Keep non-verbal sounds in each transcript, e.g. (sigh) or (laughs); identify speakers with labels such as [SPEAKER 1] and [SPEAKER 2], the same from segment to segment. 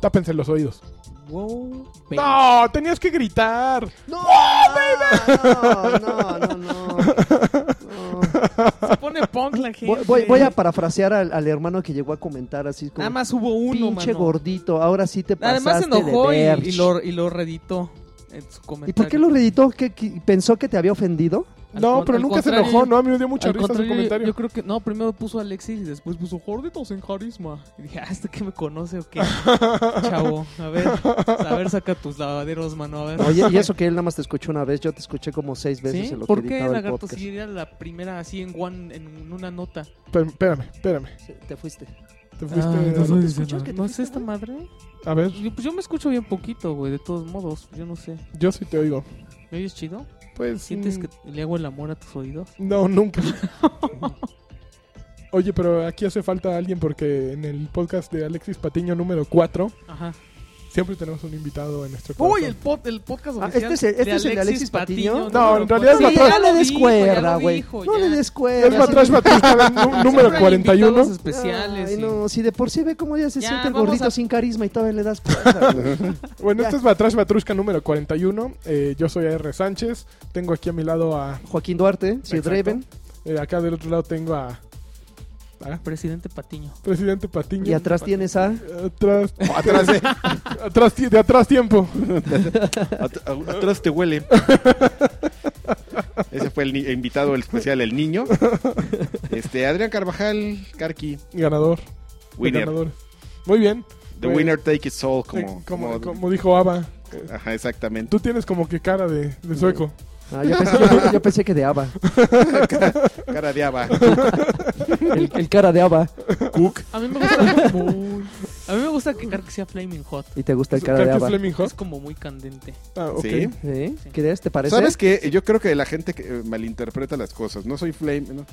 [SPEAKER 1] Tápense los oídos.
[SPEAKER 2] Wow, baby.
[SPEAKER 1] No, tenías que gritar.
[SPEAKER 2] No, no, no, no, no, no.
[SPEAKER 3] Se
[SPEAKER 2] (laughs)
[SPEAKER 3] pone punk la gente.
[SPEAKER 2] Voy, voy- voy a parafrasear al, al hermano que llegó a comentar así como
[SPEAKER 3] Nada más hubo uno,
[SPEAKER 2] pinche
[SPEAKER 3] mano.
[SPEAKER 2] gordito, ahora sí te pasaste
[SPEAKER 3] Además se enojó y,
[SPEAKER 2] de verge".
[SPEAKER 3] y lo, y lo reditó en su comentario.
[SPEAKER 2] ¿Y por qué lo reeditó? ¿Qué- qué- pensó que te había ofendido?
[SPEAKER 3] Al
[SPEAKER 1] no,
[SPEAKER 3] con-
[SPEAKER 1] pero
[SPEAKER 3] al
[SPEAKER 1] nunca se
[SPEAKER 3] contrario,
[SPEAKER 1] enojó, ¿no? A mí me dio mucha
[SPEAKER 3] al
[SPEAKER 1] risa su
[SPEAKER 3] contrario,
[SPEAKER 1] comentario.
[SPEAKER 3] Yo creo que no, primero puso Alexis y después puso gorditos en carisma. Y dije, ah, este que me conoce o
[SPEAKER 2] (laughs)
[SPEAKER 3] qué. Chavo, a ver, a ver, saca tus lavaderos, mano, a ver.
[SPEAKER 2] Oye, y eso que él nada más te escuchó una vez, yo te escuché como seis veces
[SPEAKER 3] ¿Sí?
[SPEAKER 2] en lo
[SPEAKER 3] ¿Por
[SPEAKER 2] que
[SPEAKER 3] qué
[SPEAKER 2] editaba el
[SPEAKER 3] Lagarto
[SPEAKER 2] podcast.
[SPEAKER 3] si era la primera así en, one, en una nota?
[SPEAKER 1] Espérame, espérame, espérame.
[SPEAKER 2] Sí, Te fuiste.
[SPEAKER 1] Te fuiste.
[SPEAKER 3] Ah,
[SPEAKER 1] a-
[SPEAKER 3] entonces,
[SPEAKER 2] ¿no te escuchas que te
[SPEAKER 3] ¿no es
[SPEAKER 2] fuiste,
[SPEAKER 3] esta
[SPEAKER 2] güey?
[SPEAKER 3] madre?
[SPEAKER 1] A ver,
[SPEAKER 3] Yo- Pues yo me escucho bien poquito, güey, de todos modos, yo no sé.
[SPEAKER 1] yo sí te oigo.
[SPEAKER 3] ¿Me oyes chido?
[SPEAKER 1] Pues.
[SPEAKER 3] ¿Sientes
[SPEAKER 1] mm,
[SPEAKER 3] que le hago el amor a tus oídos?
[SPEAKER 1] No,
[SPEAKER 3] (laughs)
[SPEAKER 1] nunca. Oye, pero aquí hace falta alguien porque en el podcast de Alexis Patiño número 4
[SPEAKER 3] Ajá.
[SPEAKER 1] siempre tenemos un invitado en nuestro
[SPEAKER 3] Uy,
[SPEAKER 1] corazón.
[SPEAKER 3] el, pod- el podcast
[SPEAKER 2] Ah,
[SPEAKER 3] oficial.
[SPEAKER 2] este es el- este es el de Alexis Patiño.
[SPEAKER 1] No, en realidad es
[SPEAKER 2] Sí,
[SPEAKER 1] la
[SPEAKER 2] ya
[SPEAKER 1] Batrash.
[SPEAKER 2] le des cuerda, güey. No le des cuerda.
[SPEAKER 1] Es Batrash Batista nú- número 41.
[SPEAKER 3] especiales.
[SPEAKER 2] Ay,
[SPEAKER 3] y-
[SPEAKER 2] no, si de por sí ve cómo ya se
[SPEAKER 3] Ya,
[SPEAKER 2] siente el
[SPEAKER 3] vamos
[SPEAKER 2] gordito
[SPEAKER 3] a-
[SPEAKER 2] sin carisma y todavía le das
[SPEAKER 1] (laughs)
[SPEAKER 2] cuerda, güey.
[SPEAKER 1] Bueno,
[SPEAKER 2] Ya.
[SPEAKER 1] este es Batrash Batrushka número 41. Eh, yo soy R. Sánchez. Tengo aquí a mi lado a.
[SPEAKER 2] Joaquín Duarte, si
[SPEAKER 1] Exacto.
[SPEAKER 2] Draven,
[SPEAKER 1] eh, acá del otro lado tengo a. a
[SPEAKER 3] Presidente Patiño.
[SPEAKER 1] Presidente Patiño.
[SPEAKER 2] y atrás tienes a...
[SPEAKER 1] Atrás,
[SPEAKER 4] (laughs) Atrás, de,
[SPEAKER 1] atrás, ti- de atrás tiempo.
[SPEAKER 4] at- a- atrás te huele. Ese fue el ni- invitado el especial, el niño. Este, Adrián Carvajal, Carqui,
[SPEAKER 1] Ganador. de
[SPEAKER 4] winner.
[SPEAKER 1] ganadores. Muy bien.
[SPEAKER 4] The
[SPEAKER 1] Pues,
[SPEAKER 4] winner take it all,
[SPEAKER 1] eh,
[SPEAKER 4] como, como-
[SPEAKER 1] como dijo Ava.
[SPEAKER 4] Ajá, exactamente.
[SPEAKER 1] Tú tienes como que cara de, de sueco.
[SPEAKER 2] Ah, yo, pensé, yo- yo pensé que de Ava,
[SPEAKER 4] (laughs)
[SPEAKER 1] (laughs)
[SPEAKER 4] Cara de Ava.
[SPEAKER 2] el, el cara de Ava.
[SPEAKER 4] Cook.
[SPEAKER 3] A mí me gusta. Muy- a mí me gusta que Kark sea Flaming Hot.
[SPEAKER 2] Y te gusta el cara de
[SPEAKER 1] ¿Carqui
[SPEAKER 2] Ava.
[SPEAKER 1] Fleming Hot?
[SPEAKER 3] Es como muy candente.
[SPEAKER 1] Ah, ok.
[SPEAKER 4] Sí.
[SPEAKER 2] ¿Sí? ¿Crees? ¿Te parece?
[SPEAKER 4] ¿Sabes qué? Yo creo que la gente que, eh, malinterpreta las cosas. No soy flame, no,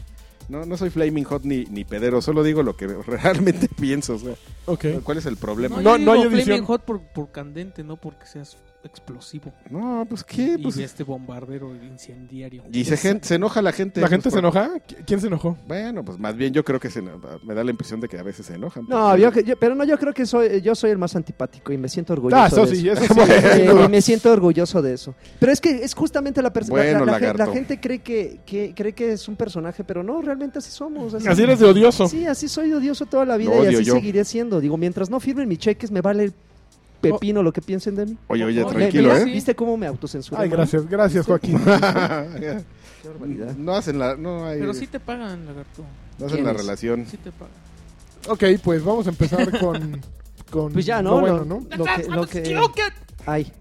[SPEAKER 4] no, no soy flaming hot ni, ni pedero. Solo digo lo que (laughs) realmente pienso. o sea,
[SPEAKER 1] Ok.
[SPEAKER 4] ¿Cuál es el
[SPEAKER 3] No,
[SPEAKER 4] problema?
[SPEAKER 1] No,
[SPEAKER 3] yo
[SPEAKER 1] no
[SPEAKER 3] digo
[SPEAKER 1] hay edición.
[SPEAKER 3] Flaming Hot por, por candente, no porque seas explosivo.
[SPEAKER 4] No, pues qué. Pues,
[SPEAKER 3] y este bombardero incendiario.
[SPEAKER 4] y se, gen- se enoja la gente.
[SPEAKER 1] ¿La gente
[SPEAKER 4] pues,
[SPEAKER 1] se
[SPEAKER 4] por-
[SPEAKER 1] enoja? ¿Qui- ¿Quién se enojó?
[SPEAKER 4] Bueno, pues más bien yo creo que se, eno- me da la impresión de que a veces se enojan.
[SPEAKER 2] No, yo, yo- pero no, yo creo que soy, yo soy el más antipático y me siento orgulloso
[SPEAKER 1] Ah, eso
[SPEAKER 2] de
[SPEAKER 1] sí,
[SPEAKER 2] eso.
[SPEAKER 1] eso sí.
[SPEAKER 2] Eh,
[SPEAKER 1] Bueno.
[SPEAKER 2] y me siento orgulloso de eso. Pero es que es justamente la persona.
[SPEAKER 4] Bueno,
[SPEAKER 2] la, gen- la
[SPEAKER 4] lagarto.
[SPEAKER 2] gente cree que, que- cree que es un personaje, pero no, realmente así somos.
[SPEAKER 1] (laughs) Así eres de odioso.
[SPEAKER 2] Sí, así soy odioso toda la vida
[SPEAKER 4] Lo
[SPEAKER 2] y
[SPEAKER 4] odio
[SPEAKER 2] así
[SPEAKER 4] yo.
[SPEAKER 2] seguiré siendo. Digo, mientras no firmen mis cheques, me vale el pepino lo que piensen de mí.
[SPEAKER 4] Oye, oye,
[SPEAKER 3] No,
[SPEAKER 2] Me-
[SPEAKER 4] tranquilo,
[SPEAKER 2] mira,
[SPEAKER 3] mira,
[SPEAKER 4] (laughs) ¿eh?
[SPEAKER 2] ¿Viste cómo me autocensuré?
[SPEAKER 1] Ay,
[SPEAKER 2] mano?
[SPEAKER 1] gracias, gracias, Joaquín.
[SPEAKER 2] Qué barbaridad.
[SPEAKER 4] no hacen la, no hay-
[SPEAKER 3] Pero sí te pagan, lagarto.
[SPEAKER 4] no hacen la
[SPEAKER 2] ¿Quién es?
[SPEAKER 4] relación.
[SPEAKER 3] Sí te pagan.
[SPEAKER 1] ok, pues vamos a empezar con. con
[SPEAKER 2] Pues ya, ¿no?
[SPEAKER 1] lo bueno,
[SPEAKER 2] lo,
[SPEAKER 1] ¿no?
[SPEAKER 2] lo que, lo que- Ay,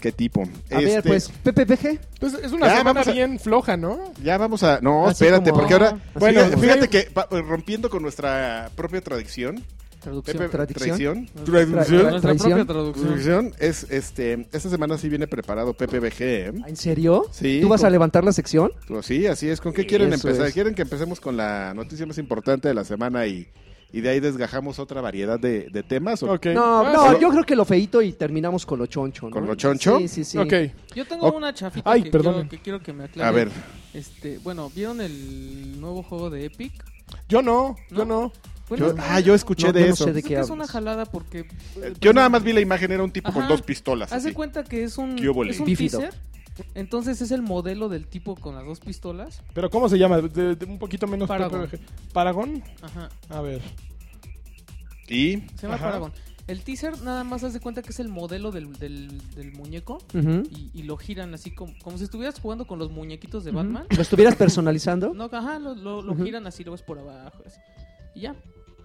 [SPEAKER 4] ¿Qué tipo?
[SPEAKER 2] a ver,
[SPEAKER 4] Este,
[SPEAKER 2] pues, PPPG.
[SPEAKER 1] Entonces, es una
[SPEAKER 4] Ya,
[SPEAKER 1] semana
[SPEAKER 4] vamos a-
[SPEAKER 1] bien floja, ¿no?
[SPEAKER 4] Ya vamos a. No,
[SPEAKER 2] Así
[SPEAKER 4] espérate,
[SPEAKER 2] como-
[SPEAKER 4] porque ahora.
[SPEAKER 2] Así
[SPEAKER 1] Bueno,
[SPEAKER 2] como-
[SPEAKER 4] Fíjate, fíjate
[SPEAKER 1] sí.
[SPEAKER 4] que pa- rompiendo con nuestra propia tradición.
[SPEAKER 3] Traducción.
[SPEAKER 4] Pepe-
[SPEAKER 2] Tradición.
[SPEAKER 4] Tradición.
[SPEAKER 2] Tra- tra-
[SPEAKER 3] Nuestra
[SPEAKER 2] traición.
[SPEAKER 3] propia traducción.
[SPEAKER 4] Tradición es este. Esta semana sí viene preparado PPBG. ¿eh?
[SPEAKER 2] ¿Ah, ¿En serio?
[SPEAKER 4] Sí.
[SPEAKER 2] ¿Tú vas a
[SPEAKER 4] con-
[SPEAKER 2] levantar la sección?
[SPEAKER 4] tú- Pues Sí, así es. ¿Con qué quieren
[SPEAKER 2] Eso
[SPEAKER 4] empezar?
[SPEAKER 2] es.
[SPEAKER 4] ¿Quieren que empecemos con la noticia más importante de la semana y, y de ahí desgajamos otra variedad de, de temas? ¿o?
[SPEAKER 1] Ok.
[SPEAKER 2] No,
[SPEAKER 1] Ah,
[SPEAKER 2] no,
[SPEAKER 1] sí.
[SPEAKER 2] yo creo que lo feito y terminamos con lo choncho, ¿no?
[SPEAKER 4] ¿Con lo choncho?
[SPEAKER 2] Sí, sí, sí.
[SPEAKER 1] Ok.
[SPEAKER 3] Yo tengo
[SPEAKER 4] Ok.
[SPEAKER 3] una chafita
[SPEAKER 1] Ay,
[SPEAKER 3] que,
[SPEAKER 1] perdón.
[SPEAKER 3] quiero, que quiero que me aclare.
[SPEAKER 4] A ver,
[SPEAKER 3] Este, bueno, ¿vieron el nuevo juego de Epic?
[SPEAKER 1] Yo no, yo
[SPEAKER 3] No.
[SPEAKER 1] no.
[SPEAKER 3] Bueno,
[SPEAKER 4] yo,
[SPEAKER 3] es-
[SPEAKER 4] ah, yo escuché
[SPEAKER 2] No,
[SPEAKER 4] de
[SPEAKER 2] yo no
[SPEAKER 4] eso.
[SPEAKER 2] sé de
[SPEAKER 3] es
[SPEAKER 2] qué
[SPEAKER 3] que es una
[SPEAKER 2] hablas.
[SPEAKER 3] jalada porque...
[SPEAKER 4] Eh, Yo nada más vi la imagen, era un tipo con
[SPEAKER 3] Ajá.
[SPEAKER 4] dos pistolas.
[SPEAKER 3] Haz de
[SPEAKER 4] así.
[SPEAKER 3] cuenta que es un,
[SPEAKER 4] Ah, ¿Qué hubo,
[SPEAKER 3] es un
[SPEAKER 2] Bífido.
[SPEAKER 3] teaser. Entonces es el modelo del tipo con las dos pistolas.
[SPEAKER 1] Pero ¿cómo se llama? De- de un poquito menos.
[SPEAKER 3] Paragon.
[SPEAKER 1] PPBG. ¿Paragon?
[SPEAKER 3] Ajá.
[SPEAKER 1] A ver.
[SPEAKER 4] Y
[SPEAKER 3] Se llama
[SPEAKER 1] Ajá.
[SPEAKER 3] Paragon. El teaser nada más haz de cuenta que es el modelo del, del- del muñeco.
[SPEAKER 2] Ujú.
[SPEAKER 3] Y, y lo giran así como, como si estuvieras jugando con los muñequitos de
[SPEAKER 2] Ujú.
[SPEAKER 3] Batman.
[SPEAKER 2] ¿Lo estuvieras personalizando?
[SPEAKER 3] No, ajá, lo, lo- lo
[SPEAKER 2] Ujú.
[SPEAKER 3] giran así, lo ves por abajo. así. Y ya,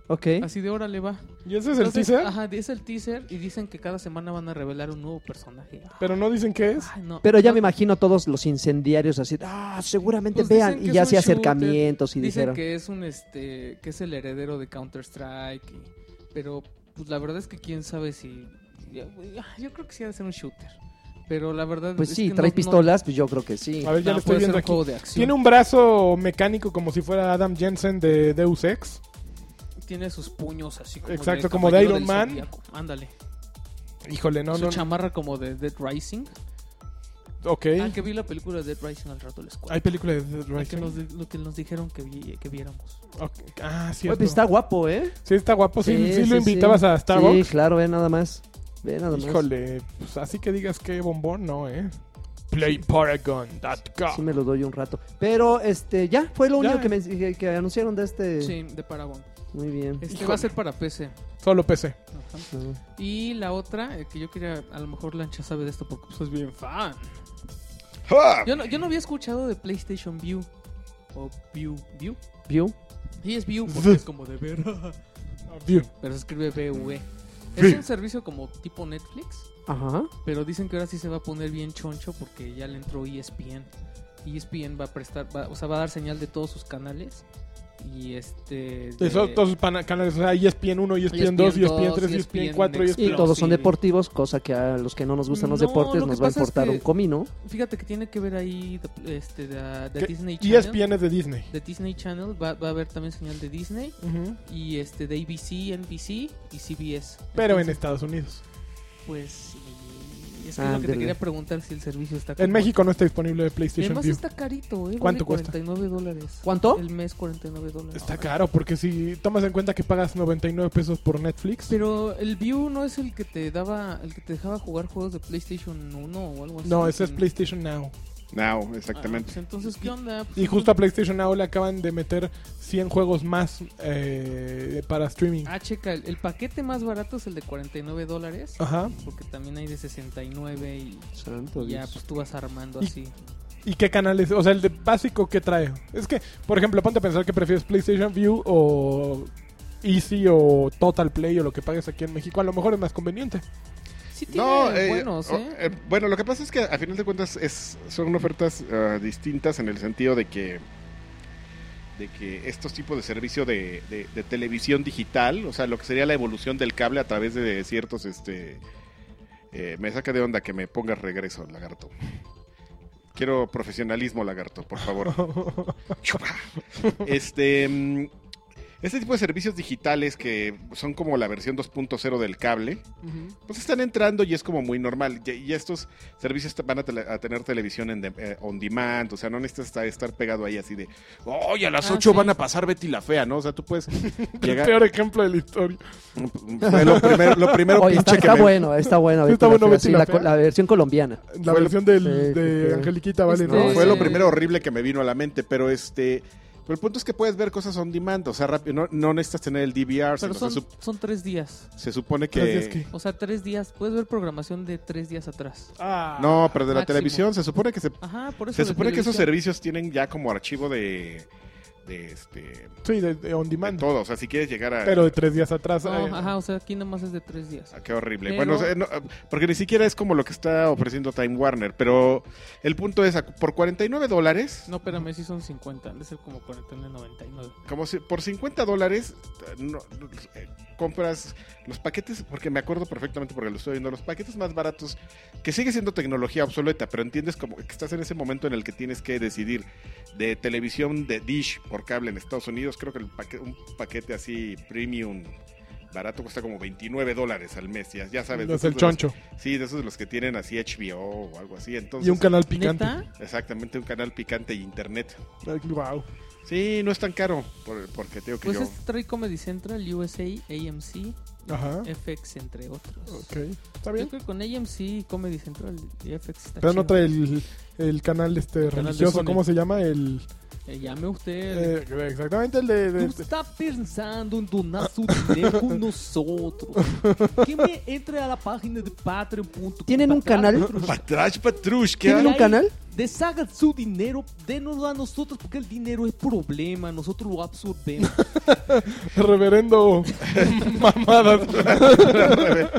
[SPEAKER 2] Ok.
[SPEAKER 3] así de hora le va.
[SPEAKER 1] ¿Y ese ¿Eh? es el
[SPEAKER 3] Entonces,
[SPEAKER 1] teaser?
[SPEAKER 3] Ajá, es el teaser y dicen que cada semana van a revelar un nuevo personaje.
[SPEAKER 1] Pero no dicen qué es.
[SPEAKER 3] Ay, no.
[SPEAKER 2] Pero ya me
[SPEAKER 3] No,
[SPEAKER 2] imagino todos los incendiarios así, ah, seguramente
[SPEAKER 3] Pues
[SPEAKER 2] vean.
[SPEAKER 3] dicen que
[SPEAKER 2] Y ya
[SPEAKER 3] es
[SPEAKER 2] hacía
[SPEAKER 3] un shooter.
[SPEAKER 2] acercamientos y
[SPEAKER 3] Dicen
[SPEAKER 2] dijeron.
[SPEAKER 3] que es un este que es el heredero de Counter Strike, pero pues la verdad es que quién sabe si yo, yo creo que sí ha de ser un shooter. Pero la verdad
[SPEAKER 2] Pues
[SPEAKER 3] es
[SPEAKER 2] sí,
[SPEAKER 3] que
[SPEAKER 2] trae
[SPEAKER 3] no-
[SPEAKER 2] pistolas, pues yo creo que sí.
[SPEAKER 1] A ver,
[SPEAKER 3] No,
[SPEAKER 1] ya
[SPEAKER 3] no,
[SPEAKER 1] lo estoy
[SPEAKER 3] puede ser
[SPEAKER 1] viendo
[SPEAKER 3] un
[SPEAKER 1] aquí.
[SPEAKER 3] juego de acción.
[SPEAKER 1] Tiene un brazo mecánico como si fuera Adam Jensen de Deus Ex.
[SPEAKER 3] Tiene sus puños así como
[SPEAKER 1] Exacto,
[SPEAKER 3] del
[SPEAKER 1] como de
[SPEAKER 3] Caballero
[SPEAKER 1] Iron
[SPEAKER 3] del
[SPEAKER 1] Man.
[SPEAKER 3] Zodíaco. Ándale.
[SPEAKER 1] Híjole, no,
[SPEAKER 3] Su
[SPEAKER 1] no.
[SPEAKER 3] chamarra como de Dead Rising.
[SPEAKER 1] Ok.
[SPEAKER 3] Ah, que vi la película de Dead Rising al rato de la escuela.
[SPEAKER 1] Hay película de Dead
[SPEAKER 3] La que
[SPEAKER 1] Rising.
[SPEAKER 3] nos di- lo que nos dijeron que, vi- que viéramos.
[SPEAKER 1] Ok. Ah,
[SPEAKER 2] Oye,
[SPEAKER 1] cierto.
[SPEAKER 2] pues está guapo, ¿eh?
[SPEAKER 1] Sí, está guapo. Sí, sí, lo
[SPEAKER 2] sí.
[SPEAKER 1] invitabas a
[SPEAKER 2] Sí,
[SPEAKER 1] Starbucks.
[SPEAKER 2] claro, ve nada más. Ve nada más.
[SPEAKER 1] Híjole, pues así que digas que bombón, no, ¿eh? PlayParagon.com.
[SPEAKER 2] Sí me lo doy un rato. Pero, este, ya, fue lo
[SPEAKER 1] Ah. Ya.
[SPEAKER 2] único que, me- que- que anunciaron de este.
[SPEAKER 3] Sí, de Paragon.
[SPEAKER 2] Muy bien.
[SPEAKER 3] Este
[SPEAKER 1] Híjole.
[SPEAKER 3] va a ser para PC.
[SPEAKER 1] Solo PC.
[SPEAKER 3] Ajá.
[SPEAKER 2] Ah,
[SPEAKER 3] Y la otra, eh, que yo quería, a lo mejor Lancha sabe de esto porque pues, es bien fan.
[SPEAKER 4] ¡Ah!
[SPEAKER 3] Yo no, yo no había escuchado de PlayStation View. O View. ¿View?
[SPEAKER 2] ¿View?
[SPEAKER 3] Sí, es View porque es como de ver.
[SPEAKER 1] View.
[SPEAKER 3] Pero se escribe V E. Es
[SPEAKER 1] Sí.
[SPEAKER 3] un servicio como tipo Netflix.
[SPEAKER 2] Ajá.
[SPEAKER 3] Pero dicen que ahora sí se va a poner bien choncho porque ya le entró E ESPN. ESPN va a prestar, va- o sea, va a dar señal de todos sus canales. Y este. de-
[SPEAKER 1] Esos dos pana- canales, o sea, E ESPN 1,
[SPEAKER 3] E
[SPEAKER 1] ESPN 2, ESPN 3, ESPN 4,
[SPEAKER 3] ESPN,
[SPEAKER 2] Y
[SPEAKER 1] ESPN...
[SPEAKER 3] Pero
[SPEAKER 2] todos son
[SPEAKER 3] sí.
[SPEAKER 2] deportivos, cosa que a los que no nos gustan los
[SPEAKER 3] No,
[SPEAKER 2] deportes
[SPEAKER 3] lo que
[SPEAKER 2] nos va a
[SPEAKER 3] pasa es
[SPEAKER 2] importar
[SPEAKER 3] que-
[SPEAKER 2] un comino.
[SPEAKER 3] Fíjate que tiene que ver ahí de- este, de, de
[SPEAKER 1] ¿Qué?
[SPEAKER 3] Disney Channel.
[SPEAKER 1] ESPN es de Disney.
[SPEAKER 3] De Disney Channel va, va a haber también señal de Disney.
[SPEAKER 1] Ujú.
[SPEAKER 3] Y este de ABC, NBC y CBS.
[SPEAKER 1] Pero en este-
[SPEAKER 3] Entonces,
[SPEAKER 1] Estados Unidos.
[SPEAKER 3] Pues. y- Es que es lo que te
[SPEAKER 2] Ándale.
[SPEAKER 3] quería preguntar si el servicio está.
[SPEAKER 1] En
[SPEAKER 3] como-
[SPEAKER 1] México no está disponible de
[SPEAKER 3] Y
[SPEAKER 1] PlayStation
[SPEAKER 3] Además
[SPEAKER 1] View.
[SPEAKER 3] está carito, ¿eh?
[SPEAKER 1] ¿Cuánto
[SPEAKER 3] Vale
[SPEAKER 1] cuesta?
[SPEAKER 3] 49 dólares.
[SPEAKER 2] ¿Cuánto?
[SPEAKER 3] El mes 49 dólares.
[SPEAKER 1] Está caro, porque si tomas en cuenta que pagas 99 pesos por Netflix...
[SPEAKER 3] Pero el View no es el que te daba, el que te dejaba jugar juegos de PlayStation 1 o algo así.
[SPEAKER 1] No, ese es
[SPEAKER 3] Mm.
[SPEAKER 1] PlayStation Now.
[SPEAKER 4] No,
[SPEAKER 3] Ah,
[SPEAKER 4] exactamente.
[SPEAKER 3] pues entonces, ¿qué onda? Pues,
[SPEAKER 1] Y justo a PlayStation Now le acaban de meter 100 juegos más eh, para streaming.
[SPEAKER 3] Ah, checa, el, el paquete más barato es el de 49 dólares.
[SPEAKER 1] Ajá.
[SPEAKER 3] Porque también hay de 69 y
[SPEAKER 2] Santo
[SPEAKER 3] ya
[SPEAKER 2] Dios.
[SPEAKER 3] pues tú vas armando
[SPEAKER 1] Y-
[SPEAKER 3] así.
[SPEAKER 1] ¿Y qué canales? O sea, el de básico, ¿qué trae? Es que, por ejemplo, ponte a pensar que prefieres PlayStation View o Easy o Total Play o lo que pagues aquí en México. A lo mejor es más conveniente. (laughs)
[SPEAKER 3] Sí tiene
[SPEAKER 4] No, eh,
[SPEAKER 3] buenos,
[SPEAKER 4] o-
[SPEAKER 3] ¿eh?
[SPEAKER 4] eh, bueno, lo que pasa es que a final de cuentas es, son ofertas ah, distintas en el sentido de que de que estos tipos de servicio de, de- de televisión digital, o sea, lo que sería la evolución del cable a través de ciertos, este, eh, me saca de onda que me pongas regreso, lagarto. Quiero profesionalismo, lagarto, por favor. Chupa. Este, mm, este tipo de servicios digitales que son como la versión 2.0 del cable, pues están entrando y es como muy normal. Y, y estos servicios te- van a, tele- a tener televisión en de- eh, on demand, o sea, no necesitas estar, estar pegado ahí así de, oye, a las
[SPEAKER 3] Ah,
[SPEAKER 4] 8
[SPEAKER 3] sí.
[SPEAKER 4] van a pasar Betty la Fea, ¿no? O sea, tú puedes
[SPEAKER 1] El
[SPEAKER 4] llegar.
[SPEAKER 1] peor ejemplo de la historia.
[SPEAKER 4] (laughs) Fue lo primero, lo primero
[SPEAKER 2] Oye, está,
[SPEAKER 4] pinche que
[SPEAKER 2] está
[SPEAKER 4] me-
[SPEAKER 2] bueno, está bueno.
[SPEAKER 1] Sí, está
[SPEAKER 2] Betty la
[SPEAKER 1] bueno
[SPEAKER 2] Fea, sí,
[SPEAKER 1] Betty la
[SPEAKER 2] la,
[SPEAKER 1] Fea.
[SPEAKER 2] co- la versión colombiana.
[SPEAKER 1] La
[SPEAKER 4] Fue lo-
[SPEAKER 1] versión del,
[SPEAKER 2] Sí,
[SPEAKER 1] de
[SPEAKER 2] sí, sí.
[SPEAKER 1] Angeliquita Vale.
[SPEAKER 3] Este-
[SPEAKER 1] ¿no?
[SPEAKER 4] No, fue lo
[SPEAKER 3] Sí.
[SPEAKER 4] primero horrible que me vino a la mente, pero este... Pero el punto es que puedes ver cosas on demand, o sea, rápido, no, no necesitas tener el DVR,
[SPEAKER 3] Pero
[SPEAKER 4] sino
[SPEAKER 3] son,
[SPEAKER 4] se, sup-
[SPEAKER 3] son tres días.
[SPEAKER 4] se supone que...
[SPEAKER 1] Gracias, que-
[SPEAKER 3] O sea, tres días. Puedes ver programación de tres días atrás.
[SPEAKER 1] Ah.
[SPEAKER 4] No, pero de la
[SPEAKER 3] Máximo.
[SPEAKER 4] televisión, se supone que se,
[SPEAKER 3] Ajá, por eso.
[SPEAKER 4] se
[SPEAKER 3] de
[SPEAKER 4] supone que esos
[SPEAKER 3] televisión.
[SPEAKER 4] servicios tienen ya como archivo de... de este...
[SPEAKER 1] Sí, de, de on
[SPEAKER 4] de
[SPEAKER 1] demand.
[SPEAKER 4] todo, o sea, si quieres llegar a...
[SPEAKER 1] Pero de tres días atrás. eh,
[SPEAKER 3] No, Oh, ajá, o sea, aquí nomás es de tres días.
[SPEAKER 4] Ah, qué horrible.
[SPEAKER 3] Pero-
[SPEAKER 4] Bueno, o sea, no, ah, porque ni siquiera es como lo que está ofreciendo Time Warner, pero el punto es, ah, por 49 dólares,
[SPEAKER 3] No, espérame, sí son 50. Han de ser como 49.99.
[SPEAKER 4] como si por 50 dólares eh, no- no, eh, compras los paquetes, porque me acuerdo perfectamente porque lo estoy viendo, los paquetes más baratos, que sigue siendo tecnología obsoleta, pero entiendes como que estás en ese momento en el que tienes que decidir de televisión de dish por cable en Estados Unidos, creo que el paque- un paquete así premium barato cuesta como 29 dólares al mes, ya, ya sabes. de
[SPEAKER 1] es
[SPEAKER 4] esos
[SPEAKER 1] el
[SPEAKER 4] de los-
[SPEAKER 1] choncho.
[SPEAKER 4] sí, de esos de los que tienen así HBO o algo así, entonces...
[SPEAKER 1] Y un canal picante.
[SPEAKER 3] ¿Neta?
[SPEAKER 4] Exactamente, un canal picante y internet.
[SPEAKER 1] Wow.
[SPEAKER 4] Sí, no es tan caro, por- porque tengo que
[SPEAKER 3] Pues
[SPEAKER 4] yo...
[SPEAKER 3] este trae Comedy Central, USA, AMC,
[SPEAKER 1] Ajá.
[SPEAKER 3] FX, entre otros.
[SPEAKER 1] Ah. Ok. Está
[SPEAKER 3] Eh, Yo
[SPEAKER 1] bien.
[SPEAKER 3] creo que con AMC, Comedy Central y FX está
[SPEAKER 1] Pero no
[SPEAKER 3] chido.
[SPEAKER 1] trae el, el canal este
[SPEAKER 3] canal de
[SPEAKER 1] religioso.
[SPEAKER 3] Sony.
[SPEAKER 1] ¿Cómo se llama? El.
[SPEAKER 3] Eh, llame usted.
[SPEAKER 1] eh, exactamente, el de. este, de-
[SPEAKER 3] Tú estás pensando en donar su
[SPEAKER 1] (laughs)
[SPEAKER 3] dinero con nosotros. Que me entre a la página de patreon.com.
[SPEAKER 2] ¿Tienen un canal?
[SPEAKER 4] Patrash Patrushka.
[SPEAKER 2] ¿Tienen un
[SPEAKER 3] hay?
[SPEAKER 2] canal?
[SPEAKER 3] Deshagan su dinero, denoslo a nosotros porque el dinero es problema, nosotros
[SPEAKER 1] (laughs)
[SPEAKER 3] lo absorbemos.
[SPEAKER 1] Reverendo mamadas.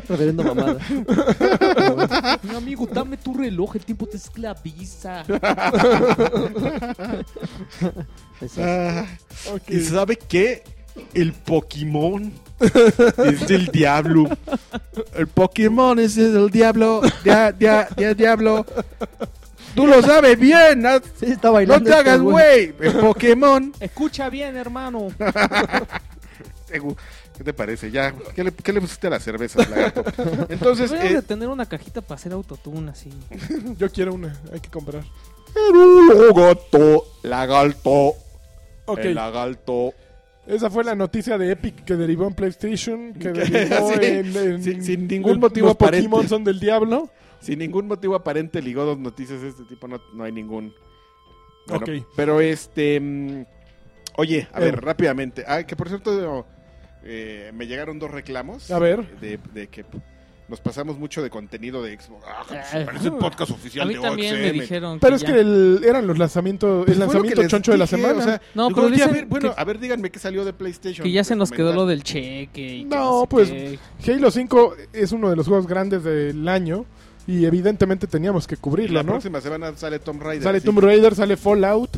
[SPEAKER 2] Reverendo mamada.
[SPEAKER 1] (laughs)
[SPEAKER 3] Mi amigo, dame tu reloj, el tiempo
[SPEAKER 1] (laughs)
[SPEAKER 3] te esclaviza.
[SPEAKER 2] Exacto.
[SPEAKER 1] (laughs) Ok.
[SPEAKER 4] ¿Y Ah, e sabe qué? El Pokémon es del diablo.
[SPEAKER 5] El Pokémon ese es el diablo. Ya, ya, ya, diablo. Tú lo sabes bien. haz-
[SPEAKER 2] Sí, está
[SPEAKER 5] No
[SPEAKER 2] bailando.
[SPEAKER 5] te
[SPEAKER 2] este
[SPEAKER 5] hagas, güey. El Pokémon.
[SPEAKER 3] Escucha bien, hermano.
[SPEAKER 4] Te gu- Eh, ¿Qué te parece? Ya, ¿qué le, qué le pusiste a la cerveza, lagarto? Entonces,
[SPEAKER 3] Deberíamos de
[SPEAKER 4] eh,
[SPEAKER 3] tener una cajita para hacer autotune así.
[SPEAKER 1] Yo quiero una, hay que comprar.
[SPEAKER 6] Gato, lagarto,
[SPEAKER 1] Ok,
[SPEAKER 6] el lagarto.
[SPEAKER 1] esa fue la noticia de Epic que derivó en PlayStation, que derivó
[SPEAKER 4] (laughs) Sí,
[SPEAKER 1] en, en-
[SPEAKER 4] sin- sin ningún
[SPEAKER 1] en
[SPEAKER 4] motivo
[SPEAKER 1] los
[SPEAKER 4] aparente.
[SPEAKER 1] Pokémon son del diablo.
[SPEAKER 4] sin ningún motivo aparente ligó dos noticias de este tipo, no, no hay ningún.
[SPEAKER 1] Ok.
[SPEAKER 4] Pero este. mm, Oye, a
[SPEAKER 1] Eh.
[SPEAKER 4] ver, rápidamente. Ah, que por cierto, eh, me llegaron dos reclamos.
[SPEAKER 1] A ver.
[SPEAKER 4] De, de que nos pasamos mucho de contenido de Xbox. Ah,
[SPEAKER 3] Ah.
[SPEAKER 4] parece el podcast
[SPEAKER 3] A
[SPEAKER 4] oficial
[SPEAKER 3] mí
[SPEAKER 4] de
[SPEAKER 3] también me
[SPEAKER 4] OXM.
[SPEAKER 3] dijeron.
[SPEAKER 1] Pero es
[SPEAKER 3] ya.
[SPEAKER 1] que el- eran los lanzamientos, el
[SPEAKER 4] Pues fue lo que
[SPEAKER 1] lanzamiento
[SPEAKER 4] les
[SPEAKER 1] choncho de la
[SPEAKER 4] dije,
[SPEAKER 1] semana.
[SPEAKER 4] o sea,
[SPEAKER 3] No,
[SPEAKER 4] digo,
[SPEAKER 3] pero
[SPEAKER 4] oye, a
[SPEAKER 3] dicen
[SPEAKER 4] ver, bueno,
[SPEAKER 3] que-
[SPEAKER 4] a ver, díganme qué salió de PlayStation.
[SPEAKER 3] Que ya se
[SPEAKER 4] Pues,
[SPEAKER 3] nos quedó
[SPEAKER 4] comentar.
[SPEAKER 3] lo del cheque. y que
[SPEAKER 1] No,
[SPEAKER 3] sé
[SPEAKER 1] pues,
[SPEAKER 3] qué.
[SPEAKER 1] Halo 5 es uno de los juegos grandes del año y evidentemente teníamos que
[SPEAKER 4] Y la
[SPEAKER 1] cubrirlo, ¿no?
[SPEAKER 4] próxima semana sale Tomb Raider.
[SPEAKER 1] Sale
[SPEAKER 4] así
[SPEAKER 1] Tomb Raider, sale Fallout.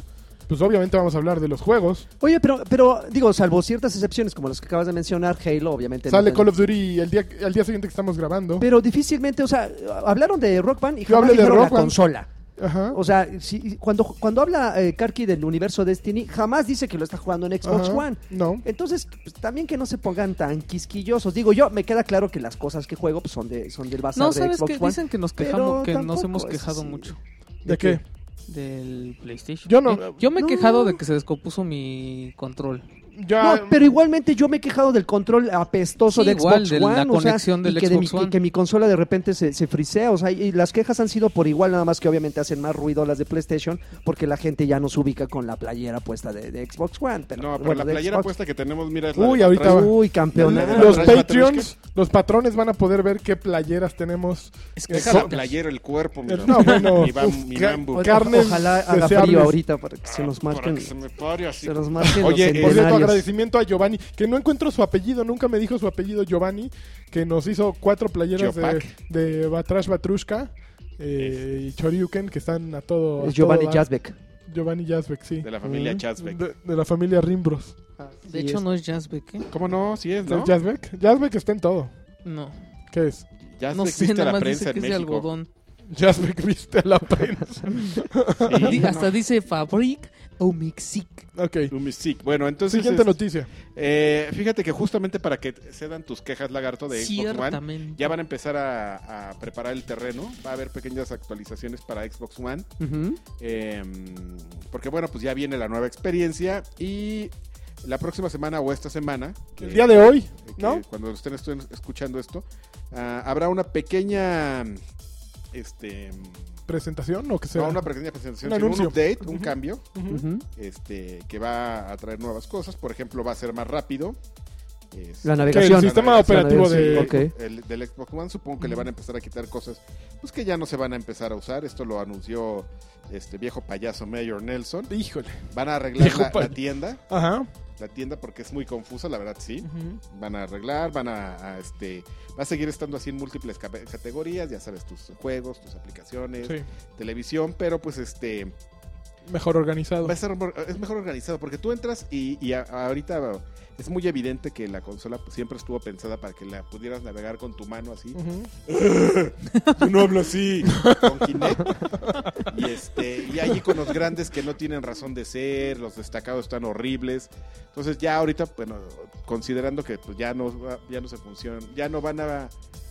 [SPEAKER 1] Pues obviamente vamos a hablar de los juegos.
[SPEAKER 2] Oye, pero, pero digo, salvo ciertas excepciones como las que acabas de mencionar, Halo, obviamente. no
[SPEAKER 1] Sale
[SPEAKER 2] tan-
[SPEAKER 1] Call of Duty el día, el día siguiente que estamos grabando.
[SPEAKER 2] Pero difícilmente, o sea, hablaron de Rock Band y
[SPEAKER 1] Yo
[SPEAKER 2] jamás
[SPEAKER 1] hablé de
[SPEAKER 2] dijeron
[SPEAKER 1] Rock
[SPEAKER 2] la
[SPEAKER 1] Band.
[SPEAKER 2] consola.
[SPEAKER 1] Ajá.
[SPEAKER 2] O sea, si- cuando, cuando habla eh, Karki del universo Destiny, jamás dice que lo está jugando en Xbox
[SPEAKER 1] ajá.
[SPEAKER 2] One.
[SPEAKER 1] No.
[SPEAKER 2] Entonces, pues, también que no se pongan tan quisquillosos. Digo, yo me queda claro que las cosas que juego pues, son, de, son del bazar
[SPEAKER 3] No,
[SPEAKER 2] de
[SPEAKER 3] ¿sabes
[SPEAKER 2] Xbox
[SPEAKER 3] que
[SPEAKER 2] One.
[SPEAKER 3] Dicen que nos
[SPEAKER 2] pero
[SPEAKER 3] quejamos, que nos
[SPEAKER 2] tampoco
[SPEAKER 3] hemos
[SPEAKER 2] es
[SPEAKER 3] quejado
[SPEAKER 2] así.
[SPEAKER 3] mucho
[SPEAKER 1] ¿De qué?
[SPEAKER 3] del PlayStation.
[SPEAKER 1] Yo no-
[SPEAKER 3] Eh, Yo me he
[SPEAKER 2] No.
[SPEAKER 3] quejado de que se descompuso mi control.
[SPEAKER 1] Ya,
[SPEAKER 4] Ah,
[SPEAKER 1] mm,
[SPEAKER 2] No, pero igualmente yo me he quejado del control apestoso
[SPEAKER 3] Sí,
[SPEAKER 2] de
[SPEAKER 3] igual,
[SPEAKER 2] Xbox
[SPEAKER 3] de la
[SPEAKER 2] One. o sea,
[SPEAKER 3] conexión del
[SPEAKER 2] y que, de mi,
[SPEAKER 3] Xbox One.
[SPEAKER 2] que- que mi consola de repente se, se frisea. O sea, y las quejas han sido por igual, nada más que obviamente hacen más ruido las de PlayStation porque la gente ya nos ubica con la playera puesta de, de Xbox One. Pero,
[SPEAKER 4] No, pero
[SPEAKER 2] bueno,
[SPEAKER 4] la
[SPEAKER 2] de
[SPEAKER 4] playera
[SPEAKER 2] Xbox.
[SPEAKER 4] puesta que tenemos, mira, es la
[SPEAKER 1] Uy,
[SPEAKER 4] de
[SPEAKER 1] ahorita
[SPEAKER 4] atrás.
[SPEAKER 1] va.
[SPEAKER 2] Uy, campeón.
[SPEAKER 4] La-
[SPEAKER 1] los
[SPEAKER 4] Atrás,
[SPEAKER 1] Patreons, los patrones van a poder ver qué playeras tenemos.
[SPEAKER 3] Es que
[SPEAKER 4] Deja
[SPEAKER 3] sí,
[SPEAKER 4] la playera, el cuerpo. mira.
[SPEAKER 1] No, bueno, pues,
[SPEAKER 4] Mi bam-
[SPEAKER 1] uf,
[SPEAKER 4] mi
[SPEAKER 1] ca-
[SPEAKER 4] bambu.
[SPEAKER 1] ca- carnes
[SPEAKER 2] Ojalá haga
[SPEAKER 1] deseables.
[SPEAKER 2] frío ahorita para que se nos
[SPEAKER 4] Para
[SPEAKER 2] marquen.
[SPEAKER 4] que se me pare así.
[SPEAKER 2] Se nos marquen
[SPEAKER 4] Oye, eh,
[SPEAKER 2] los
[SPEAKER 1] Por cierto,
[SPEAKER 2] centenarios.
[SPEAKER 1] agradecimiento a Giovanni, que no encuentro su apellido, nunca me dijo su apellido Giovanni, que nos hizo cuatro playeras de,
[SPEAKER 4] Giopac.
[SPEAKER 1] de Batrash Batrushka eh, y Choryuken, que están a todo. a
[SPEAKER 2] Es Giovanni
[SPEAKER 1] todo dar.
[SPEAKER 2] Jasbeck.
[SPEAKER 1] Giovanni Yazbek, sí. Mm,
[SPEAKER 4] De la familia Chazbeck.
[SPEAKER 1] De, de la familia Rimbros.
[SPEAKER 3] De hecho, no es Jazzbeck, ¿eh?
[SPEAKER 4] ¿Cómo no? Sí es, ¿no?
[SPEAKER 1] ¿Es Yazbek? Yazbek está en todo.
[SPEAKER 3] No.
[SPEAKER 1] ¿Qué es?
[SPEAKER 4] Ya
[SPEAKER 3] No sé,
[SPEAKER 4] existe
[SPEAKER 3] nada
[SPEAKER 4] la
[SPEAKER 3] más
[SPEAKER 4] prensa
[SPEAKER 3] dice
[SPEAKER 4] en
[SPEAKER 3] que es de
[SPEAKER 4] México.
[SPEAKER 3] algodón.
[SPEAKER 1] Yazbek viste a la (laughs) prensa.
[SPEAKER 3] (laughs)
[SPEAKER 4] Sí,
[SPEAKER 3] Di-
[SPEAKER 4] no.
[SPEAKER 3] Hasta dice Fabric o Mexic.
[SPEAKER 1] ok.
[SPEAKER 4] Un mystique. Bueno, entonces.
[SPEAKER 1] Siguiente
[SPEAKER 4] es-
[SPEAKER 1] noticia.
[SPEAKER 4] eh, fíjate que justamente para que cedan tus quejas, lagarto, de Xbox One,
[SPEAKER 3] Ciertamente.
[SPEAKER 4] ya van a empezar a, a preparar el terreno. Va a haber pequeñas actualizaciones para Xbox One.
[SPEAKER 2] Ujú.
[SPEAKER 4] Eh, porque, bueno, pues ya viene la nueva experiencia. Y la próxima semana o esta semana. que-
[SPEAKER 1] El día de hoy,
[SPEAKER 4] eh, que
[SPEAKER 1] ¿no?
[SPEAKER 4] Cuando lo estén estu- escuchando esto, ah, habrá una pequeña. Este.
[SPEAKER 1] ¿Presentación o qué será?
[SPEAKER 4] No, una pequeña presentación,
[SPEAKER 1] Un
[SPEAKER 4] sino un
[SPEAKER 1] anuncio.
[SPEAKER 4] update, un
[SPEAKER 1] Ujú.
[SPEAKER 4] cambio,
[SPEAKER 1] Ujú.
[SPEAKER 2] Ujú.
[SPEAKER 4] este, que va a traer nuevas cosas. Por ejemplo, va a ser más rápido. es-
[SPEAKER 1] Que
[SPEAKER 2] La
[SPEAKER 1] el
[SPEAKER 2] navegación.
[SPEAKER 1] sistema
[SPEAKER 4] La
[SPEAKER 1] operativo
[SPEAKER 2] navegación,
[SPEAKER 1] de...
[SPEAKER 2] sí, ok.
[SPEAKER 4] el- del Xbox One, supongo que le van a empezar a quitar cosas pues que ya no se van a empezar a usar. Esto lo anunció este viejo payaso Mayor Nelson.
[SPEAKER 1] Híjole.
[SPEAKER 4] Van a arreglar
[SPEAKER 1] Viejo
[SPEAKER 4] la, la
[SPEAKER 1] payaso.
[SPEAKER 4] tienda,
[SPEAKER 1] Ajá.
[SPEAKER 4] la tienda porque es muy confusa, la verdad sí. Van a arreglar, van a, a, este, va a seguir estando así en múltiples cate- categorías, ya sabes tus juegos, tus aplicaciones,
[SPEAKER 1] Sí.
[SPEAKER 4] televisión, pero pues este,
[SPEAKER 1] Mejor organizado.
[SPEAKER 2] Pues,
[SPEAKER 4] Va a estar mor- es mejor organizado porque tú entras y, y a- ahorita es muy evidente que la consola pues, siempre estuvo pensada para que la pudieras navegar con tu mano (laughs) así.
[SPEAKER 1] Ujú.
[SPEAKER 4] Tú no hablas así. Con Kinect. Y, este, y hay iconos grandes que no tienen razón de ser, los destacados están horribles. Entonces ya ahorita, bueno, considerando que pues, ya, no, va- ya no se funcionan, ya no van a,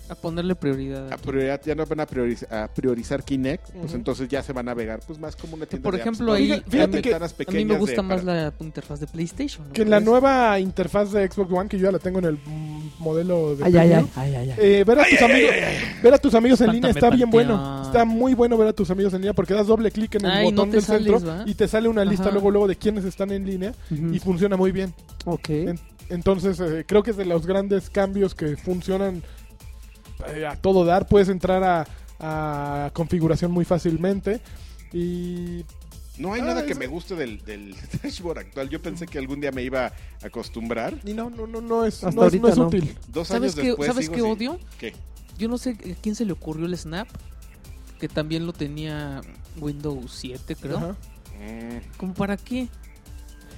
[SPEAKER 3] A ponerle prioridad.
[SPEAKER 4] a prioridad- ya no van a priorizar, a priorizar Kinect, pues
[SPEAKER 1] Ujú.
[SPEAKER 4] entonces ya se va a navegar pues más como una
[SPEAKER 3] Que,
[SPEAKER 4] tienda
[SPEAKER 3] por
[SPEAKER 4] de apps,
[SPEAKER 3] ejemplo,
[SPEAKER 4] ¿no?
[SPEAKER 3] ahí.
[SPEAKER 1] Fíjate-
[SPEAKER 3] a
[SPEAKER 1] fíjate
[SPEAKER 3] mí-
[SPEAKER 1] que
[SPEAKER 4] Ventanas
[SPEAKER 3] a mí me
[SPEAKER 4] pequeñas de-
[SPEAKER 3] gusta más
[SPEAKER 4] para-
[SPEAKER 3] la interfaz de PlayStation. ¿no
[SPEAKER 1] Que en la
[SPEAKER 3] crees?
[SPEAKER 1] nueva interfaz de Xbox One, que yo ya la tengo en el mm, modelo de
[SPEAKER 2] Ay, ay, ay,
[SPEAKER 1] premium,
[SPEAKER 2] ay, ay, ay.
[SPEAKER 1] eh, ver, a tus amigos, ver a tus amigos en línea
[SPEAKER 3] Espántame,
[SPEAKER 1] está bien
[SPEAKER 3] panteón.
[SPEAKER 1] bueno. Está muy bueno ver a tus amigos en línea porque das doble clic en el
[SPEAKER 3] Ay, no
[SPEAKER 1] botón
[SPEAKER 3] te
[SPEAKER 1] del
[SPEAKER 3] sales,
[SPEAKER 1] centro
[SPEAKER 3] ¿va?
[SPEAKER 1] y te sale una lista
[SPEAKER 3] Ajá.
[SPEAKER 1] luego luego de quienes están en línea
[SPEAKER 2] Ujú.
[SPEAKER 1] y funciona muy bien.
[SPEAKER 2] Ok.
[SPEAKER 1] En- entonces, eh, creo que es de los grandes cambios que funcionan eh, a todo dar. Puedes entrar a, a configuración muy fácilmente y
[SPEAKER 4] No hay
[SPEAKER 1] Ah,
[SPEAKER 4] nada que
[SPEAKER 1] eso-
[SPEAKER 4] me guste del, del (laughs) dashboard actual. Yo pensé que algún día me iba a acostumbrar.
[SPEAKER 1] Y no, no, no, no es,
[SPEAKER 2] Hasta
[SPEAKER 1] no es, no
[SPEAKER 2] ahorita
[SPEAKER 1] es
[SPEAKER 2] no.
[SPEAKER 1] útil.
[SPEAKER 4] Dos
[SPEAKER 3] ¿Sabes
[SPEAKER 4] Pues años
[SPEAKER 3] qué-
[SPEAKER 4] después.
[SPEAKER 3] sabes
[SPEAKER 4] sigo
[SPEAKER 3] qué
[SPEAKER 4] sin-
[SPEAKER 3] odio?
[SPEAKER 4] ¿Qué?
[SPEAKER 3] Yo no sé a quién se le ocurrió el Snap. Que también lo tenía Windows 7, creo.
[SPEAKER 1] Ajá.
[SPEAKER 4] Mm,
[SPEAKER 3] ¿Cómo para qué?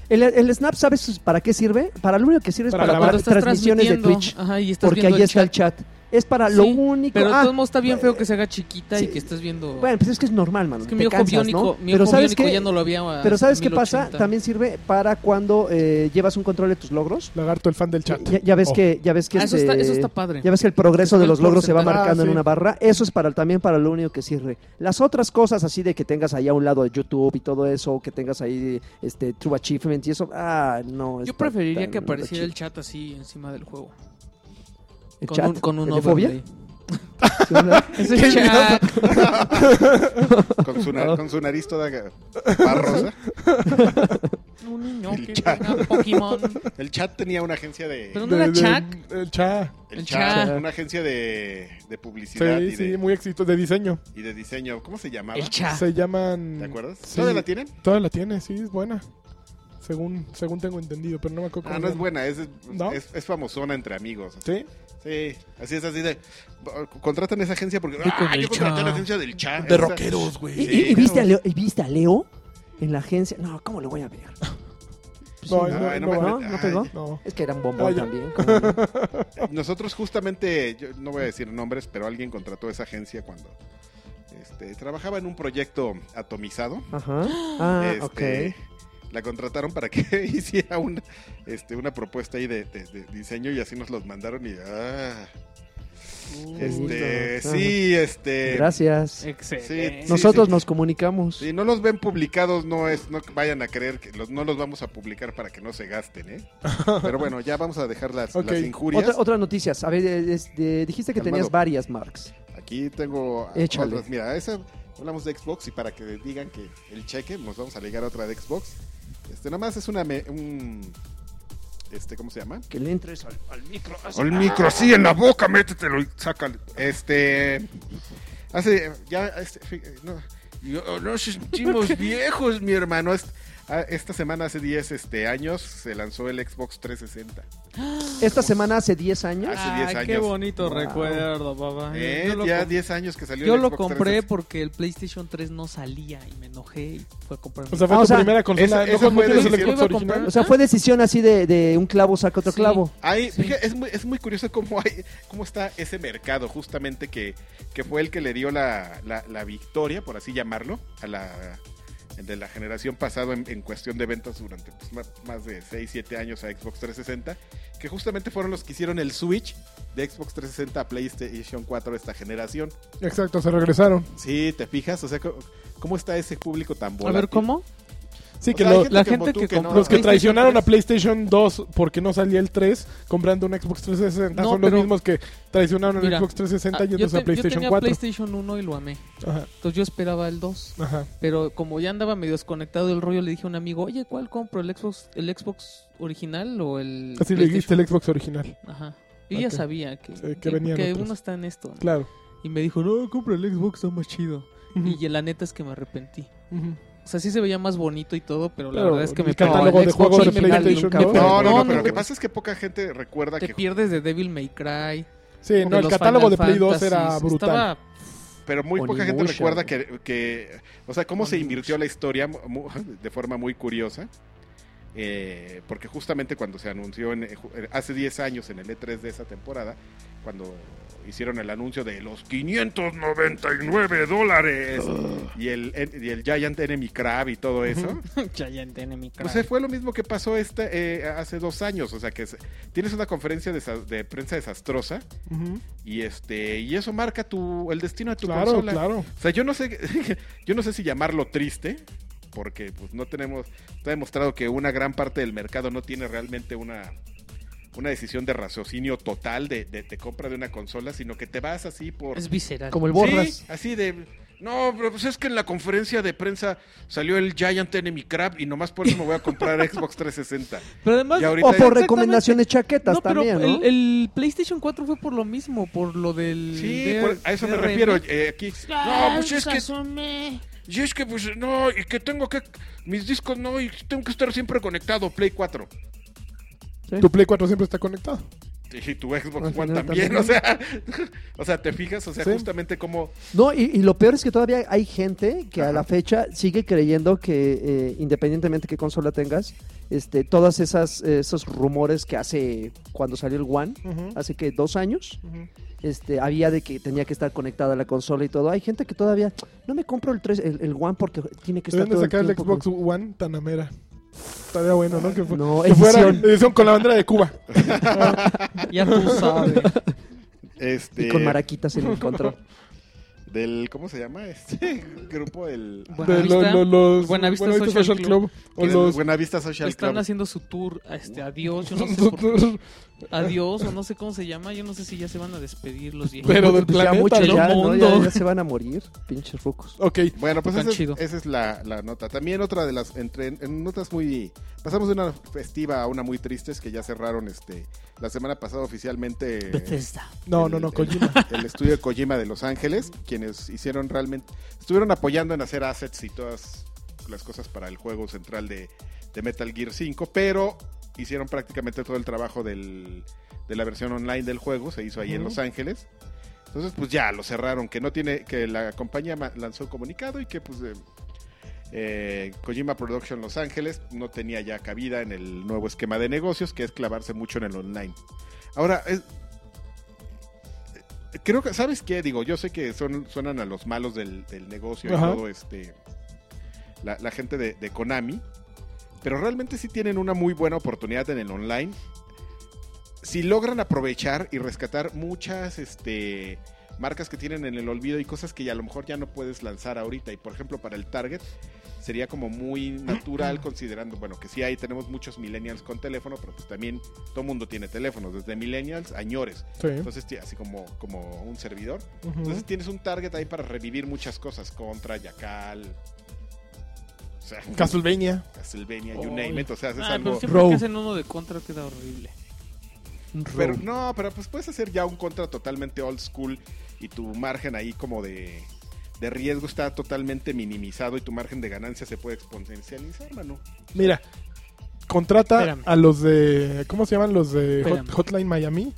[SPEAKER 2] El, el Snap, ¿sabes para qué sirve? Para lo único que sirve
[SPEAKER 1] Para
[SPEAKER 2] es para,
[SPEAKER 1] grabar.
[SPEAKER 2] las transmisiones de Twitch.
[SPEAKER 3] Ajá, y ah, estás
[SPEAKER 2] Porque
[SPEAKER 3] viendo
[SPEAKER 2] ahí
[SPEAKER 3] el
[SPEAKER 2] está el
[SPEAKER 3] chat.
[SPEAKER 2] chat. Es para lo
[SPEAKER 3] Sí,
[SPEAKER 2] único.
[SPEAKER 3] Pero de
[SPEAKER 2] Ah,
[SPEAKER 3] todos modos está bien feo que se haga chiquita
[SPEAKER 2] sí.
[SPEAKER 3] y que estés viendo.
[SPEAKER 2] Bueno, pues es que es normal, mano.
[SPEAKER 3] es que
[SPEAKER 2] te
[SPEAKER 3] mi ojo
[SPEAKER 2] cansas,
[SPEAKER 3] biónico,
[SPEAKER 2] ¿no?
[SPEAKER 3] mi
[SPEAKER 2] Pero
[SPEAKER 3] ojo
[SPEAKER 2] ¿sabes
[SPEAKER 3] biónico
[SPEAKER 2] qué?
[SPEAKER 3] ya no lo había.
[SPEAKER 2] Pero
[SPEAKER 3] hasta
[SPEAKER 2] ¿sabes qué pasa?
[SPEAKER 3] 1080.
[SPEAKER 2] También sirve para cuando eh, llevas un control de tus logros.
[SPEAKER 1] Lagarto, el fan del chat.
[SPEAKER 2] Ya, ya ves
[SPEAKER 1] Oh.
[SPEAKER 2] que ya ves que
[SPEAKER 3] Ah, eso,
[SPEAKER 2] este-
[SPEAKER 3] está, eso está padre.
[SPEAKER 2] ya ves que el progreso
[SPEAKER 3] Está
[SPEAKER 2] de
[SPEAKER 3] el
[SPEAKER 2] los logros se va
[SPEAKER 3] porcentaje.
[SPEAKER 2] marcando
[SPEAKER 1] Ah,
[SPEAKER 2] en
[SPEAKER 1] sí.
[SPEAKER 2] una barra. Eso es para el- también para lo único que sirve. Las otras cosas así de que tengas ahí a un lado de YouTube y todo eso, que tengas ahí este True Achievement y eso, ah, no.
[SPEAKER 3] Yo
[SPEAKER 2] está
[SPEAKER 3] preferiría
[SPEAKER 2] tan
[SPEAKER 3] que apareciera el
[SPEAKER 2] chido.
[SPEAKER 3] chat así encima del juego.
[SPEAKER 2] ¿El
[SPEAKER 3] con
[SPEAKER 2] chat?
[SPEAKER 3] un, con un
[SPEAKER 2] ¿El de fobia?
[SPEAKER 3] (laughs) overlay. (laughs)
[SPEAKER 2] Sí, ¿verdad?
[SPEAKER 3] Ese
[SPEAKER 2] (laughs)
[SPEAKER 3] chat. (laughs)
[SPEAKER 4] Con su, na- con su nariz (laughs) toda barrosa.
[SPEAKER 3] Un niño
[SPEAKER 4] El
[SPEAKER 3] que
[SPEAKER 4] chat.
[SPEAKER 3] juega
[SPEAKER 4] (laughs)
[SPEAKER 3] Pokémon.
[SPEAKER 4] El chat tenía una agencia de.
[SPEAKER 3] Pero- ¿No era Chuck?
[SPEAKER 1] El Chuck.
[SPEAKER 4] el
[SPEAKER 3] el
[SPEAKER 4] chat,
[SPEAKER 3] chat.
[SPEAKER 4] una agencia de, de publicidad
[SPEAKER 1] Sí,
[SPEAKER 4] y, de,
[SPEAKER 1] sí, muy éxito de diseño.
[SPEAKER 4] y de diseño. ¿Cómo se llamaba?
[SPEAKER 3] El
[SPEAKER 2] Ah.
[SPEAKER 3] chat.
[SPEAKER 1] Se llaman...
[SPEAKER 4] ¿Te acuerdas?
[SPEAKER 1] Sí.
[SPEAKER 4] ¿Todavía la tienen?
[SPEAKER 1] Todavía la tiene, sí, es buena. Según, según tengo entendido, pero no me acuerdo
[SPEAKER 4] Ah,
[SPEAKER 1] cómo
[SPEAKER 4] no
[SPEAKER 1] se
[SPEAKER 4] es buena, es,
[SPEAKER 1] ¿No?
[SPEAKER 4] es, es famosona entre amigos.
[SPEAKER 1] llama. ¿Sí?
[SPEAKER 4] Sí, así es, así de. Contratan esa agencia porque.
[SPEAKER 3] Y con
[SPEAKER 4] ¡Ah,
[SPEAKER 3] el
[SPEAKER 4] yo contraté
[SPEAKER 3] chat.
[SPEAKER 4] la agencia del chat.
[SPEAKER 7] De
[SPEAKER 4] Esa-
[SPEAKER 7] rockeros,
[SPEAKER 2] ¿Y,
[SPEAKER 7] güey.
[SPEAKER 4] Sí,
[SPEAKER 2] y- y viste
[SPEAKER 4] claro.
[SPEAKER 2] a Leo, ¿Y viste a Leo en la agencia? No, ¿cómo lo voy a ver? Pues
[SPEAKER 1] No,
[SPEAKER 2] sí,
[SPEAKER 1] no,
[SPEAKER 2] ¿no?
[SPEAKER 4] Ay,
[SPEAKER 1] no
[SPEAKER 4] me
[SPEAKER 1] va.
[SPEAKER 2] ¿No?
[SPEAKER 4] acuerdo.
[SPEAKER 2] ¿No pegó?
[SPEAKER 4] Ay,
[SPEAKER 1] No.
[SPEAKER 2] Es que era un
[SPEAKER 1] Ay,
[SPEAKER 2] bombón
[SPEAKER 1] ya.
[SPEAKER 2] también. ¿cómo no?
[SPEAKER 4] Nosotros justamente, yo no voy a decir nombres, pero alguien contrató esa agencia cuando este, trabajaba en un proyecto atomizado.
[SPEAKER 2] Ajá. Ah,
[SPEAKER 4] Este,
[SPEAKER 2] ok.
[SPEAKER 4] La contrataron para que (laughs) hiciera una, este, una propuesta ahí de, de- de diseño y así nos los mandaron y... ah, este,
[SPEAKER 3] Uh,
[SPEAKER 2] listo.
[SPEAKER 4] sí, este...
[SPEAKER 2] Gracias.
[SPEAKER 3] eh, Excelente.
[SPEAKER 4] sí,
[SPEAKER 2] Nosotros
[SPEAKER 4] sí.
[SPEAKER 2] nos comunicamos.
[SPEAKER 4] Si no los ven publicados, no es, no vayan a creer que los, no los vamos a publicar para que no se gasten, ¿eh?
[SPEAKER 2] (laughs)
[SPEAKER 4] Pero bueno, ya vamos a dejar las,
[SPEAKER 1] Ok.
[SPEAKER 4] las injurias.
[SPEAKER 2] Otra, otras noticias. A ver, eh, este, dijiste que
[SPEAKER 4] Calmado.
[SPEAKER 2] tenías varias marks.
[SPEAKER 4] Aquí tengo a-
[SPEAKER 2] Échale.
[SPEAKER 4] otras. Mira, esa hablamos de Xbox y para que digan que el cheque, nos vamos a ligar a otra de Xbox. Este, nada más es una me- un este, ¿cómo se llama?
[SPEAKER 2] Que le entres al...
[SPEAKER 4] El micro así en la boca, métetelo y sácale. Este hace ya este, fi- oh, no, yo- nos (laughs) sentimos viejos, mi hermano. Est- a- Ah, esta semana hace 10 este, años se lanzó el Xbox 360.
[SPEAKER 2] Esta semana hace 10 años.
[SPEAKER 4] hace 10
[SPEAKER 3] Ay, Ah, qué
[SPEAKER 4] años.
[SPEAKER 3] bonito
[SPEAKER 2] Wow.
[SPEAKER 3] recuerdo, papá.
[SPEAKER 4] Eh,
[SPEAKER 3] Yo lo
[SPEAKER 4] ya
[SPEAKER 3] comp-
[SPEAKER 4] 10 años que salió
[SPEAKER 3] Yo
[SPEAKER 4] el
[SPEAKER 3] lo
[SPEAKER 4] Xbox
[SPEAKER 3] compré
[SPEAKER 4] 360.
[SPEAKER 3] porque el PlayStation 3 no salía y me enojé y fue a comprarme.
[SPEAKER 1] O sea, fue
[SPEAKER 2] Ah,
[SPEAKER 1] tu
[SPEAKER 2] o sea,
[SPEAKER 1] primera consola.
[SPEAKER 4] esa- esa
[SPEAKER 1] ¿No, no
[SPEAKER 4] fue
[SPEAKER 1] tienes el
[SPEAKER 4] decisión.
[SPEAKER 1] Xbox
[SPEAKER 3] Yo iba a comprar-
[SPEAKER 1] original?
[SPEAKER 2] O sea, fue decisión así de, de un clavo saca otro
[SPEAKER 3] Sí.
[SPEAKER 2] clavo.
[SPEAKER 4] Hay-
[SPEAKER 3] Sí.
[SPEAKER 4] fíjate, es, muy, es muy curioso cómo, hay, cómo está ese mercado, justamente que, que fue el que le dio la, la- la victoria, por así llamarlo, a la el de la generación pasada en, en cuestión de ventas durante pues, ma- más, de 6, 7 años a Xbox 360, que justamente fueron los que hicieron el switch de Xbox 360 a PlayStation 4 de esta generación.
[SPEAKER 1] Exacto, se regresaron.
[SPEAKER 4] Sí, ¿te fijas? O sea, co- ¿cómo está ese público tan
[SPEAKER 3] a
[SPEAKER 4] volátil?
[SPEAKER 3] ver, ¿cómo?
[SPEAKER 1] Sí,
[SPEAKER 4] O
[SPEAKER 1] que
[SPEAKER 4] sea,
[SPEAKER 1] lo-
[SPEAKER 4] hay
[SPEAKER 3] la
[SPEAKER 4] como
[SPEAKER 3] gente
[SPEAKER 4] tú
[SPEAKER 3] que
[SPEAKER 4] no-
[SPEAKER 3] compró
[SPEAKER 1] los que
[SPEAKER 3] PlayStation
[SPEAKER 1] traicionaron a
[SPEAKER 3] 3.
[SPEAKER 1] PlayStation 2 porque no salía el 3 comprando un Xbox 360
[SPEAKER 3] No,
[SPEAKER 1] son los
[SPEAKER 3] pero-
[SPEAKER 1] mismos que traicionaron el
[SPEAKER 3] Mira,
[SPEAKER 1] Xbox 360
[SPEAKER 3] Ah, yo,
[SPEAKER 1] yéndose
[SPEAKER 3] te-
[SPEAKER 1] a
[SPEAKER 3] yo
[SPEAKER 1] PlayStation
[SPEAKER 3] tenía
[SPEAKER 1] 4.
[SPEAKER 3] PlayStation 1 y lo amé.
[SPEAKER 1] Ajá,
[SPEAKER 3] Entonces yo esperaba el 2.
[SPEAKER 1] ajá.
[SPEAKER 3] Pero como ya andaba medio desconectado del rollo, le dije a un amigo, oye, ¿cuál compro? ¿El Xbox, el Xbox original o el
[SPEAKER 1] Así Ah, le dijiste
[SPEAKER 3] PlayStation?"
[SPEAKER 1] el Xbox original.
[SPEAKER 3] Ajá. Yo
[SPEAKER 1] Ok.
[SPEAKER 3] ya sabía que,
[SPEAKER 1] Sí, que
[SPEAKER 3] que-
[SPEAKER 1] venían
[SPEAKER 3] que
[SPEAKER 1] otros.
[SPEAKER 3] uno está en esto. ¿no?
[SPEAKER 1] Claro.
[SPEAKER 3] Y me dijo, no, compra el Xbox, está más chido.
[SPEAKER 1] Ujú,
[SPEAKER 3] Y la neta es que me arrepentí.
[SPEAKER 1] ujú.
[SPEAKER 3] O sea, sí se veía más bonito y todo, pero la
[SPEAKER 1] Pero
[SPEAKER 3] verdad es que
[SPEAKER 1] el
[SPEAKER 3] me
[SPEAKER 1] catálogo
[SPEAKER 3] perdí.
[SPEAKER 1] de
[SPEAKER 3] Xbox
[SPEAKER 1] juegos de
[SPEAKER 3] original
[SPEAKER 1] PlayStation
[SPEAKER 3] nunca
[SPEAKER 1] dos.
[SPEAKER 3] fue.
[SPEAKER 4] No, no, no,
[SPEAKER 3] No, no,
[SPEAKER 4] pero lo que
[SPEAKER 3] güey.
[SPEAKER 4] pasa es que poca gente recuerda
[SPEAKER 3] Te
[SPEAKER 4] que
[SPEAKER 3] pierdes de Devil May Cry.
[SPEAKER 1] Sí, no,
[SPEAKER 3] de
[SPEAKER 1] el
[SPEAKER 3] los
[SPEAKER 1] catálogo de
[SPEAKER 3] Final
[SPEAKER 1] Play 2
[SPEAKER 3] Fantasies.
[SPEAKER 1] era brutal.
[SPEAKER 3] Estaba-
[SPEAKER 4] Pero muy poca gente
[SPEAKER 2] Onimusha.
[SPEAKER 4] recuerda que, que- o sea, cómo se
[SPEAKER 3] Onimusha.
[SPEAKER 4] invirtió la historia mu- mu- de forma muy curiosa. Eh, porque justamente cuando se anunció en- eh, hace 10 años en el E3 de esa temporada, cuando hicieron el anuncio de los 599 dólares y el, en- y el Giant Enemy Crab y todo eso,
[SPEAKER 3] Giant Enemy Cry.
[SPEAKER 4] pues eh, fue lo mismo que pasó este, eh, hace dos años. O sea, que se- tienes una conferencia desa- de prensa desastrosa
[SPEAKER 1] Ujú.
[SPEAKER 4] y este y eso marca tu, el destino de tu
[SPEAKER 1] Claro,
[SPEAKER 4] consola.
[SPEAKER 1] claro.
[SPEAKER 4] O sea, yo no sé, (laughs) yo no sé si llamarlo triste, porque pues no tenemos, está demostrado que una gran parte del mercado no tiene realmente una, una decisión de raciocinio total de, de- de compra de una consola, sino que te vas así por
[SPEAKER 3] Es visceral.
[SPEAKER 2] Como el
[SPEAKER 4] Sí,
[SPEAKER 2] borras.
[SPEAKER 4] así de no, pero pues es que en la conferencia de prensa salió el Giant Enemy Crab y nomás por eso me voy a comprar Xbox 360.
[SPEAKER 3] Pero además,
[SPEAKER 4] Y ahorita
[SPEAKER 2] O por
[SPEAKER 4] ya-
[SPEAKER 3] Exactamente.
[SPEAKER 2] recomendaciones chaquetas
[SPEAKER 3] no, pero
[SPEAKER 2] también,
[SPEAKER 3] el,
[SPEAKER 2] ¿no?
[SPEAKER 3] el PlayStation 4 fue por lo mismo, por lo del...
[SPEAKER 4] Sí,
[SPEAKER 3] D-
[SPEAKER 4] por- a eso me
[SPEAKER 3] DRM.
[SPEAKER 4] refiero eh, aquí. No, pues es que
[SPEAKER 3] Asume.
[SPEAKER 4] Y es que, pues, no, y que tengo que. Mis discos no, y tengo que estar siempre conectado, Play 4.
[SPEAKER 1] Tu Play 4 siempre está conectado.
[SPEAKER 4] Y tu Xbox
[SPEAKER 2] Al
[SPEAKER 4] One
[SPEAKER 2] final
[SPEAKER 4] también,
[SPEAKER 2] también.
[SPEAKER 4] o
[SPEAKER 8] (laughs)
[SPEAKER 4] sea. O sea, te fijas, o sea,
[SPEAKER 1] Sí.
[SPEAKER 4] justamente como.
[SPEAKER 2] No, y, y lo peor es que todavía hay gente que
[SPEAKER 4] Ajá.
[SPEAKER 2] a la fecha sigue creyendo que eh, independientemente qué consola tengas, este, todas esas eh, esos rumores que hace cuando salió el One,
[SPEAKER 1] Ujú,
[SPEAKER 2] hace que dos años,
[SPEAKER 1] ujú.
[SPEAKER 2] este, había de que tenía que estar conectada a la consola y todo. Hay gente que todavía no me compro el, tres- el, el One porque tiene que estar
[SPEAKER 1] Deben de
[SPEAKER 2] todo el
[SPEAKER 1] sacar el
[SPEAKER 2] tiempo con-
[SPEAKER 1] Xbox One Tanamera. Estaría bueno, ¿no? Que, fu-
[SPEAKER 2] No,
[SPEAKER 1] que fuera
[SPEAKER 2] edición.
[SPEAKER 1] edición con la bandera de Cuba.
[SPEAKER 3] Ah, Ya
[SPEAKER 4] (laughs)
[SPEAKER 3] tú sabes.
[SPEAKER 8] Este,
[SPEAKER 2] y con maraquitas en el control.
[SPEAKER 8] del, ¿cómo se llama este (laughs) grupo? El,
[SPEAKER 1] De lo-
[SPEAKER 3] Buenavista.
[SPEAKER 1] lo- los
[SPEAKER 3] Buenavista
[SPEAKER 1] Buenavista
[SPEAKER 3] Social
[SPEAKER 1] Social Club. O (laughs)
[SPEAKER 8] el
[SPEAKER 1] los...
[SPEAKER 8] Buenavista Social
[SPEAKER 3] Están
[SPEAKER 8] Club.
[SPEAKER 3] haciendo su tour, este, adiós,
[SPEAKER 4] (laughs)
[SPEAKER 3] yo no sé por qué. Adiós, o no sé cómo se llama, yo no sé si ya se van a despedir los
[SPEAKER 1] (laughs)
[SPEAKER 3] viejitos.
[SPEAKER 1] Pero del
[SPEAKER 2] Pues Ya
[SPEAKER 1] planeta,
[SPEAKER 2] muchos
[SPEAKER 1] ¿no?
[SPEAKER 2] ya, ¿no? Ya-
[SPEAKER 3] Mundo.
[SPEAKER 2] ya se van a morir, pinches rucos.
[SPEAKER 1] Ok.
[SPEAKER 8] Bueno, pues
[SPEAKER 3] Tan
[SPEAKER 8] esa es,
[SPEAKER 3] chido.
[SPEAKER 8] esa es la, la nota. También otra de las entre en notas muy pasamos de una festiva a una muy triste es que ya cerraron este la semana pasada oficialmente eh,
[SPEAKER 1] No,
[SPEAKER 8] el-
[SPEAKER 1] no, no,
[SPEAKER 8] el-
[SPEAKER 1] Kojima.
[SPEAKER 8] (laughs) el estudio de Kojima de Los Ángeles, quienes hicieron realmente estuvieron apoyando en hacer assets y todas las cosas para el juego central de, de Metal Gear 5, pero hicieron prácticamente todo el trabajo del, de la versión online del juego, se hizo ahí en
[SPEAKER 1] Ujú.
[SPEAKER 8] Los Ángeles. Entonces, pues ya lo cerraron, que no tiene, que la compañía ma- lanzó un comunicado y que pues eh, eh, Kojima Production Los Ángeles no tenía ya cabida en el nuevo esquema de negocios, que es clavarse mucho en el online. Ahora, es- eh, creo que, ¿sabes qué? Digo, yo sé que son, suenan a los malos del, del negocio
[SPEAKER 1] Ajá.
[SPEAKER 8] y todo este, la, la gente de, de Konami, pero realmente sí tienen una muy buena oportunidad en el online. Si logran aprovechar y rescatar muchas, este, marcas que tienen en el olvido y cosas que ya a lo mejor ya no puedes lanzar ahorita. Y por ejemplo, para el Target sería como muy natural considerando, bueno, que sí ahí tenemos muchos millennials con teléfono, pero pues también todo mundo tiene teléfonos, desde millennials a ñores.
[SPEAKER 1] Sí.
[SPEAKER 8] Entonces, ti- así como, como un servidor.
[SPEAKER 1] Ujú.
[SPEAKER 8] Entonces tienes un Target ahí para revivir muchas cosas, Contra, Yakal. O sea,
[SPEAKER 1] Castlevania.
[SPEAKER 8] Castlevania, you
[SPEAKER 3] Ay.
[SPEAKER 8] name it, o sea, haces
[SPEAKER 3] Ah,
[SPEAKER 8] algo...
[SPEAKER 3] pero siempre
[SPEAKER 1] Row.
[SPEAKER 3] que hacen uno de contra queda horrible.
[SPEAKER 8] Pero no, pero pues puedes hacer ya un contra totalmente old school y tu margen ahí como de, de riesgo está totalmente minimizado y tu margen de ganancia se puede exponencializar, mano.
[SPEAKER 1] Mira, contrata
[SPEAKER 3] Espérame.
[SPEAKER 1] a los de. ¿Cómo se llaman los de Hot-
[SPEAKER 3] Espérame.
[SPEAKER 1] Hotline Miami?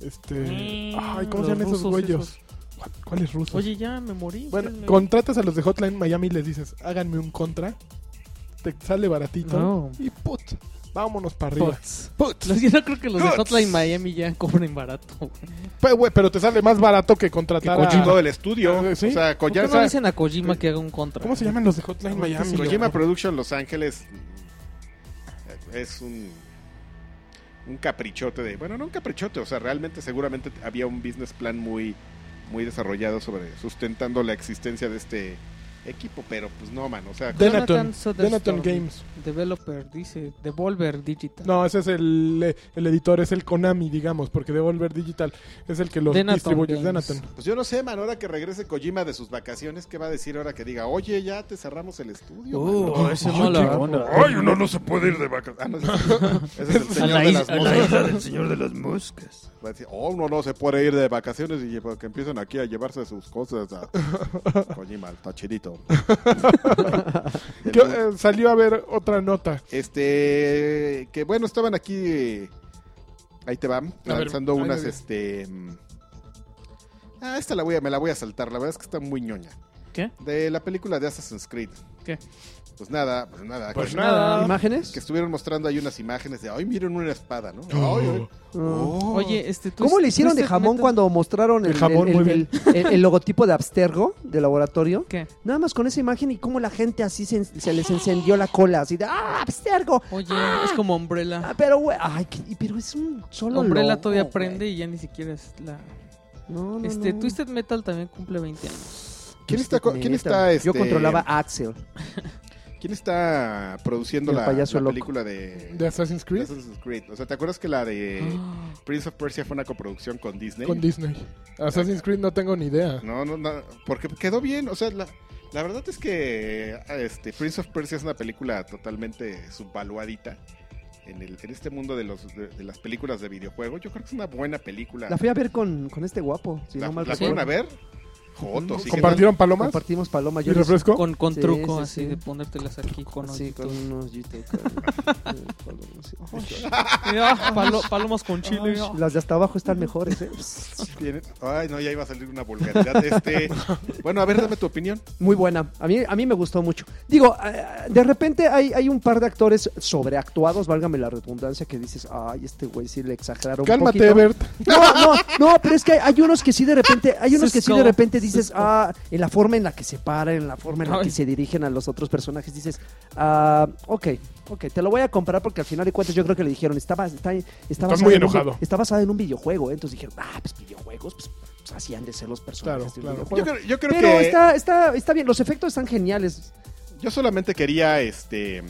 [SPEAKER 1] Este.
[SPEAKER 3] Mm,
[SPEAKER 1] Ay, ¿cómo
[SPEAKER 3] los
[SPEAKER 1] se llaman esos
[SPEAKER 3] rusos
[SPEAKER 1] güeyos?
[SPEAKER 3] esos.
[SPEAKER 1] ¿Cuál- ¿Cuáles rusos?
[SPEAKER 3] Oye, ya me morí.
[SPEAKER 1] bueno,
[SPEAKER 3] ustedes me-
[SPEAKER 1] contratas a los de Hotline Miami y les dices, háganme un contra. Te sale baratito.
[SPEAKER 3] No.
[SPEAKER 1] Y put, vámonos para arriba.
[SPEAKER 3] Pots.
[SPEAKER 1] Put.
[SPEAKER 3] Los- Yo no creo que los de
[SPEAKER 8] Pots.
[SPEAKER 3] Hotline Miami ya cobren barato. güey.
[SPEAKER 1] Pe- güey, Pero te sale más barato que contratar
[SPEAKER 8] Con todo
[SPEAKER 1] a.
[SPEAKER 8] el estudio,
[SPEAKER 1] Ah, sí.
[SPEAKER 8] o sea, con
[SPEAKER 3] Eh, ¿Por qué
[SPEAKER 8] ya-
[SPEAKER 3] no
[SPEAKER 8] o sea,
[SPEAKER 3] dicen a Kojima que haga un contra?
[SPEAKER 1] ¿Cómo se llaman los de Hotline
[SPEAKER 3] Ahorita
[SPEAKER 1] Miami?
[SPEAKER 3] sí lo
[SPEAKER 8] Kojima
[SPEAKER 1] güey?
[SPEAKER 8] Production Los Ángeles mm, es un un caprichote de, bueno, no un caprichote, o sea, realmente seguramente había un business plan muy muy desarrollado sobre sustentando la existencia de este equipo, pero pues no, man, o sea,
[SPEAKER 1] Denaton.
[SPEAKER 3] Jonathan Soderstrom.
[SPEAKER 1] Denaton Games.
[SPEAKER 3] Developer dice Devolver Digital.
[SPEAKER 1] No, ese es el, eh, el editor, es el Konami, digamos, porque Devolver Digital es el que los
[SPEAKER 3] Denaton
[SPEAKER 1] distribuye.
[SPEAKER 3] Games.
[SPEAKER 1] Denaton.
[SPEAKER 8] Pues yo no sé, man, ahora que regrese Kojima de sus vacaciones, ¿qué va a decir ahora que diga, oye, ya te cerramos el estudio?
[SPEAKER 3] Uh,
[SPEAKER 8] mano"?
[SPEAKER 3] ese
[SPEAKER 8] Ay,
[SPEAKER 3] mola.
[SPEAKER 8] qué- Ay, uno no se puede ir de vacaciones. Ah, no, ese es, ese es
[SPEAKER 3] (laughs)
[SPEAKER 8] el señor de las moscas.
[SPEAKER 9] del señor de las moscas.
[SPEAKER 8] Va a decir, oh, uno no se puede ir de vacaciones y lle- que empiecen aquí a llevarse sus cosas
[SPEAKER 1] (laughs)
[SPEAKER 8] a Kojima, está chidito.
[SPEAKER 1] Que, eh, salió a ver otra nota.
[SPEAKER 8] Este, que bueno, estaban aquí, eh, ahí te van,
[SPEAKER 1] A ver,
[SPEAKER 8] lanzando
[SPEAKER 1] ahí me
[SPEAKER 8] unas,
[SPEAKER 1] ves.
[SPEAKER 8] este... mm, Ah, esta la voy a, me la voy a saltar, la verdad es que está muy ñoña.
[SPEAKER 3] ¿Qué?
[SPEAKER 8] De la película de Assassin's Creed.
[SPEAKER 3] ¿Qué?
[SPEAKER 8] Pues nada, pues nada.
[SPEAKER 1] Pues
[SPEAKER 8] que,
[SPEAKER 1] nada.
[SPEAKER 2] ¿Imágenes?
[SPEAKER 8] que estuvieron mostrando ahí unas imágenes de, ay, miren una espada, ¿no? Ay, ay.
[SPEAKER 2] Ah.
[SPEAKER 8] Oh.
[SPEAKER 3] Oye, este, ¿tú
[SPEAKER 2] ¿Cómo
[SPEAKER 3] es-
[SPEAKER 2] le hicieron
[SPEAKER 3] tú
[SPEAKER 2] de
[SPEAKER 3] este
[SPEAKER 2] jamón
[SPEAKER 3] neta-
[SPEAKER 2] cuando mostraron el,
[SPEAKER 1] El jamón,
[SPEAKER 2] el-
[SPEAKER 1] muy
[SPEAKER 2] el- el- el logotipo de Abstergo, de laboratorio?
[SPEAKER 3] ¿Qué?
[SPEAKER 2] Nada más con esa imagen y cómo la gente así se, en- se les encendió la cola, así de ¡Ah, Abstergo!
[SPEAKER 3] Oye, es como Umbrella.
[SPEAKER 2] Ah, pero, güey, ay, qué- pero es un solo
[SPEAKER 3] Umbrella
[SPEAKER 2] logo,
[SPEAKER 3] todavía
[SPEAKER 2] güey.
[SPEAKER 3] aprende y ya ni siquiera es la...
[SPEAKER 2] No, no,
[SPEAKER 3] Este,
[SPEAKER 2] no.
[SPEAKER 3] Twisted Metal también cumple 20 años.
[SPEAKER 8] ¿Quién está, co- ¿quién
[SPEAKER 2] Neta.
[SPEAKER 8] está
[SPEAKER 2] Yo
[SPEAKER 8] este,
[SPEAKER 2] controlaba a Axel.
[SPEAKER 8] ¿Quién está produciendo
[SPEAKER 2] El
[SPEAKER 8] la,
[SPEAKER 2] payaso
[SPEAKER 8] la
[SPEAKER 2] loco.
[SPEAKER 8] película de,
[SPEAKER 1] ¿De Assassin's
[SPEAKER 8] de
[SPEAKER 1] Creed?
[SPEAKER 8] Assassin's Creed? O sea, ¿te acuerdas que la de
[SPEAKER 3] Ah.
[SPEAKER 8] Prince of Persia fue una coproducción con Disney?
[SPEAKER 1] Con Disney. Assassin's Creed no tengo ni idea.
[SPEAKER 8] No, no, no, porque quedó bien. O sea, la, la verdad es que este, Prince of Persia es una película totalmente subvaluadita en, el, en este mundo de, los, de, de las películas de videojuego. Yo creo que es una buena película.
[SPEAKER 2] La fui a ver con, con este guapo, si
[SPEAKER 8] Ah. ¿La-
[SPEAKER 2] no mal
[SPEAKER 8] la
[SPEAKER 2] recuerdo. Mm,
[SPEAKER 8] fueron a ver? jotos. y
[SPEAKER 1] ¿Compartieron palomas?
[SPEAKER 2] Compartimos paloma.
[SPEAKER 1] ¿Y
[SPEAKER 2] Yo les-
[SPEAKER 1] refresco?
[SPEAKER 3] Con, con
[SPEAKER 2] Sí,
[SPEAKER 3] truco
[SPEAKER 2] sí,
[SPEAKER 3] así
[SPEAKER 2] sí.
[SPEAKER 3] de ponértelas aquí con
[SPEAKER 2] Sí, con
[SPEAKER 3] (laughs) hoyitos.
[SPEAKER 2] unos yitos, con- eh, palomas, sí.
[SPEAKER 3] Y, ah, palo- palomas con chile. ah.
[SPEAKER 2] Las de hasta abajo están mejores, ¿eh?
[SPEAKER 8] gente- Tienen- Ay, no, ya iba a salir una
[SPEAKER 2] (laughs)
[SPEAKER 8] vulgaridad. Este... Bueno, a ver, dame tu opinión.
[SPEAKER 2] Muy buena. A mí, a mí me gustó mucho. Digo, eh, de repente hay, hay un par de actores sobreactuados, válgame la redundancia, que dices, ay, este güey sí le exageraron. un
[SPEAKER 1] Cálmate,
[SPEAKER 2] poquito".
[SPEAKER 1] Bert.
[SPEAKER 2] No, no, no, pero es que hay, hay unos que sí de repente, hay unos que sí de
[SPEAKER 3] Cisco,
[SPEAKER 2] repente dices,
[SPEAKER 3] Cisco.
[SPEAKER 2] ah, en la forma en la que se paran, en la forma en la que
[SPEAKER 3] Ay.
[SPEAKER 2] se dirigen a los otros personajes, dices, ah, ok, ok, te lo voy a comprar porque al final de cuentas yo creo que le dijeron, está, bas- está, está basado
[SPEAKER 1] muy
[SPEAKER 2] en un-
[SPEAKER 1] enojado.
[SPEAKER 2] está basada en un videojuego, ¿eh? entonces dijeron, ah, pues videojuegos, pues, pues, así han de ser los personajes
[SPEAKER 1] Claro,
[SPEAKER 2] de un
[SPEAKER 1] claro.
[SPEAKER 8] Yo
[SPEAKER 2] videojuego.
[SPEAKER 8] creo, yo creo
[SPEAKER 2] Pero
[SPEAKER 8] que
[SPEAKER 2] está, está, está bien, los efectos están geniales.
[SPEAKER 8] yo solamente quería este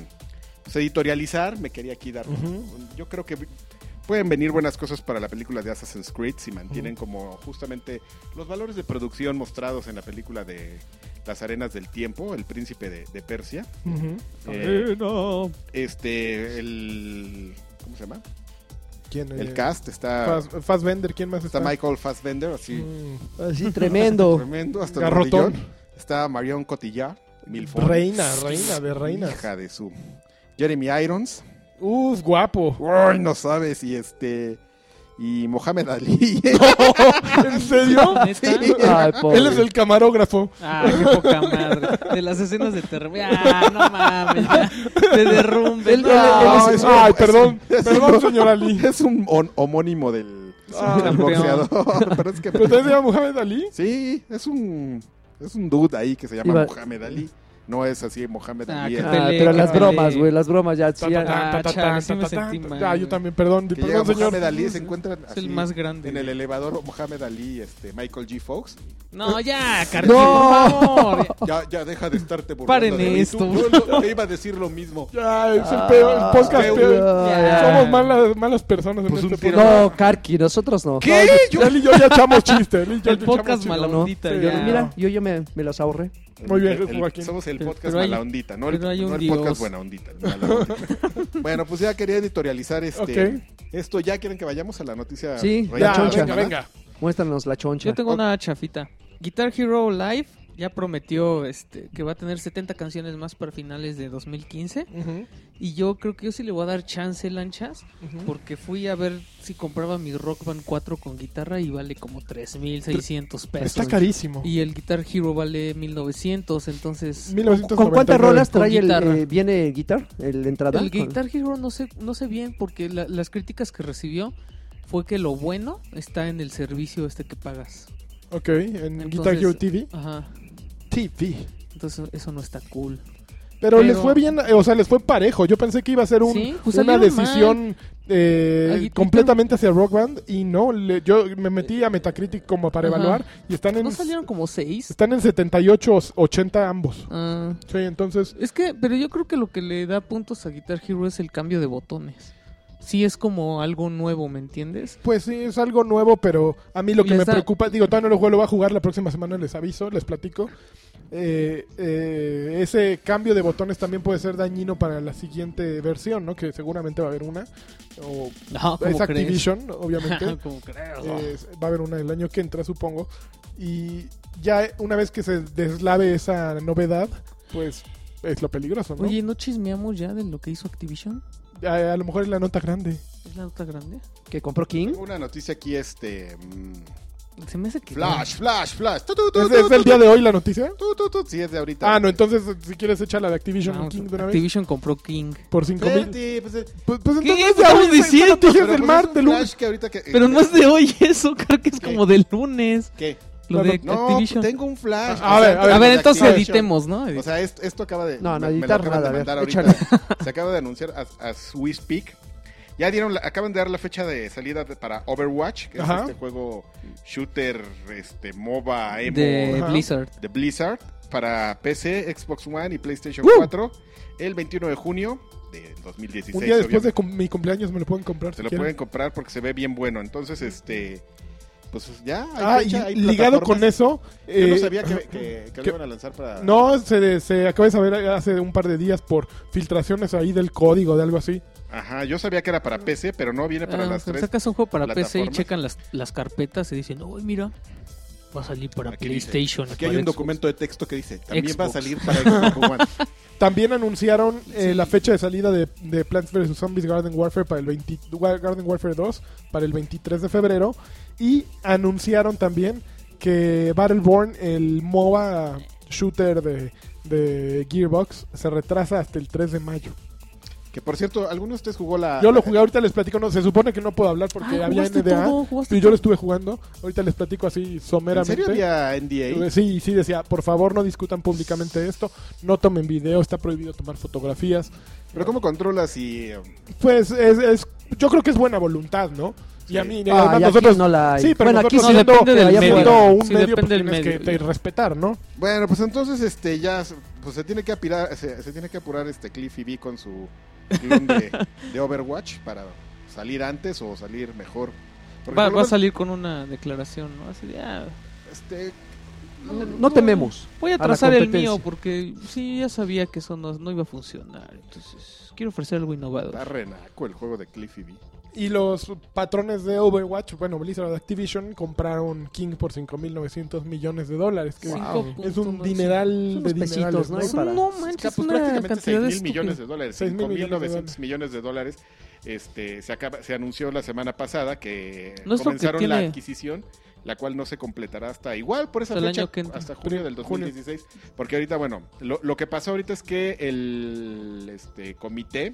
[SPEAKER 8] pues, editorializar, me quería aquí dar.
[SPEAKER 1] Ujú.
[SPEAKER 8] Yo creo que pueden venir buenas cosas para la película de Assassin's Creed si mantienen como justamente los valores de producción mostrados en la película de Las Arenas del Tiempo, El Príncipe de, de Persia. Eh,
[SPEAKER 1] no.
[SPEAKER 8] Este, el. ¿Cómo se llama?
[SPEAKER 1] ¿Quién
[SPEAKER 8] El
[SPEAKER 1] eh,
[SPEAKER 8] cast está,
[SPEAKER 1] Fas- Fassbender, ¿quién más está?
[SPEAKER 8] está Michael Fassbender, así Oh,
[SPEAKER 1] Mm,
[SPEAKER 2] Así, tremendo.
[SPEAKER 8] tremendo, hasta el
[SPEAKER 1] Garrotón.
[SPEAKER 8] rodillón. Está Marion Cotillard, Milford.
[SPEAKER 1] Reina, reina de reinas.
[SPEAKER 8] Hija de su. Jeremy Irons.
[SPEAKER 1] Uf, guapo.
[SPEAKER 8] Uy, no sabes, y este. Y Mohamed Ali. (laughs)
[SPEAKER 1] ¿En serio?
[SPEAKER 3] Ah. (laughs) ¿Neta?
[SPEAKER 2] Ay,
[SPEAKER 1] Él es
[SPEAKER 2] pobre.
[SPEAKER 1] el camarógrafo.
[SPEAKER 3] Ah, qué poca madre. De las escenas de terror. Ah, no mames. Ya. De derrumbe.
[SPEAKER 2] Él-
[SPEAKER 3] no.
[SPEAKER 2] él- él
[SPEAKER 3] Ah,
[SPEAKER 2] es-
[SPEAKER 1] Ay,
[SPEAKER 8] es-
[SPEAKER 1] ay,
[SPEAKER 8] es-
[SPEAKER 1] perdón.
[SPEAKER 8] es-
[SPEAKER 1] Perdón, señor Ali.
[SPEAKER 8] es un hon- homónimo del,
[SPEAKER 1] Ah,
[SPEAKER 8] del
[SPEAKER 3] campeón.
[SPEAKER 8] boxeador. Pero es que.
[SPEAKER 1] ¿Pero también se llama Mohamed Ali?
[SPEAKER 8] Sí, es un. Es un dude ahí que se llama
[SPEAKER 2] Iba-
[SPEAKER 8] Mohamed Ali. No es así Mohamed
[SPEAKER 3] Ah,
[SPEAKER 8] Ali.
[SPEAKER 3] qué
[SPEAKER 8] el-
[SPEAKER 2] Ah, pero las
[SPEAKER 1] Pelea.
[SPEAKER 2] bromas, güey, las bromas ya. sí, ya-
[SPEAKER 3] Ah,
[SPEAKER 1] Ta, ta, ta,
[SPEAKER 3] chale,
[SPEAKER 1] ta,
[SPEAKER 3] sí me
[SPEAKER 1] ta, ta,
[SPEAKER 3] sentí
[SPEAKER 1] ta.
[SPEAKER 3] mal,
[SPEAKER 1] Ah, yo
[SPEAKER 3] güey.
[SPEAKER 1] también, perdón.
[SPEAKER 8] que llega
[SPEAKER 1] Perdón, señor.
[SPEAKER 8] Mohamed Ali se encuentra
[SPEAKER 3] Es el más grande.
[SPEAKER 8] en el elevador o Mohamed Ali, este, Michael G. Fox.
[SPEAKER 3] No, ya, Carlos. por favor.
[SPEAKER 8] Ya, ya deja de estarte burlando
[SPEAKER 3] Paren
[SPEAKER 8] de mí. Tú-
[SPEAKER 3] esto.
[SPEAKER 8] Yo lo- te iba a decir lo mismo.
[SPEAKER 1] Ya, es el peor, el podcast
[SPEAKER 8] Ah,
[SPEAKER 1] peor.
[SPEAKER 3] ya.
[SPEAKER 1] Somos malas, malas personas en
[SPEAKER 8] Pues un
[SPEAKER 1] este
[SPEAKER 8] tiro.
[SPEAKER 1] podcast.
[SPEAKER 2] No, Karki, nosotros no.
[SPEAKER 1] ¿Qué? Yo- Él y yo ya echamos chistes. él y yo
[SPEAKER 3] El
[SPEAKER 1] ya
[SPEAKER 3] podcast
[SPEAKER 1] echamos
[SPEAKER 3] mala
[SPEAKER 1] chistes.
[SPEAKER 2] No,
[SPEAKER 3] ondita.
[SPEAKER 1] Sí,
[SPEAKER 2] Yo-
[SPEAKER 3] ya.
[SPEAKER 2] mira, yo, yo me, me los ahorré.
[SPEAKER 1] Muy bien,
[SPEAKER 8] El- el-
[SPEAKER 1] Joaquín.
[SPEAKER 8] somos el
[SPEAKER 3] Pero-
[SPEAKER 8] podcast
[SPEAKER 3] pero hay-
[SPEAKER 8] mala ondita, no, el,
[SPEAKER 3] pero hay un
[SPEAKER 8] no el
[SPEAKER 3] dios.
[SPEAKER 8] podcast buena ondita. el mala ondita.
[SPEAKER 3] (laughs)
[SPEAKER 8] bueno, pues ya quería editorializar
[SPEAKER 1] Ok.
[SPEAKER 8] este esto. ¿Ya quieren que vayamos a la noticia?
[SPEAKER 2] Sí,
[SPEAKER 1] Ya,
[SPEAKER 2] La
[SPEAKER 8] real de la
[SPEAKER 2] choncha.
[SPEAKER 1] venga,
[SPEAKER 8] semana?
[SPEAKER 1] venga.
[SPEAKER 2] Muéstranos la choncha.
[SPEAKER 3] Yo tengo una chafita. Guitar Hero Live ya prometió este que va a tener 70 canciones más para finales de 2015
[SPEAKER 1] Ujú,
[SPEAKER 3] y yo creo que yo sí le voy a dar chance lanchas
[SPEAKER 1] ujú.
[SPEAKER 3] porque fui a ver si compraba mi Rock Band 4 con guitarra y vale como 3600 pesos.
[SPEAKER 1] Está carísimo.
[SPEAKER 3] Y el Guitar Hero vale 1900, entonces
[SPEAKER 1] 1999.
[SPEAKER 2] ¿Con cuántas rolas
[SPEAKER 3] Con
[SPEAKER 2] trae el,
[SPEAKER 3] guitarra.
[SPEAKER 2] eh, viene el guitar? ¿El entrada?
[SPEAKER 3] el
[SPEAKER 2] Con-
[SPEAKER 3] Guitar Hero no sé no sé bien porque la- las críticas que recibió fue que lo bueno está en el servicio este que pagas.
[SPEAKER 1] Ok, en Guitar Hero TV.
[SPEAKER 3] Ajá.
[SPEAKER 1] TV.
[SPEAKER 3] Entonces eso no está cool.
[SPEAKER 1] Pero,
[SPEAKER 3] Pero-
[SPEAKER 1] les fue bien, eh, o sea, les fue parejo. Yo pensé que iba a ser un,
[SPEAKER 3] Sí, pues
[SPEAKER 1] una
[SPEAKER 3] salieron mal.
[SPEAKER 1] decisión eh,
[SPEAKER 3] Ahí-
[SPEAKER 1] completamente hacia Rock Band y no. le- yo me metí a Metacritic como para
[SPEAKER 3] Ajá.
[SPEAKER 1] evaluar y están en,
[SPEAKER 3] ¿No salieron como seis?
[SPEAKER 1] están en 78 o 80 ambos.
[SPEAKER 3] Ah,
[SPEAKER 1] Sí, entonces.
[SPEAKER 3] es que, pero yo creo que lo que le da puntos a Guitar Hero es el cambio de botones. Sí es como algo nuevo, ¿me entiendes?
[SPEAKER 1] Pues sí, es algo nuevo, pero a mí lo que
[SPEAKER 3] Les
[SPEAKER 1] me
[SPEAKER 3] da-
[SPEAKER 1] preocupa, digo, todavía no lo juego, lo voy a jugar la próxima semana, les aviso, les platico. Eh, eh, ese cambio de botones también puede ser dañino para la siguiente versión, ¿no? Que seguramente va a haber una. O
[SPEAKER 3] No,
[SPEAKER 1] es
[SPEAKER 3] ¿cómo crees? (laughs)
[SPEAKER 1] Activision, obviamente.
[SPEAKER 3] ¿Cómo crees?
[SPEAKER 1] Eh, va a haber una el año que entra, supongo. Y ya una vez que se deslave esa novedad, pues es lo peligroso, ¿no?
[SPEAKER 3] Oye, ¿no chismeamos ya de lo que hizo Activision?
[SPEAKER 1] a, a lo mejor es la nota grande.
[SPEAKER 3] ¿Es la nota grande?
[SPEAKER 2] ¿Que compró King?
[SPEAKER 8] Tengo una noticia aquí, este. mm,
[SPEAKER 3] Se me hace que...
[SPEAKER 8] Flash, flash, flash. Tu, tu, tu,
[SPEAKER 1] ¿Es,
[SPEAKER 8] tu,
[SPEAKER 1] es
[SPEAKER 8] tu,
[SPEAKER 1] el día de hoy la noticia?
[SPEAKER 8] tu, tu, tu. Sí, es de ahorita.
[SPEAKER 1] Ah, no, entonces si quieres echa la de Activision
[SPEAKER 3] No,
[SPEAKER 1] King de una vez.
[SPEAKER 3] Activision compró King.
[SPEAKER 1] Por 5
[SPEAKER 8] Sí,
[SPEAKER 1] mil.
[SPEAKER 8] sí, pues, eh,
[SPEAKER 1] Pues, pues
[SPEAKER 3] ¿Qué
[SPEAKER 1] entonces
[SPEAKER 3] estamos
[SPEAKER 1] ahorita esta
[SPEAKER 3] diciendo?
[SPEAKER 1] noticia
[SPEAKER 8] pero
[SPEAKER 1] es del
[SPEAKER 8] pues
[SPEAKER 1] mar,
[SPEAKER 8] es un
[SPEAKER 1] del lunes.
[SPEAKER 8] flash que ahorita que-
[SPEAKER 3] Pero no es de hoy eso, creo que es como del lunes.
[SPEAKER 8] ¿Qué?
[SPEAKER 3] Lo de
[SPEAKER 8] No,
[SPEAKER 3] Activision.
[SPEAKER 8] tengo un flash.
[SPEAKER 1] A
[SPEAKER 8] o sea,
[SPEAKER 1] ver, a
[SPEAKER 3] A
[SPEAKER 1] ver,
[SPEAKER 3] ver, entonces
[SPEAKER 8] Activision.
[SPEAKER 3] editemos, ¿no?
[SPEAKER 8] O sea, esto, esto acaba de.
[SPEAKER 2] No, no,
[SPEAKER 8] me- me lo
[SPEAKER 2] editar
[SPEAKER 8] acaban de
[SPEAKER 2] nada, a ver,
[SPEAKER 8] mandar ahorita. Se acaba de anunciar a, a Swiss Peak. Ya dieron, la- acaban de dar la fecha de salida de- para Overwatch, que
[SPEAKER 1] Ajá.
[SPEAKER 8] es este juego shooter, este, MOBA, emo,
[SPEAKER 3] de
[SPEAKER 1] Ajá.
[SPEAKER 3] Blizzard.
[SPEAKER 8] de Blizzard, para PC, Xbox One y PlayStation 4, el 21 de junio de 2016.
[SPEAKER 1] Un día después
[SPEAKER 8] obviamente.
[SPEAKER 1] de cum- mi cumpleaños me lo pueden comprar.
[SPEAKER 8] Se
[SPEAKER 1] si
[SPEAKER 8] lo
[SPEAKER 1] quieren.
[SPEAKER 8] pueden comprar porque se ve bien bueno. Entonces, este, pues ya. hay
[SPEAKER 1] Ah,
[SPEAKER 8] fecha, hay
[SPEAKER 1] y ligado con
[SPEAKER 8] plataformas.
[SPEAKER 1] eso.
[SPEAKER 4] este,
[SPEAKER 8] Yo no
[SPEAKER 1] eh,
[SPEAKER 8] sabía que, que- que lo iban a lanzar para.
[SPEAKER 1] No, se, se acaba de saber hace un par de días por filtraciones ahí del código, de algo así.
[SPEAKER 8] Ajá, yo sabía que era para PC, pero no viene para
[SPEAKER 3] Ah,
[SPEAKER 8] las
[SPEAKER 3] pero
[SPEAKER 8] tres.
[SPEAKER 3] sacas un juego para PC y
[SPEAKER 8] plataformas.
[SPEAKER 3] checan las, las carpetas y dicen, uy, mira,
[SPEAKER 10] Va a salir para
[SPEAKER 8] Aquí dice,
[SPEAKER 10] PlayStation. y
[SPEAKER 4] Aquí hay
[SPEAKER 10] para
[SPEAKER 4] un
[SPEAKER 10] Xbox.
[SPEAKER 4] documento de texto que dice, también va a
[SPEAKER 10] Xbox.
[SPEAKER 4] salir para Xbox One.
[SPEAKER 1] También anunciaron eh, la fecha de salida de, de Plants vs. Zombies Garden Warfare para el 20 Wa- Garden Warfare 2 para el 23 de febrero. Y anunciaron también que Battleborn, el MOBA shooter de, de Gearbox, se retrasa hasta el 3 de mayo.
[SPEAKER 8] (laughs) Que por cierto, ¿alguno de ustedes jugó la...
[SPEAKER 1] Yo lo jugué, ahorita les platico, no, se supone que no puedo hablar porque
[SPEAKER 3] Ah,
[SPEAKER 1] había
[SPEAKER 3] ¿jugaste
[SPEAKER 1] NDA.
[SPEAKER 3] todo? ¿Jugaste
[SPEAKER 1] y yo lo estuve jugando, ahorita les platico así
[SPEAKER 8] ¿En
[SPEAKER 1] someramente. Eh,
[SPEAKER 8] serio había NDA?
[SPEAKER 1] Sí, sí decía, por favor no discutan públicamente esto, no tomen video, está prohibido tomar fotografías.
[SPEAKER 8] ¿Pero cómo controlas y... um,
[SPEAKER 1] Pues es, es- yo creo que es buena voluntad, ¿no? Y a mí,
[SPEAKER 2] Ah,
[SPEAKER 1] además,
[SPEAKER 2] y aquí
[SPEAKER 1] nosotros...
[SPEAKER 2] no la hay.
[SPEAKER 1] Sí, pero
[SPEAKER 2] Bueno, aquí
[SPEAKER 1] nosotros
[SPEAKER 2] sí
[SPEAKER 1] siendo-
[SPEAKER 2] depende del
[SPEAKER 1] siendo
[SPEAKER 10] medio.
[SPEAKER 1] un
[SPEAKER 10] Sí,
[SPEAKER 1] medio,
[SPEAKER 10] depende
[SPEAKER 1] pues,
[SPEAKER 10] del
[SPEAKER 1] tienes que
[SPEAKER 10] medio.
[SPEAKER 1] te- respetar, ¿no?
[SPEAKER 8] Bueno, pues entonces este ya se- pues se tiene que apirar, se, se tiene que apurar este Cliffy B con
[SPEAKER 3] (laughs)
[SPEAKER 8] su clon de, de Overwatch para salir antes o salir mejor. Porque
[SPEAKER 3] Va,
[SPEAKER 8] por lo
[SPEAKER 3] va a
[SPEAKER 8] menos,
[SPEAKER 3] salir con una declaración, ¿no? Así de, ah,
[SPEAKER 8] este,
[SPEAKER 2] No, tememos.
[SPEAKER 3] voy a
[SPEAKER 2] A la
[SPEAKER 3] trazar el
[SPEAKER 2] competencia.
[SPEAKER 3] mío porque sí, ya sabía que eso no, no iba a funcionar. Entonces, quiero ofrecer algo
[SPEAKER 8] Está
[SPEAKER 3] innovador.
[SPEAKER 8] renaco el juego de Cliffy B.
[SPEAKER 1] Y los patrones de Overwatch, bueno, Blizzard Activision compraron King por 5.900 millones de dólares, que
[SPEAKER 3] Cinco
[SPEAKER 1] es un
[SPEAKER 3] punto,
[SPEAKER 1] dineral
[SPEAKER 2] Son
[SPEAKER 1] de
[SPEAKER 2] unos pesitos,
[SPEAKER 1] dinerales,
[SPEAKER 2] ¿no?
[SPEAKER 1] ¿no?
[SPEAKER 3] Es un-
[SPEAKER 2] para-
[SPEAKER 3] No
[SPEAKER 8] Es que,
[SPEAKER 3] manches,
[SPEAKER 8] pues,
[SPEAKER 3] una
[SPEAKER 8] prácticamente
[SPEAKER 3] cantidad
[SPEAKER 8] 6 mil
[SPEAKER 3] de
[SPEAKER 8] millones de dólares,
[SPEAKER 1] 6 mil millones de
[SPEAKER 8] 5.900
[SPEAKER 1] dólares.
[SPEAKER 8] millones de dólares. Este, se, acaba, se anunció la semana pasada que
[SPEAKER 3] No es lo que
[SPEAKER 8] comenzaron la
[SPEAKER 3] tiene-
[SPEAKER 8] adquisición, la cual no se completará hasta igual por esa
[SPEAKER 3] Hasta el
[SPEAKER 8] fecha,
[SPEAKER 3] año que entra.
[SPEAKER 8] hasta junio del
[SPEAKER 1] Junio.
[SPEAKER 8] 2016. Porque ahorita, bueno, lo, lo que pasó ahorita es que el este, comité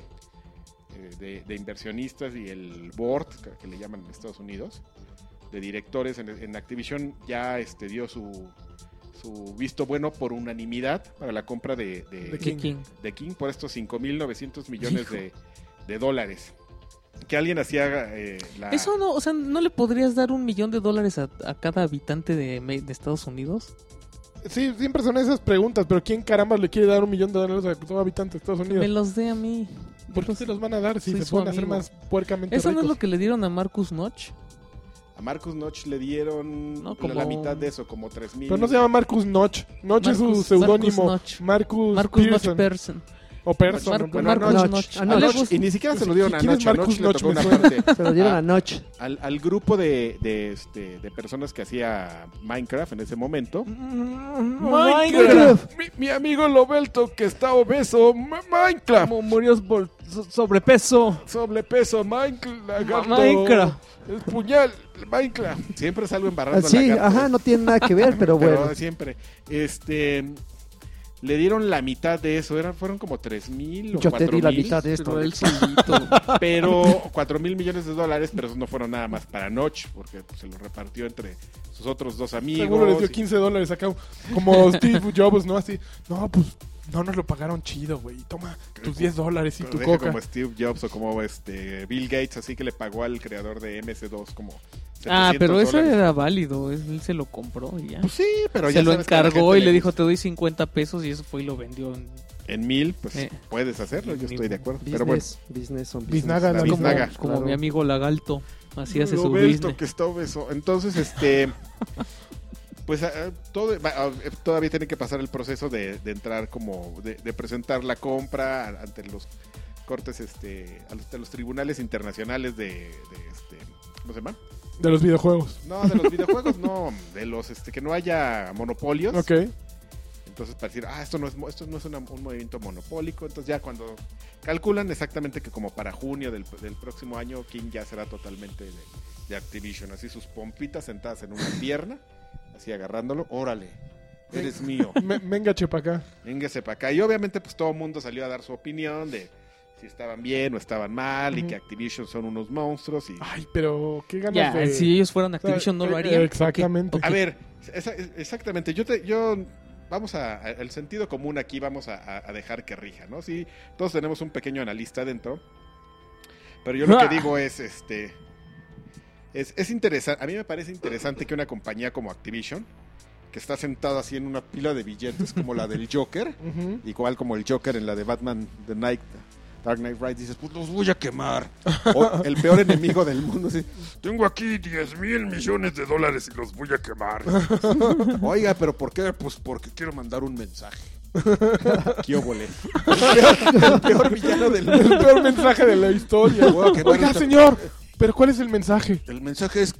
[SPEAKER 8] eh, de, de inversionistas y el board, que, que le llaman en Estados Unidos, de directores en, en Activision, ya este, dio su, su visto bueno por unanimidad para la compra de, de-
[SPEAKER 1] De
[SPEAKER 3] King. King.
[SPEAKER 8] de King por estos 5.900 millones de, de dólares. Que alguien hacía eh,
[SPEAKER 4] Ah.
[SPEAKER 8] la...
[SPEAKER 3] Eso no, o sea, ¿no le podrías dar un millón de dólares a, a cada habitante de, Me- de Estados Unidos?
[SPEAKER 1] Sí, siempre son esas preguntas, pero ¿quién caramba le quiere dar un millón de dólares a todo habitante de Estados
[SPEAKER 3] Que me
[SPEAKER 1] Unidos?
[SPEAKER 3] los dé a mí.
[SPEAKER 1] ¿Por qué
[SPEAKER 3] Los-
[SPEAKER 1] se los van a dar si
[SPEAKER 3] soy
[SPEAKER 1] se
[SPEAKER 3] su
[SPEAKER 1] pueden hacer
[SPEAKER 3] amigo.
[SPEAKER 1] más puercamente
[SPEAKER 3] ¿Eso no
[SPEAKER 1] ricos?
[SPEAKER 3] es lo que le dieron a Marcus Notch?
[SPEAKER 8] A Marcus Notch le dieron
[SPEAKER 3] No,
[SPEAKER 8] la-
[SPEAKER 3] como-
[SPEAKER 8] la mitad de eso, como 3.000.
[SPEAKER 1] Pero no se llama Marcus Notch. Notch es su
[SPEAKER 3] Marcus-
[SPEAKER 1] seudónimo.
[SPEAKER 3] Marcus Notch.
[SPEAKER 1] Marcus,
[SPEAKER 3] Marcus
[SPEAKER 1] Pues, Pearson.
[SPEAKER 3] Notch Person.
[SPEAKER 1] o Person.
[SPEAKER 3] Marcus-
[SPEAKER 1] bueno,
[SPEAKER 3] Marcus
[SPEAKER 1] Notch.
[SPEAKER 3] Notch.
[SPEAKER 2] Notch.
[SPEAKER 3] A
[SPEAKER 2] Notch.
[SPEAKER 3] Ah, Notch.
[SPEAKER 8] Ah, Y ni siquiera se lo dieron a
[SPEAKER 1] ¿Quién es
[SPEAKER 8] Notch. A
[SPEAKER 1] Marcus
[SPEAKER 8] Notch le
[SPEAKER 1] Notch?
[SPEAKER 8] tocó
[SPEAKER 1] Me
[SPEAKER 8] una
[SPEAKER 1] suena.
[SPEAKER 8] parte.
[SPEAKER 2] Se lo dieron
[SPEAKER 8] Ah.
[SPEAKER 2] a Notch.
[SPEAKER 8] Al, al grupo de, de, este, de personas que hacía Minecraft en ese momento.
[SPEAKER 2] Mm,
[SPEAKER 9] Minecraft. Mi, mi amigo Lobelto que está obeso. M- Minecraft.
[SPEAKER 10] Murió por so- sobrepeso.
[SPEAKER 9] Sobrepeso. Minecraft.
[SPEAKER 10] Minecraft.
[SPEAKER 9] El puñal. Minecraft.
[SPEAKER 8] Siempre salgo embarrando
[SPEAKER 2] Ah, sí,
[SPEAKER 8] lagartos.
[SPEAKER 2] ajá, no tiene nada que ver,
[SPEAKER 4] (laughs)
[SPEAKER 2] pero
[SPEAKER 8] Pero
[SPEAKER 2] bueno.
[SPEAKER 8] siempre. Este. Le dieron la mitad de eso. Eran, fueron como 3.000 o
[SPEAKER 2] Yo te di la
[SPEAKER 8] 4,000.
[SPEAKER 2] mitad de esto.
[SPEAKER 3] Pero él solito.
[SPEAKER 8] pero 4 mil millones de dólares, pero esos no fueron nada más para Notch, porque pues, se los repartió entre sus otros dos amigos.
[SPEAKER 1] Seguro les dio
[SPEAKER 8] y-
[SPEAKER 1] 15 dólares acá. Como Steve Jobs, ¿no? Así. No, pues no nos lo pagaron chido, güey. Toma tus 10 dólares y
[SPEAKER 8] pero
[SPEAKER 1] tu
[SPEAKER 8] deja
[SPEAKER 1] coca.
[SPEAKER 8] como Steve Jobs o como este Bill Gates, así que le pagó al creador de MS2 como 700
[SPEAKER 3] ah, pero eso
[SPEAKER 8] dólares.
[SPEAKER 3] era válido. Él se lo compró y ya.
[SPEAKER 8] Pues sí, pero ya
[SPEAKER 3] se lo
[SPEAKER 8] sabes que a la
[SPEAKER 3] encargó
[SPEAKER 8] gente
[SPEAKER 3] y le dijo,
[SPEAKER 8] gusta.
[SPEAKER 3] te doy 50 pesos y eso fue y lo vendió. en-
[SPEAKER 8] En mil, pues
[SPEAKER 3] Eh.
[SPEAKER 8] puedes hacerlo, yo estoy de acuerdo.
[SPEAKER 2] Business,
[SPEAKER 8] (laughs) pero bueno,
[SPEAKER 2] business on business.
[SPEAKER 1] Biznaga,
[SPEAKER 8] La
[SPEAKER 1] la
[SPEAKER 3] Como,
[SPEAKER 8] biznaga.
[SPEAKER 3] como
[SPEAKER 2] Claro.
[SPEAKER 3] mi amigo Lagalto. Así hace su
[SPEAKER 8] Roberto,
[SPEAKER 3] business.
[SPEAKER 8] que está obeso. Entonces, este. (laughs) Pues ah, ah, todo, va- ah, eh, todavía tiene que pasar el proceso de, de entrar como de, de presentar la compra a- ante los cortes, este, a los- ante los tribunales internacionales de, de, este, ¿cómo se llama?
[SPEAKER 1] De los videojuegos.
[SPEAKER 8] No, de los videojuegos, no, de los, este, que no haya monopolios.
[SPEAKER 1] Ok.
[SPEAKER 8] Entonces para decir, ah, esto no es, mo- esto no es una- un movimiento monopólico. Entonces ya cuando calculan exactamente que como para junio del, del próximo año, King ya será totalmente de, de Activision. Así sus pompitas sentadas en una pierna, así agarrándolo. Órale, eres mío.
[SPEAKER 1] Me- Venga, chepa acá.
[SPEAKER 8] Véngase para acá. Y obviamente pues todo el mundo salió a dar su opinión de si estaban bien o estaban mal y
[SPEAKER 1] Ujú.
[SPEAKER 8] que Activision son unos monstruos y...
[SPEAKER 1] Ay, pero qué ganas
[SPEAKER 3] Ya,
[SPEAKER 1] de.
[SPEAKER 3] si ellos fueran
[SPEAKER 1] O sea,
[SPEAKER 3] Activision no lo
[SPEAKER 1] eh,
[SPEAKER 3] harían.
[SPEAKER 1] Exactamente.
[SPEAKER 8] A ver, esa- exactamente. Yo te, yo vamos a, a- el sentido común aquí vamos a- a, a dejar que rija, ¿no? Sí, todos tenemos un pequeño analista dentro. Pero yo lo que digo es, este, es, es interesante. A mí me parece interesante que una compañía como Activision, que está sentada así en una pila de billetes como la del Joker,
[SPEAKER 1] Ujú.
[SPEAKER 8] igual como el Joker en la de Batman The Night. Dark Knight Rises, dices, pues los voy a quemar. O el peor enemigo del mundo. así,
[SPEAKER 11] Tengo aquí 10 mil millones de dólares y los voy a quemar.
[SPEAKER 8] Oiga, pero ¿por qué? Pues porque quiero mandar un mensaje. (laughs) ¿Qué (laughs) óvole?
[SPEAKER 4] El peor villano del mundo.
[SPEAKER 1] El peor mensaje de la historia.
[SPEAKER 4] Voy a quemar
[SPEAKER 1] Oiga,
[SPEAKER 4] esta-
[SPEAKER 1] señor. ¿Pero cuál es el mensaje?
[SPEAKER 4] El mensaje es...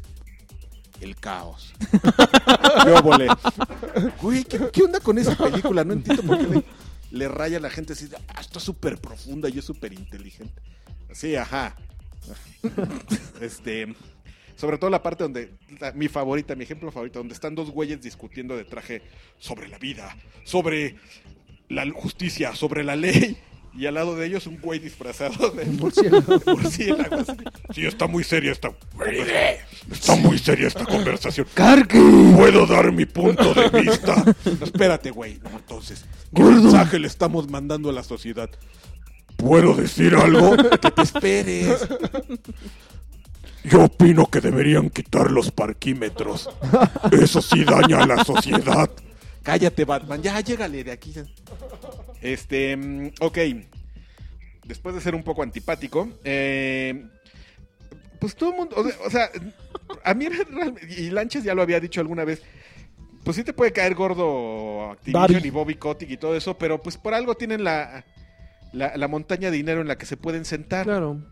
[SPEAKER 4] el caos.
[SPEAKER 8] Yo volé. Güey, ¿qué, qué onda con esa película? No entiendo por qué le, le raya a la gente así. de, Ah, está súper profunda, yo súper inteligente. Sí, ajá. (laughs) Este. Sobre todo la parte donde, la- mi favorita, mi ejemplo favorito, donde están dos güeyes discutiendo de traje sobre la vida, sobre la justicia, sobre la ley. Y al lado de ellos un güey disfrazado de
[SPEAKER 11] (laughs)
[SPEAKER 8] murciélago. así.
[SPEAKER 11] Sí, está muy seria esta. Está muy seria esta conversación. Puedo dar mi punto de vista.
[SPEAKER 8] No, espérate, güey. No, entonces, ¿qué mensaje le estamos mandando a la sociedad?
[SPEAKER 11] Puedo decir algo.
[SPEAKER 8] Que te esperes.
[SPEAKER 11] Yo opino que deberían quitar los parquímetros. Eso sí daña a la sociedad.
[SPEAKER 8] Cállate, Batman. Ya, llégale de aquí.
[SPEAKER 4] Este, mm, ok. Después de ser un poco antipático, eh, pues todo el mundo, o sea, o sea, a mí (laughs) realmente, y Lanchas ya lo había dicho alguna vez, pues sí te puede caer gordo Activision
[SPEAKER 1] Bobby.
[SPEAKER 4] y Bobby Kotick y todo eso, pero pues por algo tienen la, la, la montaña de dinero en la que se pueden sentar.
[SPEAKER 12] Claro.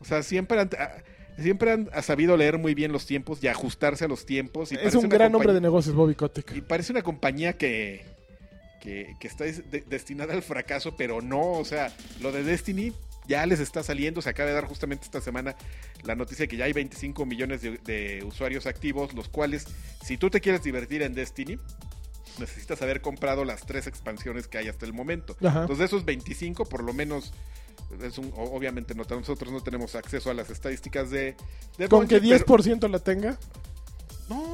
[SPEAKER 4] O sea, siempre han, ah, siempre han sabido leer muy bien los tiempos y ajustarse a los tiempos. Y
[SPEAKER 1] es
[SPEAKER 4] parece
[SPEAKER 1] un
[SPEAKER 4] una
[SPEAKER 1] gran hombre
[SPEAKER 4] compañía-
[SPEAKER 1] de negocios, Bobby Kotick.
[SPEAKER 4] y parece una compañía que, que, que está des- de- destinada al fracaso, pero no, o sea, lo de Destiny ya les está saliendo. Se acaba de dar justamente esta semana la noticia que ya hay 25 millones de, de usuarios activos, los cuales, si tú te quieres divertir en Destiny, necesitas haber comprado las tres expansiones que hay hasta el momento.
[SPEAKER 1] Ajá.
[SPEAKER 4] Entonces, de esos 25, por lo menos. Es un- o- obviamente no, nosotros no tenemos acceso a las estadísticas de... de
[SPEAKER 1] Con que
[SPEAKER 4] Bungie, pues, pero-
[SPEAKER 1] 10% la tenga.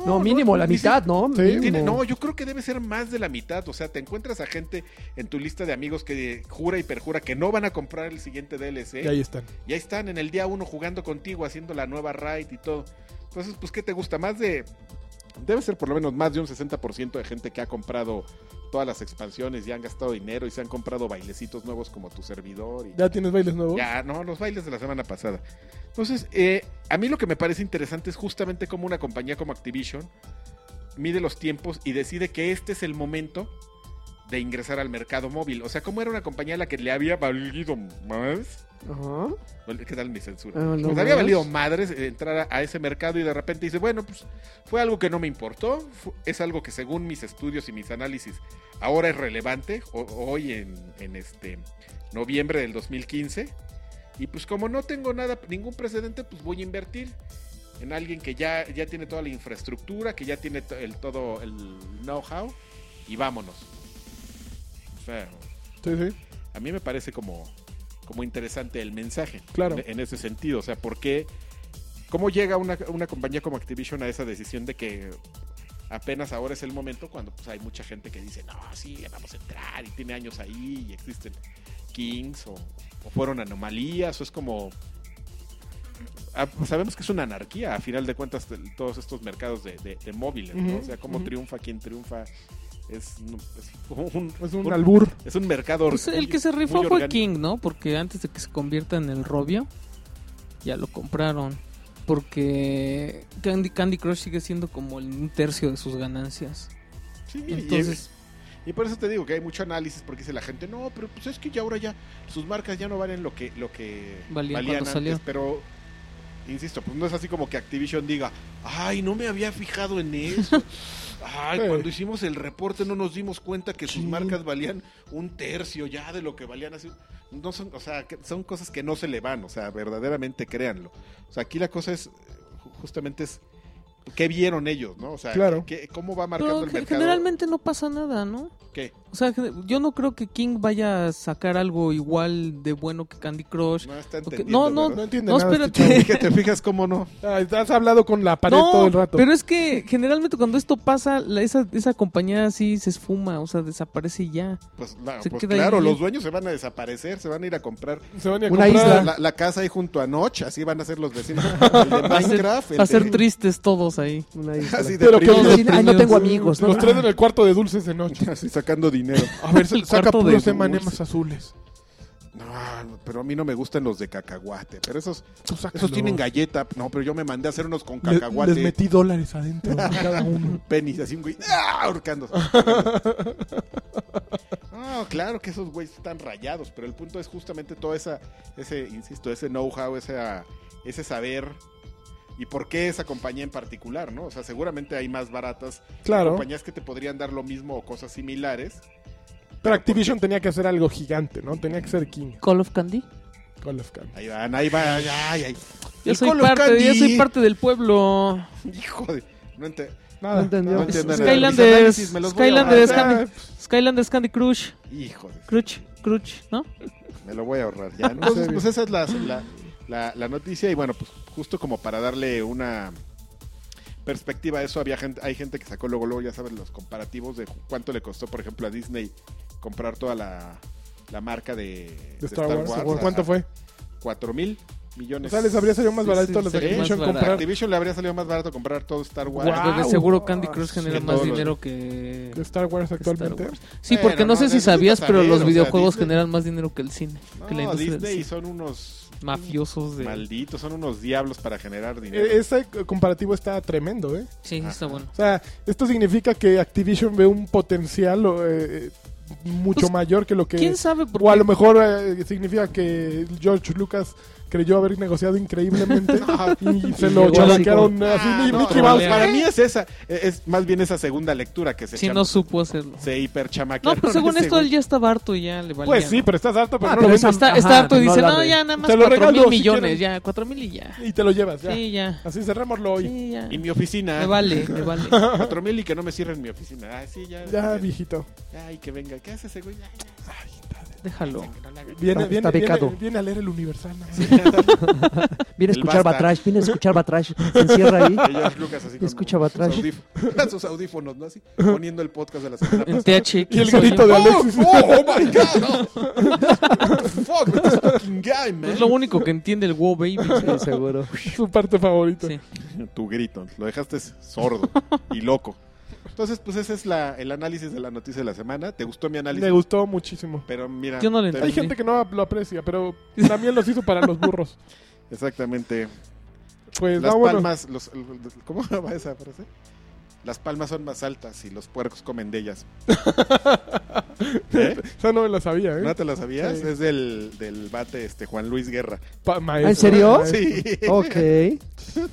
[SPEAKER 2] No, mínimo, la
[SPEAKER 4] ni si-
[SPEAKER 2] mitad, ¿no?
[SPEAKER 1] Sí.
[SPEAKER 2] Mínimo.
[SPEAKER 4] tiene- no, yo creo que debe ser más de la mitad. O sea, te encuentras a gente en tu lista de amigos que jura y perjura que no van a comprar el siguiente DLC.
[SPEAKER 1] Y ahí están.
[SPEAKER 4] Y ahí están en el día uno jugando contigo, haciendo la nueva raid y todo. Entonces, pues, ¿qué te gusta? Más de. Debe ser por lo menos más de un 60% de gente que ha comprado todas las expansiones y han gastado dinero y se han comprado bailecitos nuevos como tu servidor. Y...
[SPEAKER 1] Ya tienes bailes nuevos.
[SPEAKER 4] Ya, no, los bailes de la semana pasada. Entonces, eh, a mí lo que me parece interesante es justamente cómo una compañía como Activision mide los tiempos y decide que este es el momento de ingresar al mercado móvil. O sea, cómo era una compañía a la que le había valido más.
[SPEAKER 2] Ajá.
[SPEAKER 4] ¿Qué tal mi censura?
[SPEAKER 2] Ah, no
[SPEAKER 4] Pues había
[SPEAKER 2] más.
[SPEAKER 4] valido madres eh, entrar a, a ese mercado y de repente dice, bueno, pues fue algo que no me importó, fu- es algo que según mis estudios y mis análisis ahora es relevante, ho- hoy en, en este noviembre del 2015, y pues como no tengo nada, ningún precedente, pues voy a invertir en alguien que ya, ya tiene toda la infraestructura, que ya tiene to- el, todo el know-how, y vámonos. O sea,
[SPEAKER 1] Sí, sí.
[SPEAKER 4] a mí me parece como, como interesante el mensaje.
[SPEAKER 1] Claro.
[SPEAKER 4] En, en ese sentido. O sea, ¿por qué? ¿Cómo llega una, una compañía como Activision a esa decisión de que apenas ahora es el momento cuando pues, hay mucha gente que dice, no, sí, vamos a entrar y tiene años ahí y existen Kings o, o fueron anomalías o es como... Ah, pues, sabemos que es una anarquía, a final de cuentas, de- todos estos mercados de, de- de móviles, ¿no?
[SPEAKER 1] Ujú,
[SPEAKER 4] O sea, cómo
[SPEAKER 1] ujú.
[SPEAKER 4] triunfa quien triunfa. Es, un- es como un,
[SPEAKER 1] Es un albur.
[SPEAKER 4] es un mercado.
[SPEAKER 3] Pues
[SPEAKER 4] muy-
[SPEAKER 3] el que se
[SPEAKER 4] muy
[SPEAKER 3] rifó fue
[SPEAKER 4] orgánico.
[SPEAKER 3] King, ¿no? Porque antes de que se convierta en el Robio, ya lo compraron. Porque Candy, Candy Crush sigue siendo como el un tercio de sus ganancias.
[SPEAKER 4] Sí, y-
[SPEAKER 3] Entonces,
[SPEAKER 4] y, por eso te digo que hay mucho análisis porque dice la gente, no, pero pues es que ya ahora ya sus marcas ya no valen lo que lo que
[SPEAKER 3] Valían cuando salió.
[SPEAKER 4] pero insisto, pues no es así como que Activision diga, "Ay, no me había fijado
[SPEAKER 3] (laughs)
[SPEAKER 4] en eso." Ay,
[SPEAKER 1] Sí.
[SPEAKER 4] cuando hicimos el reporte no nos dimos cuenta que sus
[SPEAKER 1] Sí.
[SPEAKER 4] marcas valían un tercio ya de lo que valían así. No son, o sea, que son cosas que no se le van, o sea, verdaderamente créanlo. O sea, aquí la cosa es eh, ju- justamente es qué vieron ellos, ¿no? O sea,
[SPEAKER 1] Claro.
[SPEAKER 4] qué- cómo va
[SPEAKER 3] pero
[SPEAKER 4] marcando el
[SPEAKER 3] ge-
[SPEAKER 4] mercado.
[SPEAKER 3] generalmente no pasa nada, ¿no?
[SPEAKER 4] ¿Qué?
[SPEAKER 3] O sea, gen- yo no creo que King vaya a sacar algo igual de bueno que Candy Crush.
[SPEAKER 4] No está
[SPEAKER 3] Ok,
[SPEAKER 4] entendiendo.
[SPEAKER 3] no, no,
[SPEAKER 1] No
[SPEAKER 4] ¿verdad?
[SPEAKER 1] entiende
[SPEAKER 3] No,
[SPEAKER 1] nada. este
[SPEAKER 8] (laughs)
[SPEAKER 3] espérate.
[SPEAKER 1] chavo.
[SPEAKER 8] Que te fijas cómo no.
[SPEAKER 1] Ah, Has hablado con la pared
[SPEAKER 3] No,
[SPEAKER 1] todo el rato.
[SPEAKER 3] pero es que generalmente cuando esto pasa, la- esa, esa compañía así se esfuma, o sea, desaparece y ya.
[SPEAKER 4] Pues, la-
[SPEAKER 3] Se
[SPEAKER 4] pues
[SPEAKER 3] queda ahí.
[SPEAKER 4] claro, los dueños se van a desaparecer, se van a ir a comprar
[SPEAKER 1] Se van a ir a
[SPEAKER 2] Una
[SPEAKER 1] comprar-
[SPEAKER 2] isla.
[SPEAKER 8] La, la casa ahí junto a Noche, así van a ser los (laughs) vecinos. El de
[SPEAKER 3] a ser-
[SPEAKER 8] Minecraft. el
[SPEAKER 3] Va a ser
[SPEAKER 8] de-
[SPEAKER 3] tristes todos ahí.
[SPEAKER 2] Una
[SPEAKER 4] (laughs) Ah,
[SPEAKER 2] isla.
[SPEAKER 8] Así de
[SPEAKER 1] Pero que
[SPEAKER 8] frío,
[SPEAKER 1] los,
[SPEAKER 2] Sí, ay, no tengo amigos. ¿no?
[SPEAKER 1] los tres en el cuarto de dulces de noche.
[SPEAKER 8] así sacando dinero. (laughs)
[SPEAKER 1] A ver,
[SPEAKER 3] (laughs) El
[SPEAKER 1] saca
[SPEAKER 3] cuarto de
[SPEAKER 1] puros
[SPEAKER 3] dulces.
[SPEAKER 1] emanemas azules.
[SPEAKER 8] No, pero a mí no me gustan los de cacahuate. Pero esos,
[SPEAKER 1] Tú sácalos.
[SPEAKER 8] esos tienen galleta. No, pero yo me mandé a hacer unos con
[SPEAKER 1] Le-
[SPEAKER 8] cacahuate.
[SPEAKER 1] les metí dólares adentro de cada (laughs) uno.
[SPEAKER 8] penis, así un güey ¡ah! (laughs) ahorcándose. Ah,
[SPEAKER 4] claro que esos güeyes están rayados, pero el punto es justamente todo esa, ese, insisto, ese know-how, ese, ese saber
[SPEAKER 8] y por qué esa compañía en particular, ¿no? O sea, seguramente hay más baratas
[SPEAKER 1] Claro.
[SPEAKER 8] compañías que te podrían dar lo mismo o cosas similares.
[SPEAKER 1] Pero Activision tenía que hacer algo gigante, ¿no? Tenía que ser King.
[SPEAKER 3] Call of Candy.
[SPEAKER 1] Call of Duty.
[SPEAKER 8] Ahí van, ahí van, ay, ay, ay.
[SPEAKER 3] Yo
[SPEAKER 8] El
[SPEAKER 3] soy,
[SPEAKER 8] Call of
[SPEAKER 3] parte, yo
[SPEAKER 8] Candy.
[SPEAKER 3] soy parte del pueblo.
[SPEAKER 8] (laughs) Hijo de. No ente-
[SPEAKER 2] No
[SPEAKER 1] Nada.
[SPEAKER 8] no
[SPEAKER 2] entendió.
[SPEAKER 8] entiendo nada.
[SPEAKER 3] Skylanders,
[SPEAKER 8] Mis análisis me los voy a ahorrar.
[SPEAKER 3] Skylanders,
[SPEAKER 8] Ah,
[SPEAKER 3] Candy-
[SPEAKER 1] pues,
[SPEAKER 3] Skylanders Candy Crush.
[SPEAKER 8] Hijo de.
[SPEAKER 3] Crush, Crush, ¿no?
[SPEAKER 8] Me lo voy a ahorrar ya. Entonces, pues esa es la, la- la- la noticia. Y bueno, pues justo como para darle una perspectiva a eso, había gente, hay gente que sacó luego, luego, ya sabes, los comparativos de ju- cuánto le costó, por ejemplo, a Disney comprar toda la, la marca de,
[SPEAKER 1] De Star, Wars. ¿Cuánto fue?
[SPEAKER 8] 4 mil millones.
[SPEAKER 1] O sea, les habría salido más
[SPEAKER 3] Sí,
[SPEAKER 1] barato
[SPEAKER 3] sí,
[SPEAKER 1] a los de
[SPEAKER 3] sería más
[SPEAKER 1] Activision
[SPEAKER 3] barato.
[SPEAKER 8] A
[SPEAKER 1] comprar
[SPEAKER 8] Activision le habría salido más barato comprar todo Star Wars.
[SPEAKER 1] Guau.
[SPEAKER 3] De seguro Candy Crush genera
[SPEAKER 8] Sí,
[SPEAKER 3] más
[SPEAKER 8] todos los-
[SPEAKER 3] dinero que
[SPEAKER 1] de Star Wars actualmente.
[SPEAKER 3] Star Wars. Sí,
[SPEAKER 8] Bueno,
[SPEAKER 3] porque no,
[SPEAKER 8] no,
[SPEAKER 3] sé si
[SPEAKER 8] necesitas
[SPEAKER 3] sabías, pero
[SPEAKER 8] saber, o
[SPEAKER 3] los
[SPEAKER 8] sea,
[SPEAKER 3] videojuegos
[SPEAKER 8] Disney-
[SPEAKER 3] generan más dinero que el cine. que la
[SPEAKER 8] No,
[SPEAKER 3] industria del
[SPEAKER 8] Disney
[SPEAKER 3] cine.
[SPEAKER 8] son unos
[SPEAKER 3] Mafiosos de...
[SPEAKER 8] malditos, son unos diablos para generar dinero.
[SPEAKER 1] E- Ese comparativo está tremendo, ¿eh?
[SPEAKER 3] Sí, sí está bueno.
[SPEAKER 1] O sea, esto significa que Activision ve un potencial o, eh, eh, mucho
[SPEAKER 3] Pues,
[SPEAKER 1] mayor que lo que...
[SPEAKER 3] ¿Quién sabe por
[SPEAKER 1] O a
[SPEAKER 3] qué?
[SPEAKER 1] lo mejor eh, significa que George Lucas creyó haber negociado increíblemente y se lo
[SPEAKER 2] llegó así
[SPEAKER 1] chalaquearon
[SPEAKER 8] Ah,
[SPEAKER 1] así. mi-
[SPEAKER 8] no,
[SPEAKER 1] Mickey
[SPEAKER 8] no,
[SPEAKER 1] Mouse,
[SPEAKER 3] vale.
[SPEAKER 8] para mí es esa, es- es más bien esa segunda lectura que se,
[SPEAKER 3] Sí,
[SPEAKER 8] chama-
[SPEAKER 3] no supo hacerlo.
[SPEAKER 8] se hiper
[SPEAKER 3] No, pero según esto él ya estaba harto y ya le valía.
[SPEAKER 1] Pues sí,
[SPEAKER 3] ¿no?
[SPEAKER 1] pero estás harto, pero
[SPEAKER 2] Ah,
[SPEAKER 1] no
[SPEAKER 2] pero
[SPEAKER 1] lo
[SPEAKER 2] esa-
[SPEAKER 1] vendes.
[SPEAKER 3] Está,
[SPEAKER 2] Ajá,
[SPEAKER 3] está harto y
[SPEAKER 2] no
[SPEAKER 3] dice,
[SPEAKER 2] la
[SPEAKER 3] no,
[SPEAKER 2] de-
[SPEAKER 3] ya nada más
[SPEAKER 1] Te lo
[SPEAKER 3] 4
[SPEAKER 1] regalo,
[SPEAKER 3] mil
[SPEAKER 1] si
[SPEAKER 3] millones,
[SPEAKER 1] quieren.
[SPEAKER 3] ya, 4 mil y ya.
[SPEAKER 1] Y te lo llevas, ya.
[SPEAKER 3] Sí, ya.
[SPEAKER 1] Así cerrémoslo hoy.
[SPEAKER 3] Sí, ya.
[SPEAKER 8] En mi oficina.
[SPEAKER 3] Me vale, me
[SPEAKER 1] (laughs)
[SPEAKER 3] vale.
[SPEAKER 8] 4 mil y que no me cierren mi oficina. Ay, sí, ya.
[SPEAKER 1] Ya, viejito.
[SPEAKER 8] Ay, que venga. ¿Qué hace ese güey? Ay,
[SPEAKER 1] (laughs)
[SPEAKER 3] Déjalo.
[SPEAKER 1] Viene,
[SPEAKER 2] Está-
[SPEAKER 1] viene,
[SPEAKER 2] está
[SPEAKER 1] viene-
[SPEAKER 2] becado.
[SPEAKER 1] viene a leer el Universal. nada más.
[SPEAKER 2] Viene a
[SPEAKER 8] El
[SPEAKER 2] escuchar
[SPEAKER 8] basta.
[SPEAKER 2] Batrash, viene a escuchar Batrash. Se encierra (laughs) ahí.
[SPEAKER 8] que George Lucas así con
[SPEAKER 2] Escucha
[SPEAKER 8] sus,
[SPEAKER 2] Batrash.
[SPEAKER 8] audif- (laughs) sus audífonos, ¿no? Así, poniendo el podcast de la semana
[SPEAKER 3] (laughs) En
[SPEAKER 8] pasada.
[SPEAKER 3] THX.
[SPEAKER 1] Y el
[SPEAKER 3] soy
[SPEAKER 1] grito
[SPEAKER 3] yo. (laughs)
[SPEAKER 1] de Alexis.
[SPEAKER 4] Oh,
[SPEAKER 1] (laughs)
[SPEAKER 4] oh my god, no. Fuck, with this fucking guy, man.
[SPEAKER 3] Es lo único que entiende el
[SPEAKER 1] (laughs)
[SPEAKER 3] WoW Baby.
[SPEAKER 2] Sí, (laughs) seguro.
[SPEAKER 1] Su parte favorita.
[SPEAKER 3] Sí.
[SPEAKER 8] Tu grito. Lo dejaste sordo y loco. Entonces, pues ese es la, el análisis de la noticia de la semana. ¿Te gustó mi análisis?
[SPEAKER 1] Me gustó muchísimo.
[SPEAKER 8] Pero mira.
[SPEAKER 3] Yo no lo
[SPEAKER 8] te-
[SPEAKER 1] Hay
[SPEAKER 3] entendí.
[SPEAKER 1] gente que no lo aprecia, pero también los hizo para los burros.
[SPEAKER 8] Exactamente.
[SPEAKER 2] Eh,
[SPEAKER 1] Pues
[SPEAKER 8] Las
[SPEAKER 1] vámonos.
[SPEAKER 8] palmas, los, ¿cómo (laughs) va esa frase? Las palmas son más altas y los puercos comen
[SPEAKER 2] (laughs)
[SPEAKER 8] de ellas. ¿Eh?
[SPEAKER 1] Esa no me la sabía, ¿eh?
[SPEAKER 8] ¿No te lo sabías?
[SPEAKER 1] Sí.
[SPEAKER 8] Es del, del bate este Juan Luis Guerra.
[SPEAKER 1] Pa- maestro.
[SPEAKER 2] ¿En serio?
[SPEAKER 1] Maestro.
[SPEAKER 8] Sí.
[SPEAKER 2] Ok.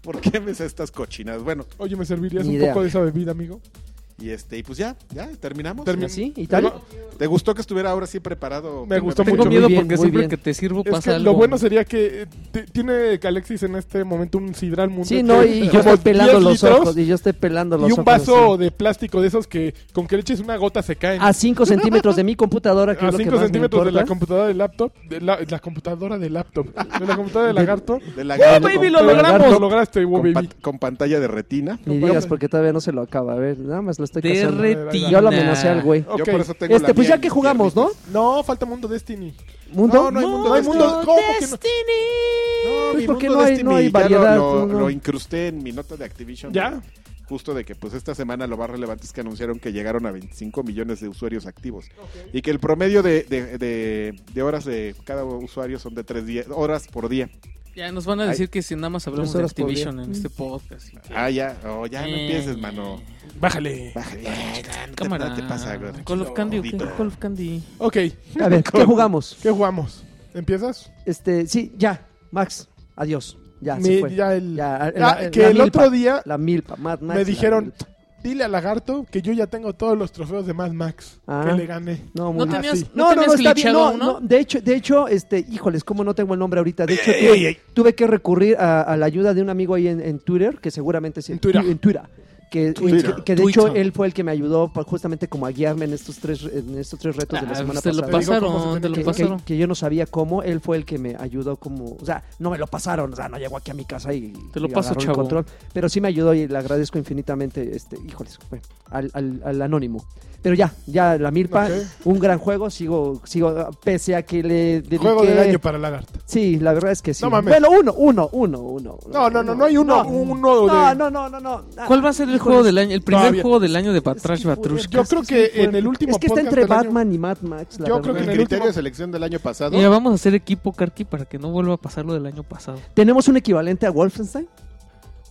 [SPEAKER 8] ¿Por qué me sé estas cochinas? Bueno,
[SPEAKER 1] Oye, ¿me servirías
[SPEAKER 2] Ni
[SPEAKER 1] un
[SPEAKER 2] idea.
[SPEAKER 1] poco de esa bebida, amigo?
[SPEAKER 8] y este, y pues ya, ya, terminamos.
[SPEAKER 1] Termi-
[SPEAKER 2] ¿Así? ¿Y tal?
[SPEAKER 1] No,
[SPEAKER 8] ¿Te gustó que estuviera ahora sí preparado?
[SPEAKER 1] Me gustó
[SPEAKER 3] Tengo
[SPEAKER 1] mucho.
[SPEAKER 3] miedo
[SPEAKER 2] Muy bien,
[SPEAKER 3] porque
[SPEAKER 2] muy
[SPEAKER 3] siempre
[SPEAKER 2] bien.
[SPEAKER 3] que te sirvo
[SPEAKER 1] Es
[SPEAKER 3] pasa
[SPEAKER 1] que
[SPEAKER 3] algo.
[SPEAKER 1] lo bueno sería que eh, t- tiene Alexis en este momento un sidral mundo.
[SPEAKER 2] Sí, no, y yo estoy pelando los ojos. Y yo estoy pelando los
[SPEAKER 1] Y
[SPEAKER 2] ojos.
[SPEAKER 1] un vaso
[SPEAKER 2] así.
[SPEAKER 1] de plástico de esos que con que le eches una gota se caen.
[SPEAKER 2] A 5 centímetros de mi computadora, que
[SPEAKER 1] a
[SPEAKER 2] Ah, es lo que
[SPEAKER 1] 5
[SPEAKER 2] más me
[SPEAKER 1] centímetros de la
[SPEAKER 2] importa.
[SPEAKER 1] computadora del laptop. De la, la computadora del laptop. De la computadora del
[SPEAKER 2] (laughs)
[SPEAKER 1] lagarto.
[SPEAKER 8] De la grande
[SPEAKER 3] baby,
[SPEAKER 8] con-
[SPEAKER 3] lo
[SPEAKER 1] Pero
[SPEAKER 2] ¡Oh, logramos.
[SPEAKER 1] Lo lograste, wow,
[SPEAKER 8] con,
[SPEAKER 1] baby.
[SPEAKER 8] pat- con pantalla de retina.
[SPEAKER 2] Ni digas porque todavía no se lo acaba. A ver, nada más lo estoy
[SPEAKER 3] De
[SPEAKER 2] casando.
[SPEAKER 3] retina.
[SPEAKER 2] Yo lo amenacé al güey.
[SPEAKER 1] Ok.
[SPEAKER 8] Yo por eso tengo la
[SPEAKER 2] Este, pues
[SPEAKER 8] mía
[SPEAKER 2] ya
[SPEAKER 8] en
[SPEAKER 2] que
[SPEAKER 8] mis
[SPEAKER 2] jugamos, ¿no?
[SPEAKER 8] piernitas.
[SPEAKER 1] No, falta Mundo Destiny.
[SPEAKER 2] ¿Mundo?
[SPEAKER 8] No, no hay mundo.
[SPEAKER 1] No hay
[SPEAKER 8] Destiny.
[SPEAKER 1] mundo. ¿Cómo que no?
[SPEAKER 8] No,
[SPEAKER 2] Pues,
[SPEAKER 8] mi
[SPEAKER 2] ¿por qué
[SPEAKER 8] mundo
[SPEAKER 2] no hay-
[SPEAKER 8] Destiny
[SPEAKER 2] no hay
[SPEAKER 8] ya lo-
[SPEAKER 2] variedad?
[SPEAKER 8] Lo,
[SPEAKER 2] No.
[SPEAKER 8] lo incrusté en mi nota de Activision.
[SPEAKER 1] ¿Ya?
[SPEAKER 8] Justo de que pues esta semana lo más relevante es que anunciaron que llegaron a 25 millones de usuarios activos. Y que el promedio de, de- de- de horas de cada usuario son de 3 horas por día.
[SPEAKER 3] Ya nos van a
[SPEAKER 8] Ay.
[SPEAKER 3] decir que si nada más hablamos
[SPEAKER 2] Tres
[SPEAKER 3] de
[SPEAKER 2] horas por día.
[SPEAKER 3] Activision en este podcast. y que-
[SPEAKER 8] Ah, ya. Oh, ya no empieces, mano.
[SPEAKER 1] Bájale.
[SPEAKER 8] Bájale. ya, no te-
[SPEAKER 3] Cámara.
[SPEAKER 8] no te pasa, güey.
[SPEAKER 3] Call of Candy, ¿o qué?
[SPEAKER 8] Gordito.
[SPEAKER 3] Call of Candy.
[SPEAKER 1] Ok,
[SPEAKER 2] A ver, ¿qué jugamos?
[SPEAKER 1] ¿qué jugamos? ¿Empiezas?
[SPEAKER 2] Este, sí, ya. Max, adiós. Ya,
[SPEAKER 1] Me-
[SPEAKER 2] se fue.
[SPEAKER 1] ya el-
[SPEAKER 2] Ya,
[SPEAKER 1] Ah,
[SPEAKER 2] la-
[SPEAKER 1] que
[SPEAKER 2] la
[SPEAKER 1] el
[SPEAKER 2] milpa,
[SPEAKER 1] otro día
[SPEAKER 2] La milpa, Mad Max.
[SPEAKER 1] me
[SPEAKER 2] la
[SPEAKER 1] dijeron,
[SPEAKER 2] milpa.
[SPEAKER 1] dile a Lagarto que yo ya tengo todos los trofeos de Mad Max
[SPEAKER 2] Ah.
[SPEAKER 1] que le gané.
[SPEAKER 2] No, muy
[SPEAKER 3] ¿No
[SPEAKER 2] bien.
[SPEAKER 3] tenías,
[SPEAKER 1] sí.
[SPEAKER 3] ¿no
[SPEAKER 2] no, no, no,
[SPEAKER 3] tenías
[SPEAKER 2] está bien.
[SPEAKER 3] glitchado
[SPEAKER 2] No,
[SPEAKER 3] uno?
[SPEAKER 2] no, de hecho, de hecho, este, híjoles, como no tengo el nombre ahorita. De hecho, tuve, tuve que recurrir a, a la ayuda de un amigo ahí en, en Twitter, que seguramente es
[SPEAKER 1] En Twitter.
[SPEAKER 2] en Twitter. Que,
[SPEAKER 8] Twitter.
[SPEAKER 2] que- que de hecho
[SPEAKER 1] Twitter.
[SPEAKER 2] él fue el que me ayudó pa- justamente como a guiarme en estos tres en estos tres retos de la
[SPEAKER 3] Ah,
[SPEAKER 2] semana
[SPEAKER 3] te lo
[SPEAKER 2] pasada.
[SPEAKER 1] cómo se
[SPEAKER 3] pasaron, te
[SPEAKER 1] tiene
[SPEAKER 2] que,
[SPEAKER 3] lo
[SPEAKER 2] que-
[SPEAKER 3] pasaron.
[SPEAKER 2] que yo no sabía cómo, él fue el que me ayudó como, o sea, no me lo pasaron, o sea, no llegó aquí a mi casa y
[SPEAKER 3] Te lo
[SPEAKER 2] y
[SPEAKER 3] paso,
[SPEAKER 2] agarró el
[SPEAKER 3] chavo.
[SPEAKER 2] control, pero sí me ayudó y le agradezco infinitamente, este, híjoles, bueno, al, al- al anónimo. Pero ya, ya la milpa,
[SPEAKER 1] Ok.
[SPEAKER 2] un gran juego, sigo, sigo, pese a que le dediqué...
[SPEAKER 1] Juego del año para Lagarto.
[SPEAKER 2] Sí, la verdad es que sí.
[SPEAKER 1] No mames.
[SPEAKER 2] Bueno, uno, uno, uno, uno.
[SPEAKER 1] No, no, no, no hay uno, uno de...
[SPEAKER 2] No, no, no, no, no.
[SPEAKER 3] ¿Cuál va a ser el juego del año? El primer
[SPEAKER 1] Todavía.
[SPEAKER 3] juego del año de Batrash Batrush.
[SPEAKER 1] Yo creo que en el último
[SPEAKER 2] Es que está
[SPEAKER 1] podcast
[SPEAKER 2] entre
[SPEAKER 1] del año-
[SPEAKER 2] Batman y Mad Max, la
[SPEAKER 1] Yo
[SPEAKER 2] verdad.
[SPEAKER 1] creo que
[SPEAKER 8] El
[SPEAKER 1] en el
[SPEAKER 8] criterio
[SPEAKER 1] último-
[SPEAKER 8] de selección del año pasado.
[SPEAKER 3] Ya vamos a hacer equipo, Karki, para que no vuelva a pasar lo del año pasado.
[SPEAKER 2] ¿Tenemos un equivalente a Wolfenstein?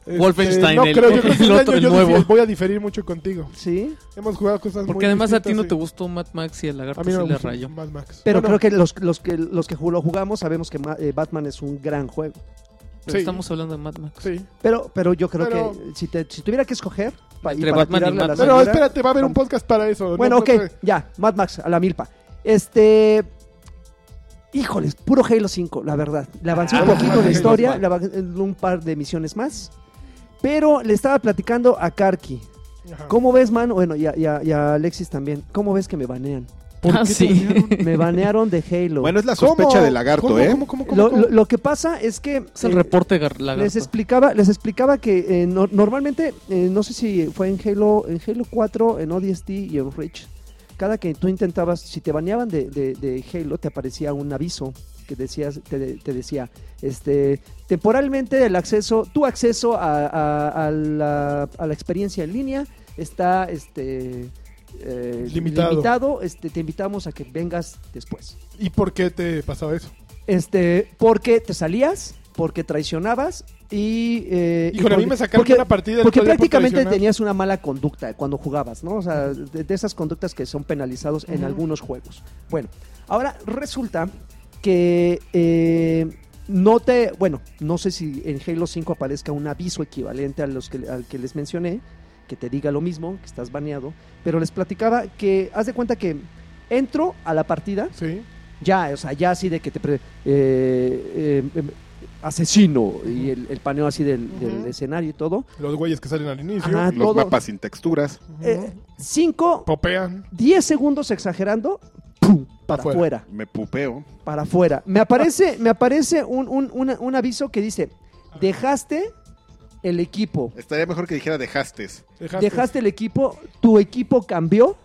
[SPEAKER 1] Este,
[SPEAKER 3] Wolfenstein,
[SPEAKER 1] no
[SPEAKER 3] el-
[SPEAKER 1] creo, yo creo que este
[SPEAKER 3] el otro,
[SPEAKER 1] año
[SPEAKER 3] el
[SPEAKER 1] yo difi-
[SPEAKER 3] nuevo.
[SPEAKER 1] voy a diferir mucho contigo.
[SPEAKER 2] Sí.
[SPEAKER 1] Hemos jugado cosas muy
[SPEAKER 3] Porque además a ti no te
[SPEAKER 1] distintas
[SPEAKER 3] gustó Mad Max y el
[SPEAKER 1] y-
[SPEAKER 3] lagarto
[SPEAKER 1] A mí no
[SPEAKER 3] sí
[SPEAKER 1] me
[SPEAKER 3] le
[SPEAKER 1] gusta
[SPEAKER 3] rayó.
[SPEAKER 1] Mad Max.
[SPEAKER 2] Pero
[SPEAKER 1] Bueno,
[SPEAKER 2] creo que los, los que los que ju- lo jugamos sabemos que Ma- eh, Batman es un gran juego.
[SPEAKER 3] Pero
[SPEAKER 1] Sí.
[SPEAKER 3] estamos hablando de Mad Max.
[SPEAKER 1] Sí.
[SPEAKER 2] Pero, pero yo creo
[SPEAKER 1] Pero-
[SPEAKER 2] que si, te- si tuviera que escoger pa- y
[SPEAKER 3] Entre
[SPEAKER 2] para
[SPEAKER 3] Batman y
[SPEAKER 2] tirarle a
[SPEAKER 3] Mad
[SPEAKER 2] la
[SPEAKER 3] Max.
[SPEAKER 1] Pero
[SPEAKER 2] segura-
[SPEAKER 1] espérate, va a haber un podcast para eso. ¿no?
[SPEAKER 2] Bueno, ok,
[SPEAKER 1] Creo que-
[SPEAKER 2] ya, Mad Max, a la milpa. Este. Híjoles, puro Halo 5, la verdad. Le avancé un
[SPEAKER 1] Ah,
[SPEAKER 2] poquito
[SPEAKER 1] Halo
[SPEAKER 2] la historia,
[SPEAKER 1] 5.
[SPEAKER 2] le avancé un par de misiones más. Pero le estaba platicando a Karki.
[SPEAKER 1] Ajá.
[SPEAKER 2] ¿Cómo ves, man? Bueno, y a, y a- y a Alexis también. ¿Cómo ves que me banean?
[SPEAKER 3] Ah, sí.
[SPEAKER 2] Me banearon de Halo.
[SPEAKER 8] Bueno, es la
[SPEAKER 1] ¿Cómo?
[SPEAKER 8] sospecha de lagarto,
[SPEAKER 1] ¿Cómo,
[SPEAKER 8] ¿eh?
[SPEAKER 1] cómo, cómo, cómo,
[SPEAKER 2] lo,
[SPEAKER 1] cómo?
[SPEAKER 2] lo- lo que pasa es que.
[SPEAKER 3] Es el
[SPEAKER 2] eh,
[SPEAKER 3] reporte gar- lagarto.
[SPEAKER 2] les explicaba, les explicaba que eh, no- normalmente, eh, no sé si fue en Halo, en Halo 4, en ODST y en Reach, cada que tú intentabas, si te baneaban de, de- de Halo, te aparecía un aviso que decías, te, te decía, este, temporalmente el acceso, tu acceso a, a- a la, a la experiencia en línea está este eh,
[SPEAKER 1] Limitado.
[SPEAKER 2] este, te invitamos a que vengas después.
[SPEAKER 1] ¿Y por qué te pasaba eso?
[SPEAKER 2] Este, porque te salías, porque traicionabas y. eh, y
[SPEAKER 1] Híjole, a mí
[SPEAKER 2] porque-
[SPEAKER 1] me sacaron
[SPEAKER 2] porque-
[SPEAKER 1] una partida el
[SPEAKER 2] Porque
[SPEAKER 1] otro día por
[SPEAKER 2] prácticamente
[SPEAKER 1] traicionar.
[SPEAKER 2] tenías una mala conducta cuando jugabas, ¿no? O sea, de, de esas conductas que son penalizados en
[SPEAKER 1] Ujú.
[SPEAKER 2] algunos juegos. Bueno, ahora resulta que. eh, no te, bueno, no sé si en Halo 5 aparezca un aviso equivalente a los que, al que les mencioné, que te diga lo mismo, que estás baneado, pero les platicaba que, haz de cuenta que entro a la partida
[SPEAKER 1] Sí.
[SPEAKER 2] ya, o sea, ya así de que te... pre- eh, eh, em, asesino y el, el paneo así del, del
[SPEAKER 1] Ujú.
[SPEAKER 2] escenario y todo.
[SPEAKER 1] Los güeyes que salen al inicio.
[SPEAKER 2] Ajá,
[SPEAKER 8] Los
[SPEAKER 2] todo.
[SPEAKER 8] mapas sin texturas.
[SPEAKER 1] Ujú.
[SPEAKER 2] Eh, cinco,
[SPEAKER 1] Popean.
[SPEAKER 2] diez segundos exagerando, ¡pum! Para
[SPEAKER 1] Afuera.
[SPEAKER 2] afuera,
[SPEAKER 8] Me pupeo.
[SPEAKER 2] para afuera. Me aparece, me aparece un, un- una- un aviso que dice, dejaste el equipo.
[SPEAKER 8] Estaría mejor que dijera dejaste.
[SPEAKER 1] Dejaste.
[SPEAKER 2] Dejaste el equipo, tu equipo cambió.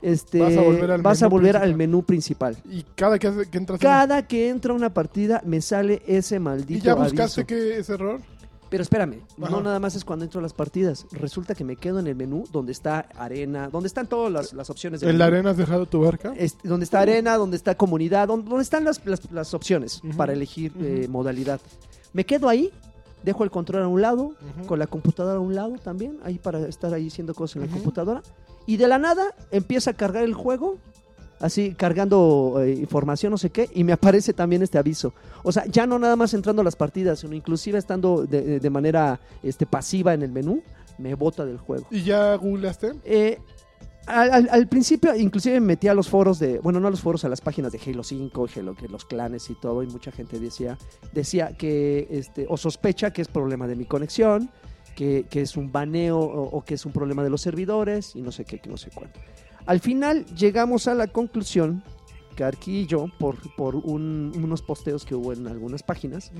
[SPEAKER 2] Este,
[SPEAKER 1] Vas a volver al
[SPEAKER 2] vas a
[SPEAKER 1] menú
[SPEAKER 2] volver al
[SPEAKER 1] principal.
[SPEAKER 2] menú principal.
[SPEAKER 1] Y cada que, hace- que entras... en-
[SPEAKER 2] Cada que entra una partida me sale ese maldito
[SPEAKER 1] ¿Y ya buscaste
[SPEAKER 2] aviso.
[SPEAKER 1] qué es error?
[SPEAKER 2] Pero espérame,
[SPEAKER 1] Ajá.
[SPEAKER 2] no nada más es cuando entro a las partidas. Resulta que me quedo en el menú donde está arena, donde están todas las, las opciones. del
[SPEAKER 1] ¿En la
[SPEAKER 2] menú.
[SPEAKER 1] arena has dejado tu barca?
[SPEAKER 2] Este, donde está arena, donde está comunidad, don- donde, están las, las- las opciones
[SPEAKER 1] Ujú.
[SPEAKER 2] para elegir
[SPEAKER 1] Ujú.
[SPEAKER 2] eh, modalidad. Me quedo ahí, dejo el control a un lado,
[SPEAKER 1] Ujú.
[SPEAKER 2] con la computadora a un lado también, ahí para estar ahí haciendo cosas en la
[SPEAKER 1] Ujú.
[SPEAKER 2] computadora. Y de la nada empieza a cargar el juego, así cargando eh, información, no sé qué, y me aparece también este aviso. O sea, ya no nada más entrando a las partidas, sino inclusive estando de, de manera este, pasiva en el menú, me bota del juego.
[SPEAKER 1] ¿Y ya googleaste?
[SPEAKER 2] Eh, al, al- al principio, inclusive me metí a los foros de, bueno, no a los foros, a las páginas de Halo 5, Halo, que los clanes y todo, y mucha gente decía, decía que, este, o sospecha que es problema de mi conexión, que, que es un baneo o, o que es un problema de los servidores y no sé qué, que no sé cuánto. Al final llegamos a la conclusión, que Arqui y yo, por, por un- unos posteos que hubo en algunas páginas,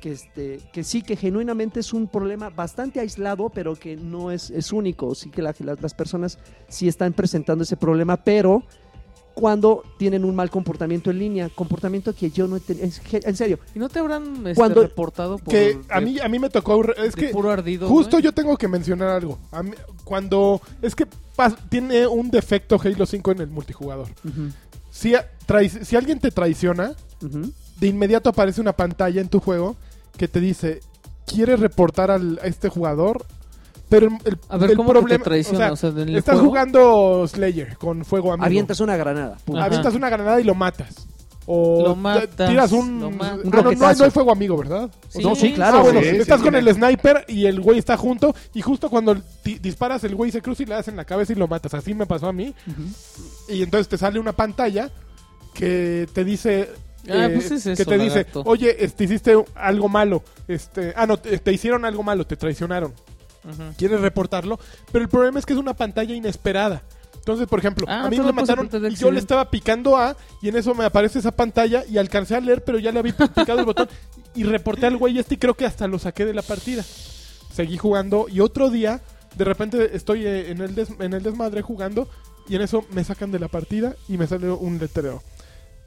[SPEAKER 2] que, este, que sí, que genuinamente es un problema bastante aislado, pero que no es, es único. Sí que la- la- las personas sí están presentando ese problema, pero cuando tienen un mal comportamiento en línea, comportamiento que yo no he tenido, es que- en serio,
[SPEAKER 3] ¿Y no te habrán este,
[SPEAKER 2] Cuando-
[SPEAKER 3] reportado por
[SPEAKER 1] Que a
[SPEAKER 3] de-
[SPEAKER 1] mí, a mí me tocó... re- Es
[SPEAKER 3] de
[SPEAKER 1] que
[SPEAKER 3] puro ardido?
[SPEAKER 1] Justo
[SPEAKER 3] güey?
[SPEAKER 1] yo tengo que mencionar algo. A mí- cuando es que pas- tiene un defecto Halo 5 en el multijugador. Si, a- trai- si alguien te traiciona,
[SPEAKER 2] Ujú.
[SPEAKER 1] de inmediato aparece una pantalla en tu juego que te dice, ¿quieres reportar al, a este jugador? Pero el, el-
[SPEAKER 3] A ver,
[SPEAKER 1] el
[SPEAKER 3] ¿cómo que
[SPEAKER 1] problema...
[SPEAKER 3] te traiciona?
[SPEAKER 1] o
[SPEAKER 3] O
[SPEAKER 1] sea,
[SPEAKER 3] sea, en el
[SPEAKER 1] estás
[SPEAKER 3] juego,
[SPEAKER 1] jugando Slayer con fuego amigo.
[SPEAKER 2] avientas una granada. punto.
[SPEAKER 3] Ajá.
[SPEAKER 1] Avientas una granada y lo matas. O
[SPEAKER 3] Lo
[SPEAKER 1] te-
[SPEAKER 3] matas,
[SPEAKER 1] tiras un...
[SPEAKER 3] lo ma-
[SPEAKER 1] ah,
[SPEAKER 3] un
[SPEAKER 1] no, no, hay- no hay,
[SPEAKER 2] roquetazo.
[SPEAKER 1] fuego amigo, ¿verdad?
[SPEAKER 3] Sí,
[SPEAKER 2] No, sí, claro.
[SPEAKER 1] Ah, bueno,
[SPEAKER 8] Sí, sí,
[SPEAKER 1] estás
[SPEAKER 8] sí.
[SPEAKER 1] con el sniper y el güey está junto y justo cuando ti- disparas el güey se cruza y le das en la cabeza y lo matas. Así me pasó a mí. Y entonces te sale una pantalla que te dice
[SPEAKER 3] Ah,
[SPEAKER 1] eh,
[SPEAKER 3] pues es
[SPEAKER 1] que
[SPEAKER 3] eso,
[SPEAKER 1] te dice,
[SPEAKER 3] lagarto.
[SPEAKER 1] "Oye, este hiciste algo malo. Este, ah no, te, te hicieron algo malo, te traicionaron.
[SPEAKER 3] Ajá.
[SPEAKER 1] ¿Quieres reportarlo?" Pero el problema es que es una pantalla inesperada. Entonces, por ejemplo,
[SPEAKER 3] Ah,
[SPEAKER 1] a mí
[SPEAKER 3] tú
[SPEAKER 1] me
[SPEAKER 3] le pones
[SPEAKER 1] mataron
[SPEAKER 3] pantalla de
[SPEAKER 1] y yo le
[SPEAKER 3] accidente.
[SPEAKER 1] estaba picando A y en eso me aparece esa pantalla y alcancé a leer, pero ya le había picado el botón y reporté al güey este y creo que hasta lo saqué de la partida. Seguí jugando y otro día, de repente estoy eh, en el, des- en el desmadre jugando y en eso me sacan de la partida y me sale un letrero.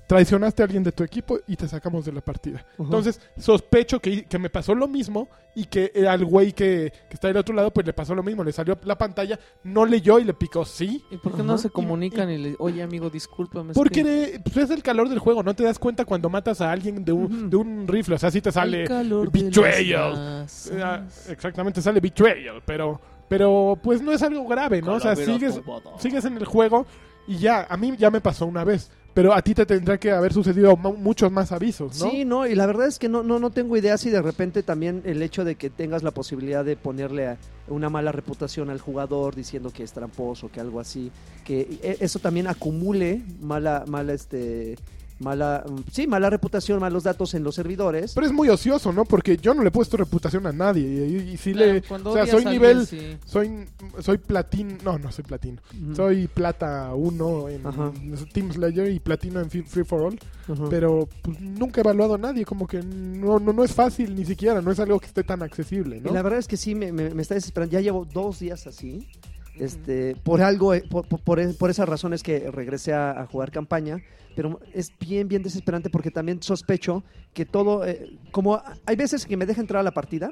[SPEAKER 1] Traicionaste a alguien de tu equipo y te sacamos de la partida. Entonces, sospecho que, que me pasó lo mismo y que eh, al güey que, que está del otro lado, pues le pasó lo mismo. Le salió la pantalla, no leyó y le picó sí.
[SPEAKER 3] ¿Y por qué no se comunican y le oye, amigo, discúlpame? es
[SPEAKER 1] Porque
[SPEAKER 3] que-
[SPEAKER 1] eh, pues, es el calor del juego, no te das cuenta cuando matas a alguien de un,
[SPEAKER 3] Ujú.
[SPEAKER 1] de un rifle. O sea, sí te sale
[SPEAKER 3] El calor de las
[SPEAKER 1] betrayal.
[SPEAKER 3] masas.
[SPEAKER 1] Eh, ah, exactamente, sale Betrayal, pero, pero
[SPEAKER 3] "Oh".
[SPEAKER 1] pues no es algo grave, ¿no? O sea, sigues, sigues en el juego y ya, a mí ya me pasó una vez. Pero a ti te tendrá que haber sucedido mu- muchos más avisos, ¿no?
[SPEAKER 2] Sí, no, y la verdad es que no, no, no tengo idea si de repente también el hecho de que tengas la posibilidad de ponerle a- una mala reputación al jugador diciendo que es tramposo, que algo así, que e- eso también acumule mala, mala, este, mala, mm, sí, mala reputación, malos datos en los servidores.
[SPEAKER 1] Pero es muy ocioso, ¿no? Porque yo no le he puesto reputación a nadie. Y, y- y sí le.
[SPEAKER 3] Cuando
[SPEAKER 1] o sea,
[SPEAKER 3] odias
[SPEAKER 1] soy
[SPEAKER 3] a alguien,
[SPEAKER 1] nivel.
[SPEAKER 3] sí.
[SPEAKER 1] Soy, soy platino. No, no soy platino.
[SPEAKER 2] Ujú,
[SPEAKER 1] Soy plata 1 en
[SPEAKER 2] Ajá.
[SPEAKER 1] Team Slayer y platino en Fi- Free for All.
[SPEAKER 2] ujú.
[SPEAKER 1] Pero pues, nunca he evaluado a nadie. Como que no, no, no es fácil ni siquiera. No es algo que esté tan accesible,
[SPEAKER 2] Y
[SPEAKER 1] ¿no?
[SPEAKER 2] la verdad es que sí, me, me- me está desesperando. Ya llevo dos días así. Este, por algo, eh, por, por- por- por esas razones que regresé a, a jugar campaña, pero es bien, bien desesperante porque también sospecho que todo, eh, como a- hay veces que me deja entrar a la partida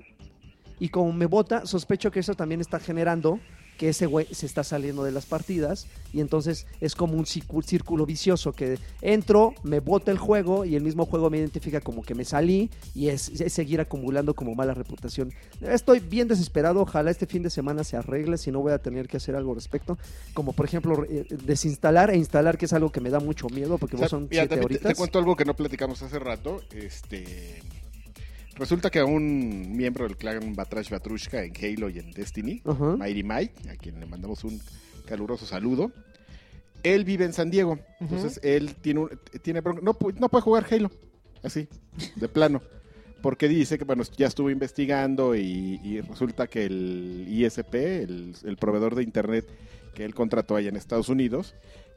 [SPEAKER 2] y como me vota, sospecho que eso también está generando que ese güey se está saliendo de las partidas y entonces es como un cicu- círculo vicioso que entro, me bota el juego y el mismo juego me identifica como que me salí y es, es seguir acumulando como mala reputación. Estoy bien desesperado, ojalá este fin de semana se arregle, si no voy a tener que hacer algo al respecto, como por ejemplo re- eh, desinstalar e instalar, que es algo que me da mucho miedo porque
[SPEAKER 8] O sea,
[SPEAKER 2] vos son
[SPEAKER 8] mira,
[SPEAKER 2] siete
[SPEAKER 8] también te-
[SPEAKER 2] horitas.
[SPEAKER 8] Te, cuento algo que no platicamos hace rato. Este, resulta que a un miembro del clan Batrash Batrushka en Halo y en Destiny,
[SPEAKER 2] Ajá.
[SPEAKER 8] Mighty Mike, a quien le mandamos un caluroso saludo, él vive en San Diego. Entonces él tiene, un- tiene bronca- no, pu- no puede jugar Halo, así, de plano. Porque dice que, bueno, ya estuvo investigando y, y resulta que el ISP, el, el proveedor de internet que él contrató allá en Estados Unidos,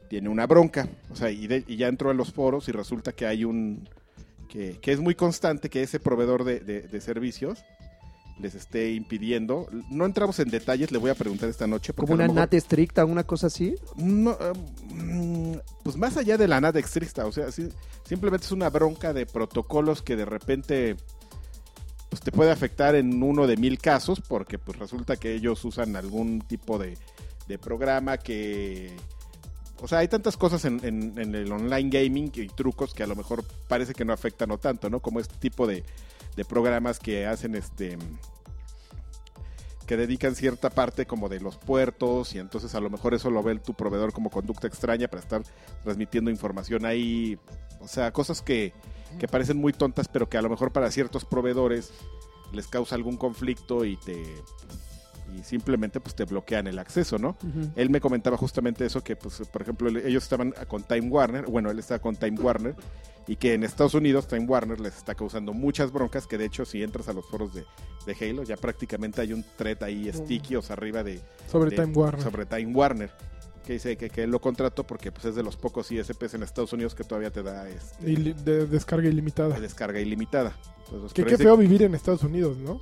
[SPEAKER 8] tiene una bronca. O sea, y, de- y ya entró a los foros y resulta que hay un. que, que es muy constante que ese proveedor de, de- de servicios les esté impidiendo. No entramos en detalles, le voy a preguntar esta noche. porque
[SPEAKER 2] Como
[SPEAKER 8] a
[SPEAKER 2] una
[SPEAKER 8] lo mejor-
[SPEAKER 2] nata estricta, una cosa así.
[SPEAKER 8] no, em, mm, pues más allá de la nada estricta, o sea, sí, simplemente es una bronca de protocolos que de repente pues, te puede afectar en uno de mil casos, porque pues resulta que ellos usan algún tipo de, de programa que... O sea, hay tantas cosas en, en- en el online gaming y trucos que a lo mejor parece que no afectan o tanto, ¿no? Como este tipo de, de programas que hacen este que dedican cierta parte como de los puertos y entonces a lo mejor eso lo ve tu proveedor como conducta extraña para estar transmitiendo información ahí. O sea, cosas que, que parecen muy tontas pero que a lo mejor para ciertos proveedores les causa algún conflicto y te y simplemente pues te bloquean el acceso, ¿no? Él me comentaba justamente eso que pues por ejemplo él- ellos estaban con Time Warner, bueno, él estaba con Time Warner y que en Estados Unidos Time Warner les está causando muchas broncas que de hecho si entras a los foros de, de Halo ya prácticamente hay un thread ahí sticky o sea, arriba de,
[SPEAKER 1] Sobre
[SPEAKER 8] de-
[SPEAKER 1] Time Warner.
[SPEAKER 8] sobre Time Warner que dice que, que él lo contrató porque pues es de los pocos ISPs en Estados Unidos que todavía te da este,
[SPEAKER 1] Y li- de descarga ilimitada.
[SPEAKER 8] la descarga ilimitada. Entonces,
[SPEAKER 1] Que
[SPEAKER 8] pero
[SPEAKER 1] qué
[SPEAKER 8] dice-
[SPEAKER 1] feo vivir en Estados Unidos, ¿no?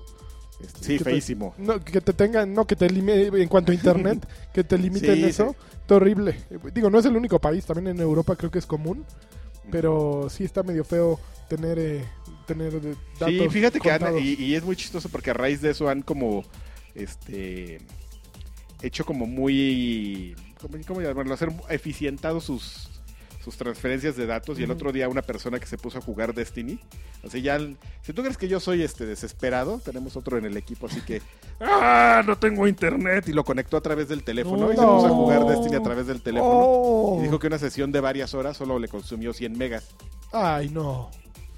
[SPEAKER 8] este, sí,
[SPEAKER 1] que te-
[SPEAKER 8] feísimo.
[SPEAKER 1] No, que te tengan, no, que te limiten, en cuanto a
[SPEAKER 8] (laughs)
[SPEAKER 1] internet, que te limiten
[SPEAKER 8] Sí,
[SPEAKER 1] eso, está horrible. Eh, Digo, no es el único país, también en Europa creo que es común, pero sí está medio feo tener, eh, tener eh, datos.
[SPEAKER 8] Sí, fíjate que han-
[SPEAKER 1] contados.
[SPEAKER 8] y, y es muy chistoso porque a raíz de eso han como este hecho como muy ¿cómo, cómo llamarlo? hacer eficientado sus sus transferencias de datos y el otro día una persona que se puso a jugar Destiny, así ya el- si tú crees que yo soy este desesperado, tenemos otro en el equipo, así que ah, no tengo internet y lo conectó a través del teléfono y se puso a jugar Destiny a través
[SPEAKER 1] ¡Oh!
[SPEAKER 8] del teléfono. Y dijo que una sesión de varias horas solo le consumió 100 megas
[SPEAKER 1] Ay, no.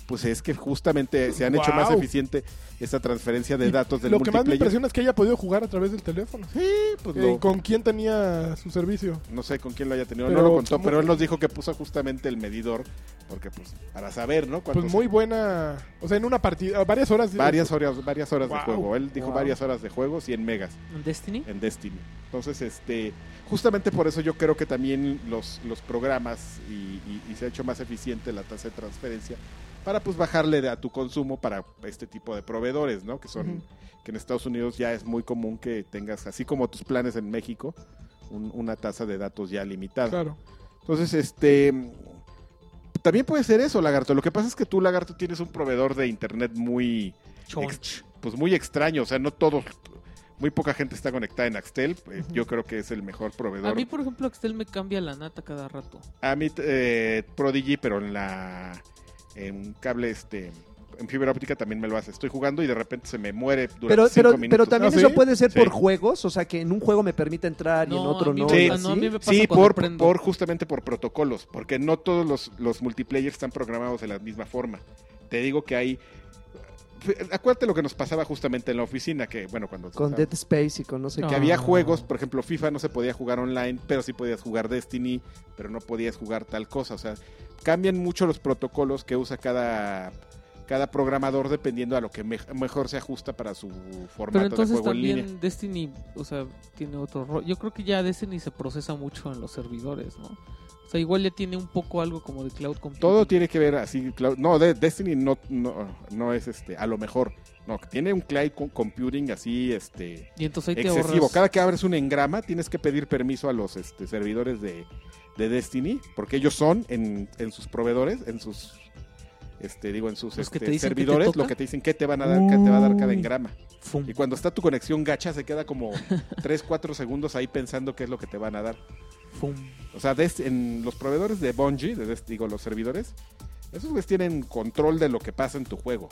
[SPEAKER 8] pues es que justamente se han hecho
[SPEAKER 1] Guau.
[SPEAKER 8] más eficiente esta transferencia de datos del
[SPEAKER 1] Lo que más me
[SPEAKER 8] multiplayer.
[SPEAKER 1] impresiona es que haya podido jugar a través del teléfono.
[SPEAKER 8] Sí, pues
[SPEAKER 1] Eh,
[SPEAKER 8] lo-
[SPEAKER 1] ¿Con quién tenía su servicio?
[SPEAKER 8] no sé con quién lo haya tenido,
[SPEAKER 1] Pero-
[SPEAKER 8] no lo contó, pero él nos dijo que puso justamente el medidor, porque pues para saber, ¿no? Cuántos-
[SPEAKER 1] Pues muy buena. O sea, en una partida, varias horas. eh,
[SPEAKER 8] varias horas, varias horas de
[SPEAKER 1] Guau,
[SPEAKER 8] juego. Él dijo
[SPEAKER 1] guau.
[SPEAKER 8] varias horas de juego, 100 megas
[SPEAKER 3] ¿En Destiny?
[SPEAKER 8] en Destiny. Entonces, este, justamente por eso yo creo que también los, los programas y, y- y se ha hecho más eficiente la tasa de transferencia para pues bajarle de- a tu consumo para este tipo de proveedores, ¿no? Que son, que en Estados Unidos ya es muy común que tengas, así como tus planes en México, un- una tasa de datos ya limitada.
[SPEAKER 1] Claro.
[SPEAKER 8] Entonces, este. También puede ser eso, Lagarto. Lo que pasa es que tú, Lagarto, tienes un proveedor de internet muy. ex- pues muy extraño. O sea, no todos. Muy poca gente está conectada en Axtel. Eh, Yo creo que es el mejor proveedor.
[SPEAKER 3] A mí, por ejemplo, Axtel me cambia la nata cada rato.
[SPEAKER 8] A mí, eh, Prodigy, pero en la. En cable este. en fibra óptica también me lo hace. Estoy jugando y de repente se me muere durante
[SPEAKER 2] Pero,
[SPEAKER 8] cinco
[SPEAKER 2] pero,
[SPEAKER 8] minutos.
[SPEAKER 2] pero también
[SPEAKER 1] ¿Ah,
[SPEAKER 2] eso
[SPEAKER 1] sí?
[SPEAKER 2] puede ser
[SPEAKER 8] Sí.
[SPEAKER 2] por juegos, o sea, que en un juego me permite entrar Ah, y en otro
[SPEAKER 3] a mí
[SPEAKER 2] no.
[SPEAKER 3] me
[SPEAKER 2] y
[SPEAKER 3] pasa- no, a
[SPEAKER 2] así.
[SPEAKER 3] mí me pasa
[SPEAKER 8] Sí,
[SPEAKER 3] cuando
[SPEAKER 8] por,
[SPEAKER 3] prendo.
[SPEAKER 8] por justamente por protocolos, porque no todos los, los multiplayers están programados de la misma forma. Te digo que hay... Acuérdate lo que nos pasaba justamente en la oficina, que bueno, cuando...
[SPEAKER 2] Con Dead Space y con no sé
[SPEAKER 3] No.
[SPEAKER 8] que
[SPEAKER 2] qué.
[SPEAKER 8] había
[SPEAKER 3] Ah.
[SPEAKER 8] juegos, por ejemplo, FIFA no se podía jugar online, pero sí podías jugar Destiny, pero no podías jugar tal cosa. O sea, cambian mucho los protocolos que usa cada, cada programador dependiendo a lo que me- mejor se ajusta para su
[SPEAKER 3] Pero
[SPEAKER 8] formato de
[SPEAKER 3] entonces
[SPEAKER 8] juego en línea.
[SPEAKER 3] también Destiny, o sea, tiene otro rol. Yo creo que ya Destiny se procesa mucho en los servidores, ¿no? O sea, igual ya tiene un poco algo como de cloud computing.
[SPEAKER 8] Todo tiene que ver así, cloud- no, de- Destiny no, no, no es este, a lo mejor, no, tiene un cloud co- computing así, este,
[SPEAKER 3] y entonces ahí te
[SPEAKER 8] excesivo.
[SPEAKER 3] ahorras.
[SPEAKER 8] Cada que abres un engrama tienes que pedir permiso a los este, servidores de, de Destiny, porque ellos son en, en sus proveedores, en sus este digo en sus
[SPEAKER 3] Los que
[SPEAKER 8] este,
[SPEAKER 3] te dicen que te
[SPEAKER 8] servidores,
[SPEAKER 3] toca.
[SPEAKER 8] lo que te dicen que te van a dar, qué te va a dar cada
[SPEAKER 9] Uy.
[SPEAKER 8] engrama.
[SPEAKER 3] Fum.
[SPEAKER 8] Y cuando está tu conexión gacha se queda como (laughs) 3 4 segundos ahí pensando qué es lo que te van a dar.
[SPEAKER 3] Fum.
[SPEAKER 8] O sea, des- en los proveedores de Bungie, de des- digo, los servidores, esos güeyes tienen control de lo que pasa en tu juego.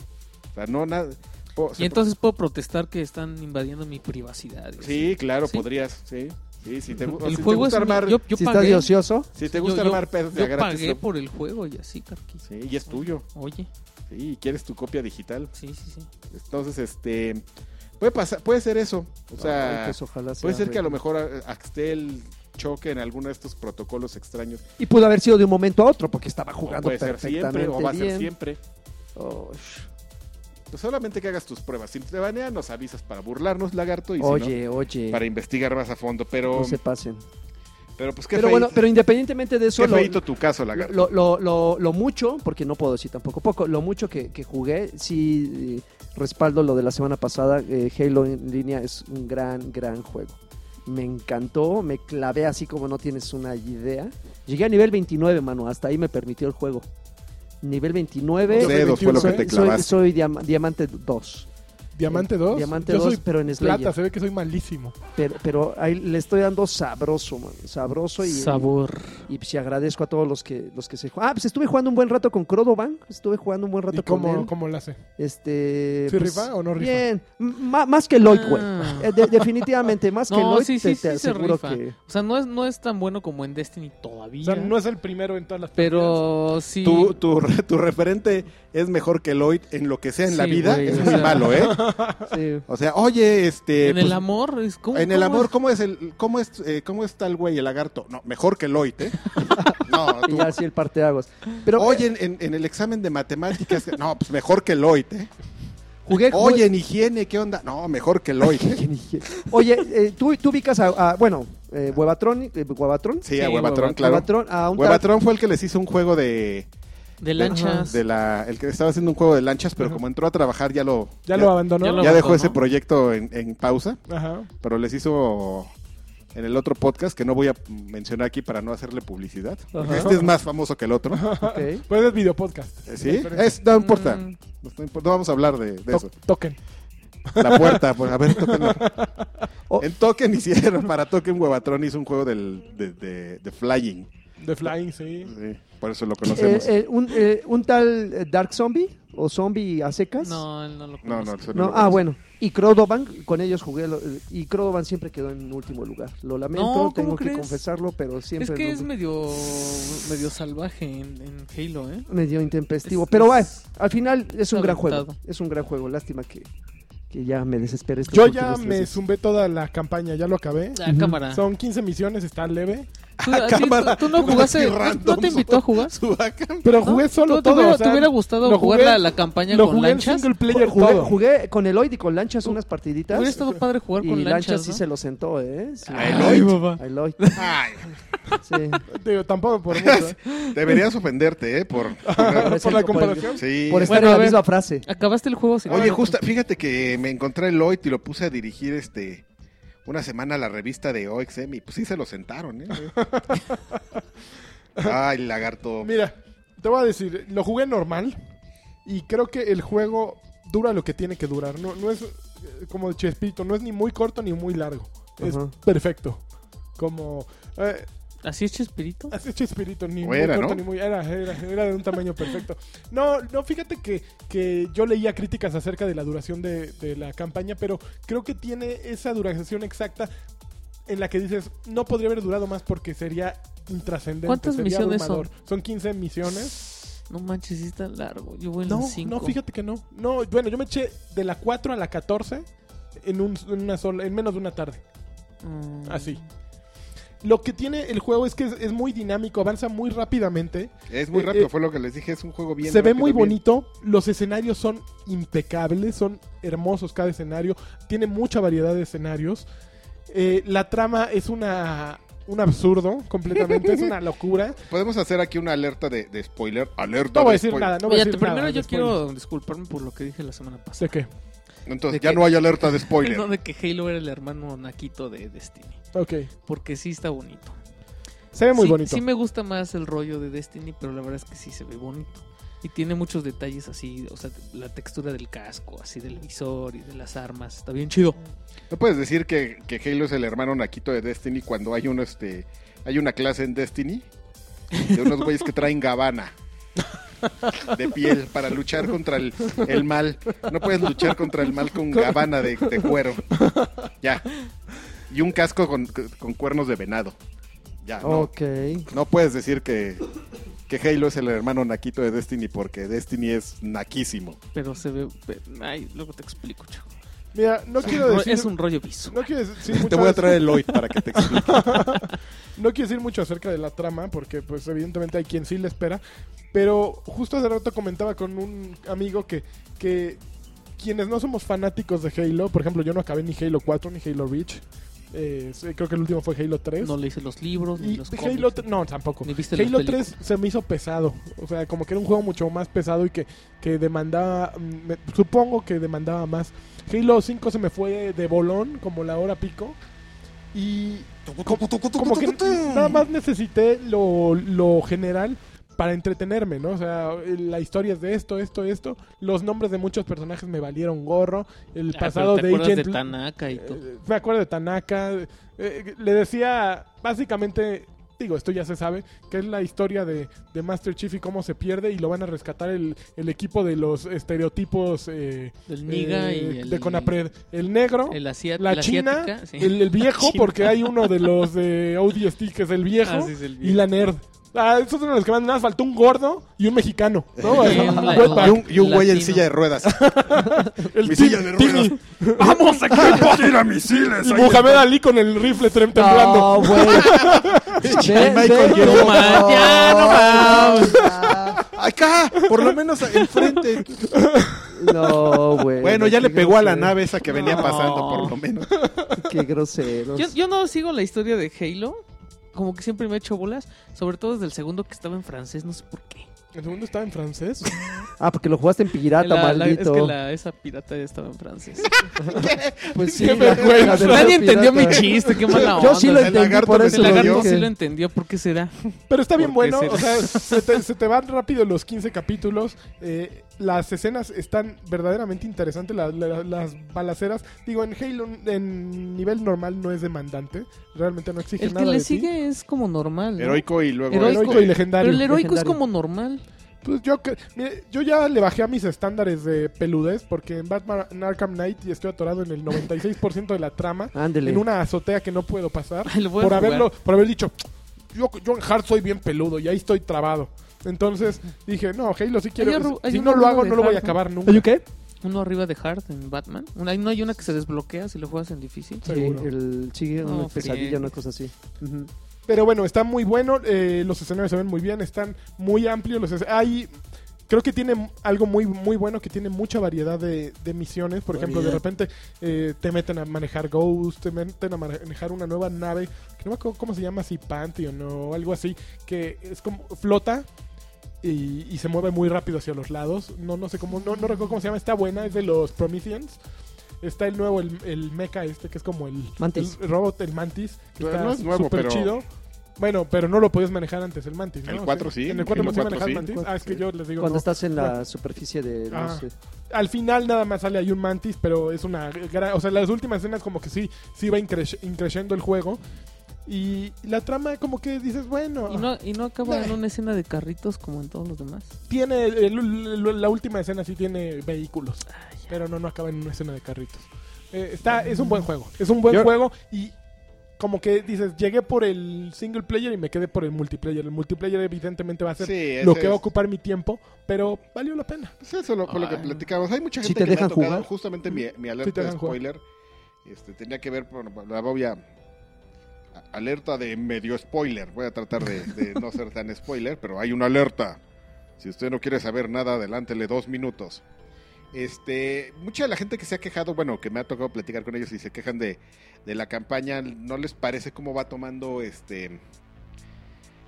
[SPEAKER 8] O sea, no nada po-
[SPEAKER 3] Y
[SPEAKER 8] se-
[SPEAKER 3] entonces puedo protestar que están invadiendo mi privacidad. y
[SPEAKER 8] Sí, claro,
[SPEAKER 3] Sí.
[SPEAKER 8] podrías, sí. Sí, si te,
[SPEAKER 3] así. El
[SPEAKER 8] si te
[SPEAKER 3] juego es.
[SPEAKER 8] gusta
[SPEAKER 3] mi-
[SPEAKER 8] armar,
[SPEAKER 3] Yo, yo
[SPEAKER 2] si estás
[SPEAKER 3] pagué.
[SPEAKER 2] de ocioso,
[SPEAKER 8] si te
[SPEAKER 3] yo-
[SPEAKER 8] gusta
[SPEAKER 3] yo-
[SPEAKER 8] armar pedos de
[SPEAKER 3] yo
[SPEAKER 8] gratis,
[SPEAKER 3] pagué
[SPEAKER 8] lo-
[SPEAKER 3] por el juego y así, Carqui.
[SPEAKER 8] sí, y es tuyo.
[SPEAKER 3] Oye,
[SPEAKER 8] Sí, y quieres tu copia digital.
[SPEAKER 3] sí, sí, sí.
[SPEAKER 8] Entonces, este puede pasar, puede ser eso. O sea,
[SPEAKER 2] ay, pues ojalá
[SPEAKER 8] puede
[SPEAKER 2] sea
[SPEAKER 8] ser que a lo
[SPEAKER 2] real.
[SPEAKER 8] mejor eh, Axtel choque en alguno de estos protocolos extraños.
[SPEAKER 2] Y pudo haber sido de un momento a otro, porque estaba
[SPEAKER 8] O
[SPEAKER 2] jugando
[SPEAKER 8] puede ser
[SPEAKER 2] perfectamente
[SPEAKER 8] siempre, o va a ser
[SPEAKER 2] bien.
[SPEAKER 8] siempre.
[SPEAKER 2] Oh,
[SPEAKER 8] Pues solamente que hagas tus pruebas. Si te banean, nos avisas para burlarnos, lagarto, y si
[SPEAKER 2] oye, oye,
[SPEAKER 8] no, para investigar más a fondo. Pero,
[SPEAKER 2] no se pasen.
[SPEAKER 8] Pues pero pues qué,
[SPEAKER 2] Pero
[SPEAKER 8] feí-
[SPEAKER 2] bueno, pero independientemente de eso,
[SPEAKER 8] qué
[SPEAKER 2] lo-
[SPEAKER 8] feíto tu caso, lagarto.
[SPEAKER 2] lo, lo- lo- lo mucho, porque no puedo decir tampoco poco, lo mucho que, que jugué, sí eh, respaldo lo de la semana pasada. eh, Halo en línea es un gran, gran juego. Me encantó, me clavé así como no tienes una idea. Llegué a nivel 29, mano, hasta ahí me permitió el juego. Nivel 29,
[SPEAKER 8] Los dedos fue lo que
[SPEAKER 2] soy,
[SPEAKER 8] te
[SPEAKER 2] soy-
[SPEAKER 8] clavaste.
[SPEAKER 2] soy diam- diamante 2.
[SPEAKER 1] Diamante 2.
[SPEAKER 2] Diamante
[SPEAKER 1] Yo
[SPEAKER 2] 2,
[SPEAKER 1] soy
[SPEAKER 2] pero en Slayer.
[SPEAKER 1] plata, se ve que soy malísimo.
[SPEAKER 2] Pero, pero ahí le estoy dando sabroso, man, sabroso y,
[SPEAKER 3] Sabor.
[SPEAKER 2] y si agradezco a todos los que los que se ju- Ah, pues estuve jugando un buen rato con Crodoban, estuve jugando un buen
[SPEAKER 1] ¿Y
[SPEAKER 2] rato con
[SPEAKER 1] cómo,
[SPEAKER 2] él.
[SPEAKER 1] cómo la hace?
[SPEAKER 2] Este
[SPEAKER 1] ¿Sí rifa o no rifa?
[SPEAKER 2] Bien, M- ma- más que Lloyd, güey.
[SPEAKER 3] Ah.
[SPEAKER 2] Eh, de- definitivamente más que
[SPEAKER 3] No,
[SPEAKER 2] Lloyd
[SPEAKER 3] sí,
[SPEAKER 2] te,
[SPEAKER 3] sí,
[SPEAKER 2] te
[SPEAKER 3] sí se
[SPEAKER 2] aseguro
[SPEAKER 3] rifa.
[SPEAKER 2] que
[SPEAKER 3] O sea, no es, no es tan bueno como en Destiny todavía.
[SPEAKER 1] O sea, no es el primero en todas las
[SPEAKER 3] Pero sí.
[SPEAKER 8] tu, tu, re- tu referente es mejor que Lloyd en lo que sea en la
[SPEAKER 3] Sí,
[SPEAKER 8] vida.
[SPEAKER 3] güey,
[SPEAKER 8] es
[SPEAKER 3] o
[SPEAKER 8] muy
[SPEAKER 3] sea.
[SPEAKER 8] malo,
[SPEAKER 3] (laughs)
[SPEAKER 8] ¿eh?
[SPEAKER 2] sí.
[SPEAKER 8] O sea, oye, este.
[SPEAKER 3] en el
[SPEAKER 8] pues,
[SPEAKER 3] amor es como.
[SPEAKER 8] en el
[SPEAKER 3] ¿cómo
[SPEAKER 8] amor,
[SPEAKER 3] es?
[SPEAKER 8] ¿cómo es el, cómo es, eh, cómo está el güey, el lagarto? No, mejor que Lloyd, ¿eh? (laughs) No,
[SPEAKER 2] y
[SPEAKER 8] tú. eh,
[SPEAKER 2] ya así
[SPEAKER 1] (laughs)
[SPEAKER 2] el parteaguas. Pero
[SPEAKER 8] Oye, en- en, en el examen de matemáticas, no, pues mejor que Lloyd,
[SPEAKER 3] (laughs)
[SPEAKER 8] ¿eh?
[SPEAKER 2] jugué (laughs)
[SPEAKER 8] Oye, en higiene, ¿qué onda? No, mejor que Lloyd.
[SPEAKER 3] (laughs)
[SPEAKER 8] ¿eh?
[SPEAKER 2] Oye, eh, tú, tú ubicas a, a- bueno, eh, Huevatron, eh, Huevatron,
[SPEAKER 8] Sí, a
[SPEAKER 3] Sí, Huevatrón.
[SPEAKER 8] Huevatrón, claro.
[SPEAKER 2] Huevatron, a un tal-
[SPEAKER 8] Huevatrón fue el que les hizo un juego de,
[SPEAKER 3] De lanchas.
[SPEAKER 8] de la, el que estaba haciendo un juego de lanchas, pero como entró a trabajar ya lo,
[SPEAKER 1] Ya lo abandonó.
[SPEAKER 3] ya lo-
[SPEAKER 8] ya dejó
[SPEAKER 3] botó,
[SPEAKER 8] ese
[SPEAKER 3] ¿no?
[SPEAKER 8] proyecto en- en pausa.
[SPEAKER 1] Ajá.
[SPEAKER 8] pero les hizo en el otro podcast que no voy a mencionar aquí para no hacerle publicidad. porque Este es más famoso que el otro.
[SPEAKER 2] Ok.
[SPEAKER 1] Pues es videopodcast.
[SPEAKER 8] Eh, ¿Sí? Es, no importa.
[SPEAKER 3] Mm.
[SPEAKER 8] No, impo- no vamos a hablar de, de
[SPEAKER 1] To-
[SPEAKER 8] eso.
[SPEAKER 1] token.
[SPEAKER 8] La puerta, pues, a ver, tóquenlo.
[SPEAKER 2] Oh.
[SPEAKER 8] En Token hicieron, para Token Huevatron hizo un juego del, de, de- de Flying.
[SPEAKER 1] The Flying, sí.
[SPEAKER 8] Sí, por eso lo
[SPEAKER 2] Eh,
[SPEAKER 8] conocemos.
[SPEAKER 2] eh, un, eh, un tal eh, Dark Zombie o Zombie a secas.
[SPEAKER 3] No, él no lo
[SPEAKER 8] no, no,
[SPEAKER 3] conozco.
[SPEAKER 8] eso no
[SPEAKER 2] No,
[SPEAKER 8] lo
[SPEAKER 2] ah,
[SPEAKER 8] conozco.
[SPEAKER 2] bueno. Y Crodoban, con ellos jugué. lo- y Crodoban siempre quedó en último lugar. Lo lamento,
[SPEAKER 3] No, ¿cómo
[SPEAKER 2] tengo que
[SPEAKER 3] crees?
[SPEAKER 2] confesarlo, pero siempre
[SPEAKER 3] Es que
[SPEAKER 2] lo-
[SPEAKER 3] es medio, medio salvaje en, en Halo, ¿eh?
[SPEAKER 2] medio intempestivo.
[SPEAKER 3] es-
[SPEAKER 2] pero va,
[SPEAKER 3] es-
[SPEAKER 2] al final es un gran juego.
[SPEAKER 3] aventado.
[SPEAKER 2] Es un gran juego. Lástima que, que ya me desesperé. estas
[SPEAKER 1] Yo ya
[SPEAKER 2] últimas
[SPEAKER 1] me
[SPEAKER 2] veces.
[SPEAKER 1] zumbé toda la campaña, ya lo acabé.
[SPEAKER 3] La Ah, cámara.
[SPEAKER 1] Son 15 misiones, está leve.
[SPEAKER 3] Tú, a ti-
[SPEAKER 8] cámara.
[SPEAKER 3] tú- tú no
[SPEAKER 8] Uno
[SPEAKER 3] jugaste.
[SPEAKER 8] así
[SPEAKER 3] ¿No,
[SPEAKER 8] random.
[SPEAKER 3] te invitó a jugar?
[SPEAKER 1] Pero
[SPEAKER 3] ¿No?
[SPEAKER 1] jugué solo
[SPEAKER 3] ¿Tú-
[SPEAKER 1] todo.
[SPEAKER 3] ¿Te hubiera,
[SPEAKER 1] o sea,
[SPEAKER 3] te hubiera gustado
[SPEAKER 1] lo
[SPEAKER 3] jugar
[SPEAKER 1] jugué-
[SPEAKER 3] la, la campaña
[SPEAKER 1] lo
[SPEAKER 3] con
[SPEAKER 1] jugué en
[SPEAKER 3] lanchas?
[SPEAKER 1] single player
[SPEAKER 2] Jugué,
[SPEAKER 1] todo.
[SPEAKER 2] jugué con Eloy y con Lanchas unas partiditas.
[SPEAKER 3] Hubiera estado padre jugar
[SPEAKER 2] y
[SPEAKER 3] con
[SPEAKER 2] Lanchas,
[SPEAKER 3] lanchas.
[SPEAKER 2] sí
[SPEAKER 3] ¿no?
[SPEAKER 2] se lo sentó, ¿eh? Sí.
[SPEAKER 8] ¿A Eloy?
[SPEAKER 1] (laughs)
[SPEAKER 2] A Eloy,
[SPEAKER 8] Ay,
[SPEAKER 2] sí.
[SPEAKER 1] Digo, tampoco (laughs) por mucho. ¿eh?
[SPEAKER 8] deberías ofenderte, ¿eh? Por,
[SPEAKER 2] Por
[SPEAKER 1] por
[SPEAKER 2] eso-
[SPEAKER 1] la
[SPEAKER 2] por-
[SPEAKER 1] comparación.
[SPEAKER 8] sí.
[SPEAKER 2] Por estar
[SPEAKER 3] Bueno,
[SPEAKER 2] en
[SPEAKER 3] a
[SPEAKER 2] la
[SPEAKER 3] ver.
[SPEAKER 2] misma frase.
[SPEAKER 3] Acabaste el juego sin
[SPEAKER 8] este, Oye,
[SPEAKER 3] jugar.
[SPEAKER 8] justa, fíjate que me encontré el Lloyd y lo puse a dirigir este una semana a la revista de OXM y pues sí se lo sentaron, ¿eh? Ay, lagarto.
[SPEAKER 1] Mira, te voy a decir, lo jugué normal y creo que el juego dura lo que tiene que durar. No, no es eh, como Chespirito, no es ni muy corto ni muy largo. Es
[SPEAKER 2] Ajá.
[SPEAKER 1] perfecto. Como eh,
[SPEAKER 3] ¿Así es Chespirito?
[SPEAKER 1] Así es Chespirito, ni
[SPEAKER 8] O
[SPEAKER 1] muy
[SPEAKER 8] era,
[SPEAKER 1] corto,
[SPEAKER 8] ¿no?
[SPEAKER 1] ni muy- era, era, era de un tamaño perfecto. No, no, fíjate que, que yo leía críticas acerca de la duración de, de la campaña, pero creo que tiene esa duración exacta en la que dices, no podría haber durado más porque sería intrascendente.
[SPEAKER 3] ¿Cuántas
[SPEAKER 1] sería
[SPEAKER 3] misiones son?
[SPEAKER 1] abrumador. Son 15 misiones.
[SPEAKER 3] No manches, sí está largo. Yo voy en
[SPEAKER 1] No,
[SPEAKER 3] las cinco.
[SPEAKER 1] no, fíjate que no. No, bueno, yo me eché de la 4 a la 14 en, un- en una sola, en menos de una tarde.
[SPEAKER 3] Mm.
[SPEAKER 1] Así. Lo que tiene el juego es que es- es muy dinámico, avanza muy rápidamente.
[SPEAKER 8] Es muy
[SPEAKER 1] Eh, eh,
[SPEAKER 8] rápido, fue lo que les dije, es un juego bien
[SPEAKER 1] Se ve
[SPEAKER 8] rápido,
[SPEAKER 1] muy
[SPEAKER 8] bien-
[SPEAKER 1] bonito, los escenarios son impecables, son hermosos cada escenario, tiene mucha variedad de escenarios. Eh, la trama es una un absurdo completamente, es una
[SPEAKER 8] (laughs)
[SPEAKER 1] locura.
[SPEAKER 8] Podemos hacer aquí una alerta de, de spoiler. Alerta
[SPEAKER 1] No voy a
[SPEAKER 8] de
[SPEAKER 1] decir
[SPEAKER 8] spoiler.
[SPEAKER 1] nada, no voy a
[SPEAKER 3] Oye,
[SPEAKER 1] decir
[SPEAKER 3] primero
[SPEAKER 1] nada
[SPEAKER 3] yo
[SPEAKER 1] de spoiler.
[SPEAKER 3] quiero disculparme por lo que dije la semana pasada.
[SPEAKER 1] ¿De qué?
[SPEAKER 8] Entonces,
[SPEAKER 3] ¿De
[SPEAKER 8] ya
[SPEAKER 3] qué?
[SPEAKER 8] no hay alerta de
[SPEAKER 3] (laughs)
[SPEAKER 8] spoiler.
[SPEAKER 3] No de que Halo era el hermano naquito de Destiny.
[SPEAKER 1] Ok.
[SPEAKER 3] Porque sí está bonito.
[SPEAKER 1] Se ve muy
[SPEAKER 3] sí,
[SPEAKER 1] bonito.
[SPEAKER 3] Sí me gusta más el rollo de Destiny, pero la verdad es que sí se ve bonito. Y tiene muchos detalles así, o sea, la textura del casco, así del visor y de las armas. Está bien chido.
[SPEAKER 8] No puedes decir que, que Halo es el hermano naquito de Destiny cuando hay un este hay una clase en Destiny de unos güeyes que traen gabana de piel para luchar contra el, el mal. No puedes luchar contra el mal con gabana de, de cuero. Ya. Y un casco con, con cuernos de venado. Ya.
[SPEAKER 3] Ah,
[SPEAKER 8] No,
[SPEAKER 2] Ok.
[SPEAKER 8] no puedes decir que, que Halo es el hermano naquito de Destiny porque Destiny es naquísimo.
[SPEAKER 3] Pero se ve. pe- Ay, luego te explico, chavo.
[SPEAKER 1] Mira, no quiero decir
[SPEAKER 3] Es un rollo visual.
[SPEAKER 1] no quiero decir
[SPEAKER 3] (laughs)
[SPEAKER 1] sí, mucho
[SPEAKER 8] Te voy a
[SPEAKER 1] de-
[SPEAKER 8] traer el Lloyd para que
[SPEAKER 1] (laughs)
[SPEAKER 8] te explique.
[SPEAKER 1] No quiero decir mucho acerca de la trama, porque pues evidentemente hay quien sí le espera. Pero justo hace rato comentaba con un amigo que, que quienes no somos fanáticos de Halo, por ejemplo, yo no acabé ni Halo 4 ni Halo Reach. eh, sí, creo que el último fue Halo 3.
[SPEAKER 3] No leíste los libros, ni
[SPEAKER 1] y
[SPEAKER 3] los
[SPEAKER 1] Halo
[SPEAKER 3] cómics,
[SPEAKER 1] tre- no, tampoco.
[SPEAKER 3] ni viste
[SPEAKER 1] Halo
[SPEAKER 3] las
[SPEAKER 1] 3 se me hizo pesado. O sea, como que era un juego mucho más pesado y que, que demandaba. mm, me- supongo que demandaba más. Halo 5 se me fue de bolón, como la hora pico. Y. Como,
[SPEAKER 11] Pues
[SPEAKER 1] como que nada más necesité lo, lo general para entretenerme, ¿no? O sea, la historia es de esto, esto, esto. Los nombres de muchos personajes me valieron gorro. El
[SPEAKER 3] Ah,
[SPEAKER 1] pasado
[SPEAKER 3] pero ¿te
[SPEAKER 1] de
[SPEAKER 3] acuerdas
[SPEAKER 1] Agent
[SPEAKER 3] de Tanaka y todo.
[SPEAKER 1] eh, me acuerdo de Tanaka. eh, eh, le decía, básicamente, digo, esto ya se sabe, que es la historia de, de Master Chief y cómo se pierde y lo van a rescatar el, el equipo de los estereotipos eh,
[SPEAKER 3] El Niga
[SPEAKER 1] eh,
[SPEAKER 3] y el.
[SPEAKER 1] de Conapred. El negro,
[SPEAKER 3] El asiat-
[SPEAKER 1] la,
[SPEAKER 3] la
[SPEAKER 1] china,
[SPEAKER 3] asiática, sí.
[SPEAKER 1] el, el viejo,
[SPEAKER 3] China.
[SPEAKER 1] porque hay uno de los de ODST que es el viejo,
[SPEAKER 3] Ah, sí, es el
[SPEAKER 1] y la nerd. Ah, esos son los que más nada más faltó un gordo y un mexicano. ¿no?
[SPEAKER 3] Y un la-
[SPEAKER 1] Wetback,
[SPEAKER 8] Y un, y un güey en
[SPEAKER 3] Latino.
[SPEAKER 8] silla de ruedas.
[SPEAKER 3] (laughs)
[SPEAKER 8] (laughs)
[SPEAKER 1] el Tim-
[SPEAKER 11] mi silla de
[SPEAKER 1] Timmy,
[SPEAKER 11] ruedas. ¡Vamos a tira misiles!
[SPEAKER 1] y
[SPEAKER 11] ahí
[SPEAKER 1] Muhammad Ali con el rifle trem- temblando.
[SPEAKER 2] No,
[SPEAKER 8] (laughs)
[SPEAKER 2] güey. Ve-
[SPEAKER 8] Michael
[SPEAKER 2] ve-
[SPEAKER 8] Jordan.
[SPEAKER 3] man- ya, no mames.
[SPEAKER 2] Ah,
[SPEAKER 3] Eh,
[SPEAKER 8] Acá, por lo menos enfrente.
[SPEAKER 2] No, güey.
[SPEAKER 8] Bueno, ya
[SPEAKER 2] qué
[SPEAKER 8] le pegó a la
[SPEAKER 2] grosero.
[SPEAKER 8] nave esa que venía
[SPEAKER 3] No.
[SPEAKER 8] pasando, por lo menos.
[SPEAKER 2] Qué grosero.
[SPEAKER 3] Yo, yo no sigo la historia de Halo. Como que siempre me he hecho bolas. Sobre todo desde el segundo que estaba en francés, no sé por qué.
[SPEAKER 1] El segundo estaba en francés.
[SPEAKER 2] Ah, porque lo jugaste en pirata,
[SPEAKER 3] La- la- es
[SPEAKER 2] maldito.
[SPEAKER 3] que la- esa pirata ya estaba en francés.
[SPEAKER 8] (laughs)
[SPEAKER 2] Pues sí,
[SPEAKER 1] Qué
[SPEAKER 2] la-
[SPEAKER 1] vergüenza.
[SPEAKER 2] la de los
[SPEAKER 3] Nadie entendió mi
[SPEAKER 2] piratas.
[SPEAKER 3] chiste, qué mala onda.
[SPEAKER 2] Yo sí lo
[SPEAKER 8] El
[SPEAKER 2] entendí,
[SPEAKER 8] lagarto
[SPEAKER 2] por
[SPEAKER 8] me
[SPEAKER 2] eso
[SPEAKER 3] El
[SPEAKER 8] lo
[SPEAKER 3] lagarto
[SPEAKER 2] dije.
[SPEAKER 3] sí lo entendió, ¿por qué será?
[SPEAKER 1] Pero está bien
[SPEAKER 3] ¿Por qué
[SPEAKER 1] bueno,
[SPEAKER 3] será?
[SPEAKER 1] o sea, se te, se te van rápido los 15 capítulos. eh, las escenas están verdaderamente interesantes, la- la- las balaceras. Digo, en Halo, en nivel normal no es demandante, realmente no exige
[SPEAKER 3] El
[SPEAKER 1] nada.
[SPEAKER 3] que le
[SPEAKER 1] de ti.
[SPEAKER 3] sigue es como normal. ¿no?
[SPEAKER 8] Heroico y luego.
[SPEAKER 3] Heroico.
[SPEAKER 1] Heroico y
[SPEAKER 3] Pero
[SPEAKER 1] legendario.
[SPEAKER 3] el heroico es
[SPEAKER 2] Legendario.
[SPEAKER 3] como normal.
[SPEAKER 1] Pues yo, que- mire, yo ya le bajé a mis estándares de peludez porque en Batman Arkham Knight y estoy atorado en el 96% de la trama.
[SPEAKER 2] Ándele.
[SPEAKER 1] en una azotea que no puedo
[SPEAKER 3] (laughs)
[SPEAKER 1] pasar
[SPEAKER 3] Ay, lo voy a
[SPEAKER 1] por
[SPEAKER 3] jugar.
[SPEAKER 1] haberlo por haber dicho yo, yo en hard soy bien peludo y ahí estoy trabado entonces dije no Halo sí quiero
[SPEAKER 3] Hay arru- hay
[SPEAKER 1] si
[SPEAKER 3] una
[SPEAKER 1] no lo
[SPEAKER 3] rueda
[SPEAKER 1] hago
[SPEAKER 3] de
[SPEAKER 1] no lo voy a
[SPEAKER 3] Hard, ¿no?
[SPEAKER 1] acabar nunca
[SPEAKER 2] ¿Oye, qué?
[SPEAKER 3] Uno arriba de Hard en Batman. Una, no hay una que se desbloquea si lo juegas en difícil.
[SPEAKER 2] Sí,
[SPEAKER 1] Seguro.
[SPEAKER 2] el sigue
[SPEAKER 3] No, pues,
[SPEAKER 2] una pesadilla,
[SPEAKER 3] friegues.
[SPEAKER 2] una cosa así. Ujú.
[SPEAKER 1] pero bueno está muy bueno eh, los escenarios se ven muy bien están muy amplios los escen- hay Creo que tiene algo muy muy bueno que tiene mucha variedad de, de misiones. Por ejemplo, de repente eh, te meten a manejar Ghost, te meten a manejar una nueva nave, que no me acuerdo cómo se llama, si Pantheon o algo así, que es como flota y, y se mueve muy rápido hacia los lados. No, no sé cómo, no, no recuerdo cómo se llama, está buena, es de los Prometheans. Está el nuevo, el, el mecha este, que es como el,
[SPEAKER 2] Mantis.
[SPEAKER 1] el robot, el Mantis, que
[SPEAKER 8] Pero
[SPEAKER 1] está
[SPEAKER 8] no es nuevo,
[SPEAKER 1] súper
[SPEAKER 8] pero-
[SPEAKER 1] chido. Bueno, pero no lo podías manejar antes, el Mantis, ¿no?
[SPEAKER 8] El cuatro sí,
[SPEAKER 1] En el 4
[SPEAKER 8] el
[SPEAKER 1] podías
[SPEAKER 8] cuatro
[SPEAKER 1] manejar
[SPEAKER 8] sí.
[SPEAKER 1] el Mantis. Ah, es que yo les digo
[SPEAKER 2] Cuando
[SPEAKER 1] no.
[SPEAKER 2] estás en
[SPEAKER 8] Ah.
[SPEAKER 2] la superficie de. no
[SPEAKER 1] Ah.
[SPEAKER 2] sé.
[SPEAKER 1] Al final nada más sale ahí un Mantis, pero es una gran... O sea, las últimas escenas como que sí, sí va incres- increciendo el juego. Y la trama como que dices, bueno,
[SPEAKER 3] ¿Y no, y no acaba
[SPEAKER 1] Nah.
[SPEAKER 3] en una escena de carritos como en todos los demás.
[SPEAKER 1] tiene el- el- la última escena sí tiene vehículos, pero no no acaba en una escena de carritos. Eh, está es un buen juego, es un buen
[SPEAKER 9] Yo-
[SPEAKER 1] juego y como que dices, llegué por el single player y me quedé por el multiplayer. El multiplayer evidentemente va a ser
[SPEAKER 8] Sí,
[SPEAKER 1] lo
[SPEAKER 8] ese
[SPEAKER 1] que va a
[SPEAKER 8] es-
[SPEAKER 1] ocupar mi tiempo, pero valió la pena.
[SPEAKER 8] Pues eso lo, por lo que
[SPEAKER 3] Ay.
[SPEAKER 8] platicamos. Hay mucha
[SPEAKER 2] Si
[SPEAKER 8] gente
[SPEAKER 2] te
[SPEAKER 8] que me ha
[SPEAKER 2] dejan
[SPEAKER 8] tocado.
[SPEAKER 2] jugar.
[SPEAKER 8] Justamente mi, mi
[SPEAKER 1] Si te
[SPEAKER 8] alerta de
[SPEAKER 1] dejan jugar.
[SPEAKER 8] spoiler este, tenía que ver con la obvia a- alerta de medio spoiler. Voy a tratar de, de no ser tan spoiler, pero hay una alerta. Si usted no quiere saber nada, adelántele dos minutos. Este, mucha de la gente que se ha quejado, bueno, que me ha tocado platicar con ellos y se quejan de, de la campaña, no les parece cómo va tomando este.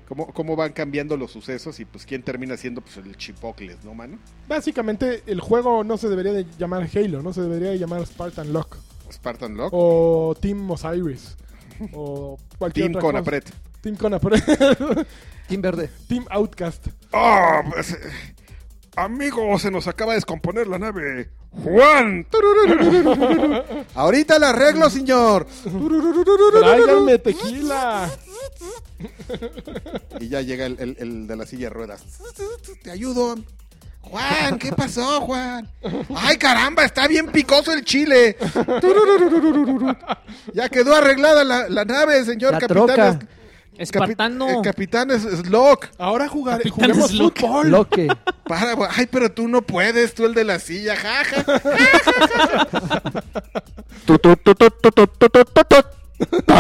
[SPEAKER 8] Cómo, cómo van cambiando los sucesos y pues quién termina siendo pues el chipocles, ¿no, mano?
[SPEAKER 1] Básicamente el juego no se debería de llamar Halo, no se debería de llamar Spartan Lock
[SPEAKER 8] Spartan
[SPEAKER 1] Oh,
[SPEAKER 8] Lock.
[SPEAKER 1] o Team Osiris o cualquier
[SPEAKER 8] Team
[SPEAKER 1] otra
[SPEAKER 8] con
[SPEAKER 1] cosa.
[SPEAKER 8] apret.
[SPEAKER 1] Team Conapret,
[SPEAKER 2] Team Verde.
[SPEAKER 1] (laughs) Team Outcast.
[SPEAKER 11] ¡Ah! pues, eh, amigo, se nos acaba de descomponer la nave. ¡Juan!
[SPEAKER 9] (laughs) Ahorita la arreglo, señor.
[SPEAKER 1] Tráiganme tequila.
[SPEAKER 8] (laughs) Y ya llega el, el- el de la silla de ruedas.
[SPEAKER 9] Te ayudo. Juan, ¿qué pasó, Juan? ¡Ay, caramba! Está bien picoso el
[SPEAKER 8] (laughs)
[SPEAKER 9] chile. Ya quedó arreglada la, la nave, señor
[SPEAKER 2] La
[SPEAKER 9] capitán.
[SPEAKER 2] troca.
[SPEAKER 9] Es- capi- eh,
[SPEAKER 3] Espartano.
[SPEAKER 9] capitán es Slock.
[SPEAKER 1] Ahora jugar,
[SPEAKER 3] Capitán
[SPEAKER 1] juguemos
[SPEAKER 3] Slug.
[SPEAKER 1] fútbol.
[SPEAKER 2] Lo que.
[SPEAKER 9] Para, güey. ay, pero tú no puedes, tú el de la silla, jaja.
[SPEAKER 1] (laughs)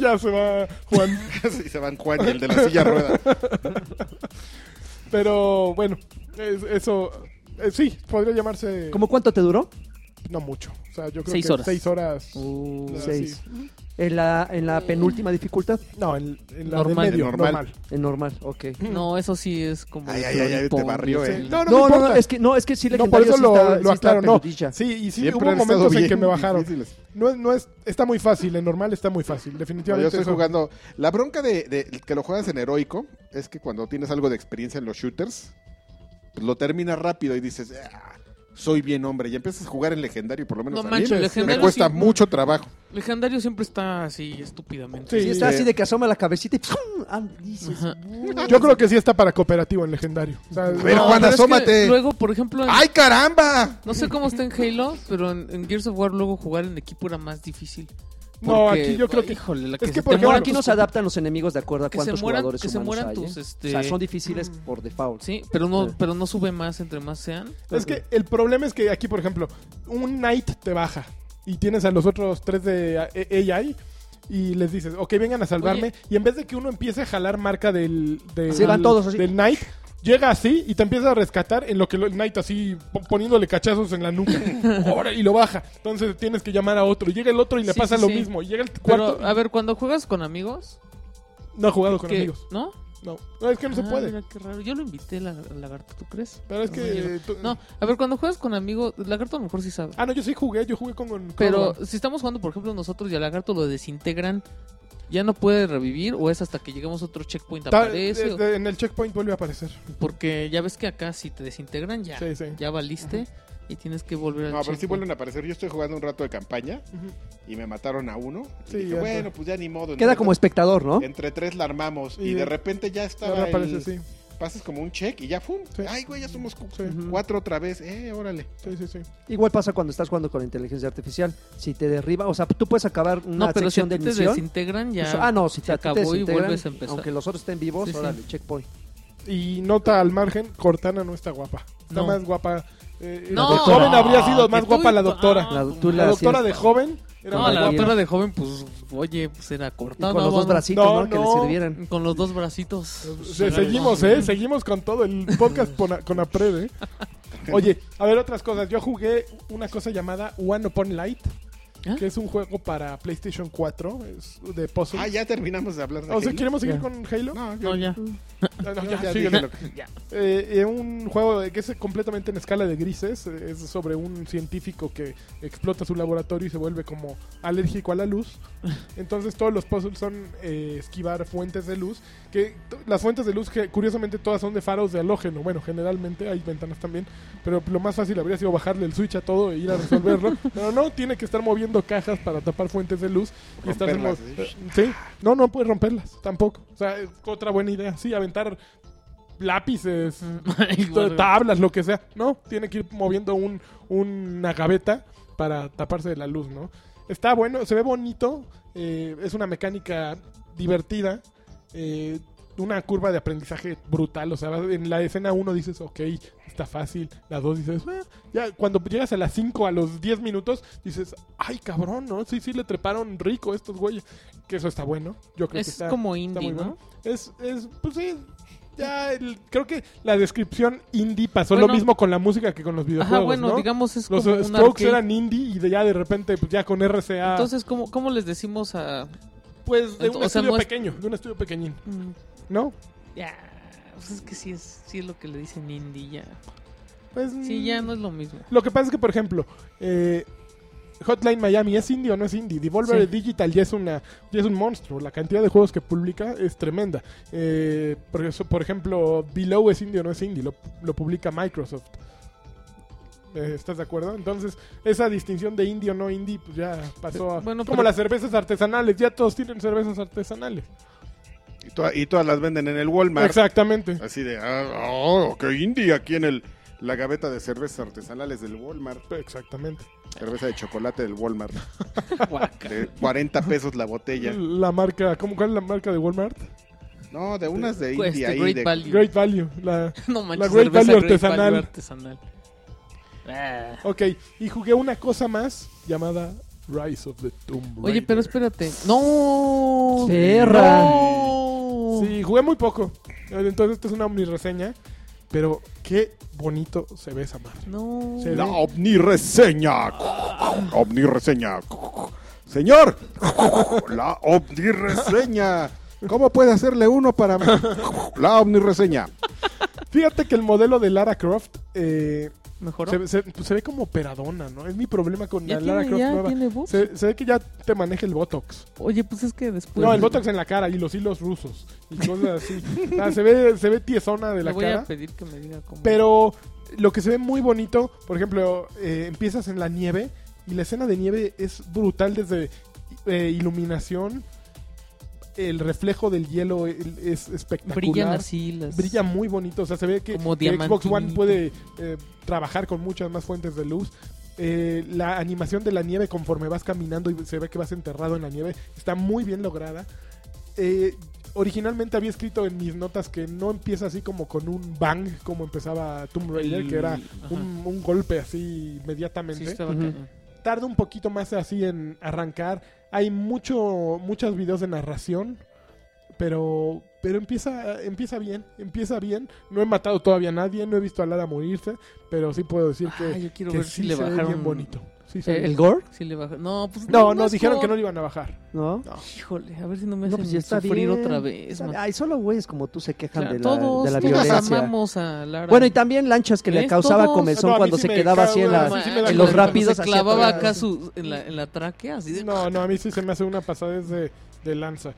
[SPEAKER 1] ya se va Juan.
[SPEAKER 8] (laughs) y se van Juan y el de la silla de ruedas.
[SPEAKER 1] Pero bueno, es- eso eh, sí, podría llamarse
[SPEAKER 2] ¿Cómo cuánto te duró?
[SPEAKER 1] no mucho. O sea, yo creo
[SPEAKER 3] Seis
[SPEAKER 1] que
[SPEAKER 3] horas.
[SPEAKER 1] seis horas.
[SPEAKER 2] Uh,
[SPEAKER 1] Ah,
[SPEAKER 2] seis.
[SPEAKER 1] sí.
[SPEAKER 2] En la, en la penúltima dificultad,
[SPEAKER 1] No, en, en la
[SPEAKER 3] Normal.
[SPEAKER 1] de medio, normal.
[SPEAKER 8] Normal.
[SPEAKER 2] en normal, ok.
[SPEAKER 3] No, eso sí es como.
[SPEAKER 8] Ay,
[SPEAKER 3] de
[SPEAKER 8] ay, ay, ay, te
[SPEAKER 3] Floripón,
[SPEAKER 8] barrió,
[SPEAKER 3] dice.
[SPEAKER 8] eh.
[SPEAKER 1] No, no,
[SPEAKER 2] No, no, no,
[SPEAKER 1] importa.
[SPEAKER 2] es que no, es que sí
[SPEAKER 1] No, por eso
[SPEAKER 2] legendario sí
[SPEAKER 1] lo,
[SPEAKER 2] está-
[SPEAKER 1] lo
[SPEAKER 2] sí está
[SPEAKER 1] aclaro, no.
[SPEAKER 2] peludilla.
[SPEAKER 1] Sí, y sí
[SPEAKER 8] Siempre
[SPEAKER 1] hubo
[SPEAKER 8] han estado
[SPEAKER 1] momentos en
[SPEAKER 8] bien
[SPEAKER 1] que me bajaron.
[SPEAKER 8] difíciles.
[SPEAKER 1] No es, no es, está muy fácil, en normal está muy fácil,
[SPEAKER 8] No, yo
[SPEAKER 1] definitivamente.
[SPEAKER 8] estoy
[SPEAKER 1] eso-
[SPEAKER 8] jugando. La bronca de, de que lo juegas en heroico es que cuando tienes algo de experiencia en los shooters, pues lo terminas rápido y dices, "Ah, soy bien hombre. Y empiezas a jugar en legendario, y por lo menos
[SPEAKER 3] No
[SPEAKER 8] a
[SPEAKER 3] manches,
[SPEAKER 8] mí me- me,
[SPEAKER 3] legendario
[SPEAKER 8] cuesta
[SPEAKER 3] sí.
[SPEAKER 8] mucho trabajo.
[SPEAKER 3] Legendario siempre está así, estúpidamente.
[SPEAKER 1] Sí,
[SPEAKER 2] Sí, está
[SPEAKER 8] sí.
[SPEAKER 2] así de que asoma la cabecita y ¡pum! Ah, dices,
[SPEAKER 3] Ajá.
[SPEAKER 2] "Uy".
[SPEAKER 1] Yo creo que sí está para cooperativo en legendario. O sea,
[SPEAKER 11] ver,
[SPEAKER 3] No,
[SPEAKER 11] Juan,
[SPEAKER 3] pero es que
[SPEAKER 11] asómate.
[SPEAKER 3] Luego, por ejemplo, en-
[SPEAKER 11] ¡Ay, caramba!
[SPEAKER 3] no sé cómo está en Halo, pero en, en Gears of War luego jugar en equipo era más difícil.
[SPEAKER 1] No,
[SPEAKER 3] Porque,
[SPEAKER 1] aquí yo creo
[SPEAKER 3] ay,
[SPEAKER 1] que-
[SPEAKER 3] Híjole, la
[SPEAKER 1] es que por
[SPEAKER 3] se te
[SPEAKER 1] ejemplo,
[SPEAKER 3] mueran
[SPEAKER 2] aquí
[SPEAKER 3] tus
[SPEAKER 2] nos
[SPEAKER 3] compa-
[SPEAKER 2] adaptan los enemigos de acuerdo a
[SPEAKER 3] Que se
[SPEAKER 2] cuántos
[SPEAKER 3] mueran-
[SPEAKER 2] jugadores
[SPEAKER 3] que se
[SPEAKER 2] humanos
[SPEAKER 3] mueran
[SPEAKER 2] hay,
[SPEAKER 3] tus,
[SPEAKER 2] ¿eh?
[SPEAKER 3] este-
[SPEAKER 2] O sea, son difíciles por default.
[SPEAKER 3] Sí, pero no,
[SPEAKER 2] Sí.
[SPEAKER 3] pero no sube más entre más sean.
[SPEAKER 1] Es que el problema es que aquí, por ejemplo, un Knight te baja y tienes a los otros tres de eh, AI y les dices, ok, vengan a salvarme.
[SPEAKER 3] Oye.
[SPEAKER 1] Y en vez de que uno empiece a jalar marca del, del,
[SPEAKER 2] Así van todos así.
[SPEAKER 1] del Knight, llega así y te empieza a rescatar en lo que lo- el Knight así po- poniéndole cachazos en la
[SPEAKER 3] (laughs)
[SPEAKER 1] nuca Ahora, y lo baja. Entonces tienes que llamar a otro. Llega el otro y le
[SPEAKER 3] Sí,
[SPEAKER 1] pasa
[SPEAKER 3] sí,
[SPEAKER 1] lo
[SPEAKER 3] sí.
[SPEAKER 1] mismo. Llega el cuarto.
[SPEAKER 3] Pero, a ver, cuando juegas con amigos.
[SPEAKER 1] no he jugado con
[SPEAKER 3] que-
[SPEAKER 1] amigos.
[SPEAKER 3] ¿No?
[SPEAKER 1] No. No, es que no se
[SPEAKER 3] Ah,
[SPEAKER 1] puede.
[SPEAKER 3] mira, qué raro. Yo lo invité, la, Lagarto, ¿tú crees?
[SPEAKER 1] Pero es
[SPEAKER 3] No, yo no.
[SPEAKER 1] que... tú-
[SPEAKER 3] No, a ver, cuando juegas con amigos, Lagarto a lo mejor sí sabe.
[SPEAKER 1] Ah, no, yo sí jugué. Yo jugué con... con
[SPEAKER 3] Pero
[SPEAKER 1] Rowan.
[SPEAKER 3] si estamos jugando, por ejemplo, nosotros y al lagarto lo desintegran, ¿ya no puede revivir o es hasta que llegamos a otro checkpoint
[SPEAKER 1] Ta-
[SPEAKER 3] aparece?
[SPEAKER 1] desde- en el checkpoint vuelve a aparecer.
[SPEAKER 3] Porque ya ves que acá si te desintegran ya,
[SPEAKER 1] Sí, sí.
[SPEAKER 3] ya valiste y tienes que volver al
[SPEAKER 8] No, pero sí
[SPEAKER 3] checkpoint.
[SPEAKER 8] vuelven a aparecer. Yo estoy jugando un rato de campaña
[SPEAKER 1] Ujú.
[SPEAKER 8] y me mataron a uno. Y
[SPEAKER 1] Sí,
[SPEAKER 8] dije,
[SPEAKER 1] ya sé.
[SPEAKER 8] bueno, pues ya ni modo.
[SPEAKER 2] Queda
[SPEAKER 8] entre-
[SPEAKER 2] como espectador,
[SPEAKER 3] Eh,
[SPEAKER 2] ¿no?
[SPEAKER 8] Entre tres la armamos y,
[SPEAKER 1] Y-
[SPEAKER 8] de repente ya
[SPEAKER 1] Ya
[SPEAKER 8] estaba.
[SPEAKER 1] reaparece,
[SPEAKER 8] el-
[SPEAKER 1] sí.
[SPEAKER 8] Pasas como un check y ya fum.
[SPEAKER 1] Sí.
[SPEAKER 8] Ay, güey, ya somos cu-
[SPEAKER 1] Sí.
[SPEAKER 2] Ujú.
[SPEAKER 8] cuatro otra vez. Eh, órale.
[SPEAKER 1] Sí, sí, sí.
[SPEAKER 2] Igual pasa cuando estás jugando con la inteligencia artificial. Si te derriba, o sea, tú puedes acabar una
[SPEAKER 3] No, pero si a
[SPEAKER 2] sección
[SPEAKER 3] ti
[SPEAKER 2] de
[SPEAKER 3] te
[SPEAKER 2] misión.
[SPEAKER 3] desintegran
[SPEAKER 2] pues,
[SPEAKER 3] ya.
[SPEAKER 2] ah, no, si
[SPEAKER 3] se
[SPEAKER 2] te, a ti te
[SPEAKER 3] acabó y
[SPEAKER 2] desintegran,
[SPEAKER 3] vuelves a empezar.
[SPEAKER 2] Aunque los otros estén vivos,
[SPEAKER 3] Sí, sí.
[SPEAKER 2] órale, checkpoint.
[SPEAKER 1] Y nota al margen, Cortana no está guapa. Está
[SPEAKER 3] No.
[SPEAKER 1] más guapa. eh,
[SPEAKER 3] No,
[SPEAKER 1] de joven
[SPEAKER 3] no,
[SPEAKER 1] habría sido
[SPEAKER 3] que
[SPEAKER 1] más
[SPEAKER 3] tú
[SPEAKER 1] guapa
[SPEAKER 3] y-
[SPEAKER 1] la doctora.
[SPEAKER 3] ah,
[SPEAKER 2] La-
[SPEAKER 3] tu
[SPEAKER 2] tú
[SPEAKER 1] la
[SPEAKER 2] la-
[SPEAKER 3] madre.
[SPEAKER 1] doctora
[SPEAKER 2] hacías-
[SPEAKER 1] de joven era
[SPEAKER 3] No,
[SPEAKER 1] más
[SPEAKER 3] la
[SPEAKER 1] guapa.
[SPEAKER 3] doctora de joven, pues, oye, pues era
[SPEAKER 2] Y
[SPEAKER 3] cortada.
[SPEAKER 2] con los dos
[SPEAKER 3] vamos.
[SPEAKER 2] bracitos,
[SPEAKER 1] No,
[SPEAKER 2] ¿no? Que
[SPEAKER 1] no.
[SPEAKER 2] le sirvieran.
[SPEAKER 3] Con los dos bracitos.
[SPEAKER 1] Se- seguimos, ¿eh? Seguimos con todo el podcast con, con Apred, ¿eh? Oye, a ver otras cosas. Yo jugué una cosa llamada One Upon Light,
[SPEAKER 3] ¿Ah?
[SPEAKER 1] que es un juego para PlayStation 4, es de puzzle.
[SPEAKER 8] Ah, ya terminamos de hablar de
[SPEAKER 1] o sea,
[SPEAKER 8] Halo.
[SPEAKER 1] ¿queremos seguir
[SPEAKER 2] Ya.
[SPEAKER 1] con Halo?
[SPEAKER 8] No, yo-
[SPEAKER 3] No, ya.
[SPEAKER 1] Ah, no,
[SPEAKER 8] yo
[SPEAKER 1] ya,
[SPEAKER 8] ya
[SPEAKER 1] síguele.
[SPEAKER 8] dije lo que-
[SPEAKER 1] Eh, eh, un juego de- que es completamente en escala de grises. eh, Es sobre un científico que explota su laboratorio y se vuelve como alérgico a la luz. Entonces todos los puzzles son eh, esquivar fuentes de luz. Que t- las fuentes de luz que curiosamente todas son de faros de halógeno. Bueno, generalmente hay ventanas también. Pero lo más fácil habría sido bajarle el switch a todo e ir a resolverlo. pero no, tiene que estar moviendo rompiendo cajas para tapar fuentes de luz y estás en
[SPEAKER 8] Romperlas,
[SPEAKER 1] los- Sí, no, no puedes romperlas tampoco. O sea, es otra buena idea. Sí, aventar lápices,
[SPEAKER 3] (laughs)
[SPEAKER 1] (laughs)
[SPEAKER 3] Igual,
[SPEAKER 1] tablas, lo que sea. No, tiene que ir moviendo un, una gaveta para taparse de la luz, ¿no? Está bueno, se ve bonito, eh, es una mecánica divertida, eh, una curva de aprendizaje brutal, o sea, en la escena 1 dices, ok, está fácil, la 2 dices, "Ah", ya cuando llegas a las 5, a los 10 minutos, dices, ay cabrón, ¿no? Sí, sí, le treparon rico a estos güeyes, que eso está bueno, yo creo
[SPEAKER 3] es
[SPEAKER 1] que está...
[SPEAKER 3] como
[SPEAKER 1] Está
[SPEAKER 3] indie,
[SPEAKER 1] muy
[SPEAKER 3] ¿no?
[SPEAKER 1] bueno. Es, es, pues sí. Ya, el- creo que la descripción indie pasó lo
[SPEAKER 3] Bueno.
[SPEAKER 1] mismo con la música que con los videojuegos.
[SPEAKER 3] Ajá, bueno,
[SPEAKER 1] ¿no?
[SPEAKER 3] digamos es
[SPEAKER 1] Los
[SPEAKER 3] como
[SPEAKER 1] eh,
[SPEAKER 3] un
[SPEAKER 1] Strokes
[SPEAKER 3] arcade.
[SPEAKER 1] eran indie y de, ya de repente, pues ya con RCA.
[SPEAKER 3] Entonces, ¿cómo, ¿cómo les decimos a...?
[SPEAKER 1] pues de
[SPEAKER 3] ento-
[SPEAKER 1] un
[SPEAKER 3] o sea,
[SPEAKER 1] estudio
[SPEAKER 3] no es-
[SPEAKER 1] pequeño, de un estudio pequeñín,
[SPEAKER 3] Mm,
[SPEAKER 1] ¿no?
[SPEAKER 3] Ya, pues es que sí es, sí es lo que le dicen indie, ya.
[SPEAKER 1] Pues,
[SPEAKER 3] Sí, ya
[SPEAKER 1] mm,
[SPEAKER 3] no es lo mismo.
[SPEAKER 1] Lo que pasa es que, por ejemplo, eh, Hotline Miami es indie o no es indie. Devolver
[SPEAKER 3] Sí.
[SPEAKER 1] Digital ya es, una, ya es un monstruo. La cantidad de juegos que publica es tremenda. Eh, por, eso- por ejemplo, Below es indie o no es indie. Lo, lo publica Microsoft. Eh, ¿Estás de acuerdo? Entonces, esa distinción de indie o no indie pues ya pasó a...
[SPEAKER 3] Bueno,
[SPEAKER 1] como
[SPEAKER 3] pero-
[SPEAKER 1] las cervezas artesanales. Ya todos tienen cervezas artesanales.
[SPEAKER 8] Y, toda- y todas las venden en el Walmart.
[SPEAKER 1] Exactamente.
[SPEAKER 8] Así de, ah, oh, qué indie aquí en el, la gaveta de cervezas artesanales del Walmart.
[SPEAKER 1] Exactamente.
[SPEAKER 8] Cerveza de chocolate del Walmart.
[SPEAKER 3] Guaca.
[SPEAKER 8] De 40 pesos la botella.
[SPEAKER 1] La marca... ¿cómo, ¿Cuál es la marca de Walmart?
[SPEAKER 8] No, de unas de
[SPEAKER 3] Pues,
[SPEAKER 8] India
[SPEAKER 3] de
[SPEAKER 8] ahí.
[SPEAKER 3] Great
[SPEAKER 8] de-
[SPEAKER 3] Value.
[SPEAKER 1] Great Value. La...
[SPEAKER 3] (laughs) No manches,
[SPEAKER 1] La Great
[SPEAKER 3] cerveza
[SPEAKER 1] Value
[SPEAKER 3] Great
[SPEAKER 1] artesanal.
[SPEAKER 3] Value artesanal. Ah.
[SPEAKER 1] Ok, y jugué una cosa más llamada Rise of the Tomb Raider.
[SPEAKER 3] Oye, pero espérate. ¡No!
[SPEAKER 2] Perra.
[SPEAKER 3] ¡No!
[SPEAKER 1] Sí, jugué muy poco. Entonces, esta es una omni reseña. Pero qué bonito se ve esa madre.
[SPEAKER 3] ¡No!
[SPEAKER 1] Se
[SPEAKER 11] La
[SPEAKER 1] ve-
[SPEAKER 11] omnireseña. Omnireseña. Señor. La omnireseña. ¿Cómo puede hacerle uno para
[SPEAKER 8] (laughs)
[SPEAKER 11] la omnireseña?
[SPEAKER 1] Fíjate que el modelo de Lara Croft eh,
[SPEAKER 3] ¿Mejoró?
[SPEAKER 1] se, ve- se- pues, se ve como peradona, ¿no? Es mi problema con
[SPEAKER 3] ¿Ya
[SPEAKER 1] la Lara
[SPEAKER 3] tiene,
[SPEAKER 1] Croft
[SPEAKER 3] ya
[SPEAKER 1] nueva.
[SPEAKER 3] tiene voz?
[SPEAKER 1] Se, se ve que ya te maneja el Botox.
[SPEAKER 3] Oye, pues es que después...
[SPEAKER 1] no, el Botox en la cara y los hilos rusos. Y cosas así. O sea, se, ve, se ve tiesona de
[SPEAKER 3] Le
[SPEAKER 1] la
[SPEAKER 3] voy
[SPEAKER 1] cara.
[SPEAKER 3] a pedir que me diga cómo...
[SPEAKER 1] Pero lo que se ve muy bonito, por ejemplo, eh, empiezas en la nieve y la escena de nieve es brutal desde eh, iluminación, el reflejo del hielo el- es espectacular.
[SPEAKER 3] Brillan así las...
[SPEAKER 1] Brilla muy bonito, o sea, se ve que,
[SPEAKER 3] Como
[SPEAKER 1] que Xbox
[SPEAKER 3] diamantinito.
[SPEAKER 1] One puede eh, trabajar con muchas más fuentes de luz. Eh, la animación de la nieve conforme vas caminando y se ve que vas enterrado en la nieve está muy bien lograda. Eh, originalmente había escrito en mis notas que no empieza así como con un bang como empezaba Tomb Raider,
[SPEAKER 3] El-
[SPEAKER 1] que era
[SPEAKER 3] ajá.
[SPEAKER 1] un, un golpe así
[SPEAKER 3] Sí,
[SPEAKER 1] inmediatamente
[SPEAKER 3] estaba
[SPEAKER 2] Ujú.
[SPEAKER 3] cañón.
[SPEAKER 1] tarda un poquito más así en arrancar. Hay mucho, muchos videos de narración, pero, pero empieza, empieza bien, empieza bien. No he matado todavía a nadie, no he visto a Lara morirse, pero sí puedo decir que,
[SPEAKER 3] Ah, yo quiero
[SPEAKER 1] que
[SPEAKER 3] ver
[SPEAKER 1] sí
[SPEAKER 3] si le
[SPEAKER 1] se ve
[SPEAKER 3] bajaron...
[SPEAKER 1] bien bonito. Sí
[SPEAKER 3] Eh,
[SPEAKER 1] se ve
[SPEAKER 2] ¿El,
[SPEAKER 1] bien.
[SPEAKER 2] el gore?
[SPEAKER 3] Si le bajaron... No, pues...
[SPEAKER 1] No, no,
[SPEAKER 3] es
[SPEAKER 1] dijeron
[SPEAKER 3] como-
[SPEAKER 1] que no le iban a bajar.
[SPEAKER 2] ¿No?
[SPEAKER 3] Híjole, a ver si no me
[SPEAKER 2] No,
[SPEAKER 3] hacen
[SPEAKER 2] pues ya está
[SPEAKER 3] sufrir
[SPEAKER 2] bien.
[SPEAKER 3] otra vez,
[SPEAKER 2] Está-
[SPEAKER 3] man.
[SPEAKER 2] Ay, solo güeyes como tú se quejan
[SPEAKER 3] Claro,
[SPEAKER 2] de la,
[SPEAKER 3] todos,
[SPEAKER 2] de la
[SPEAKER 3] todos
[SPEAKER 2] violencia.
[SPEAKER 3] amamos a Lara.
[SPEAKER 2] Bueno, y también lanchas que le
[SPEAKER 3] ¿Ves?
[SPEAKER 2] causaba
[SPEAKER 3] Todos-
[SPEAKER 2] comezón
[SPEAKER 1] No, a mí
[SPEAKER 2] cuando
[SPEAKER 1] sí
[SPEAKER 2] se
[SPEAKER 1] me
[SPEAKER 2] quedaba así en,
[SPEAKER 1] cago,
[SPEAKER 2] la,
[SPEAKER 1] güey.
[SPEAKER 3] Ma-
[SPEAKER 1] sí me da
[SPEAKER 2] en los
[SPEAKER 1] cuenta.
[SPEAKER 2] rápidos.
[SPEAKER 3] Se
[SPEAKER 2] hacia
[SPEAKER 3] clavaba
[SPEAKER 2] atrás.
[SPEAKER 3] acá su, en, la, en la tráquea. Así de-
[SPEAKER 1] No, no, a mí sí se me hace una pasadez de, de lanza.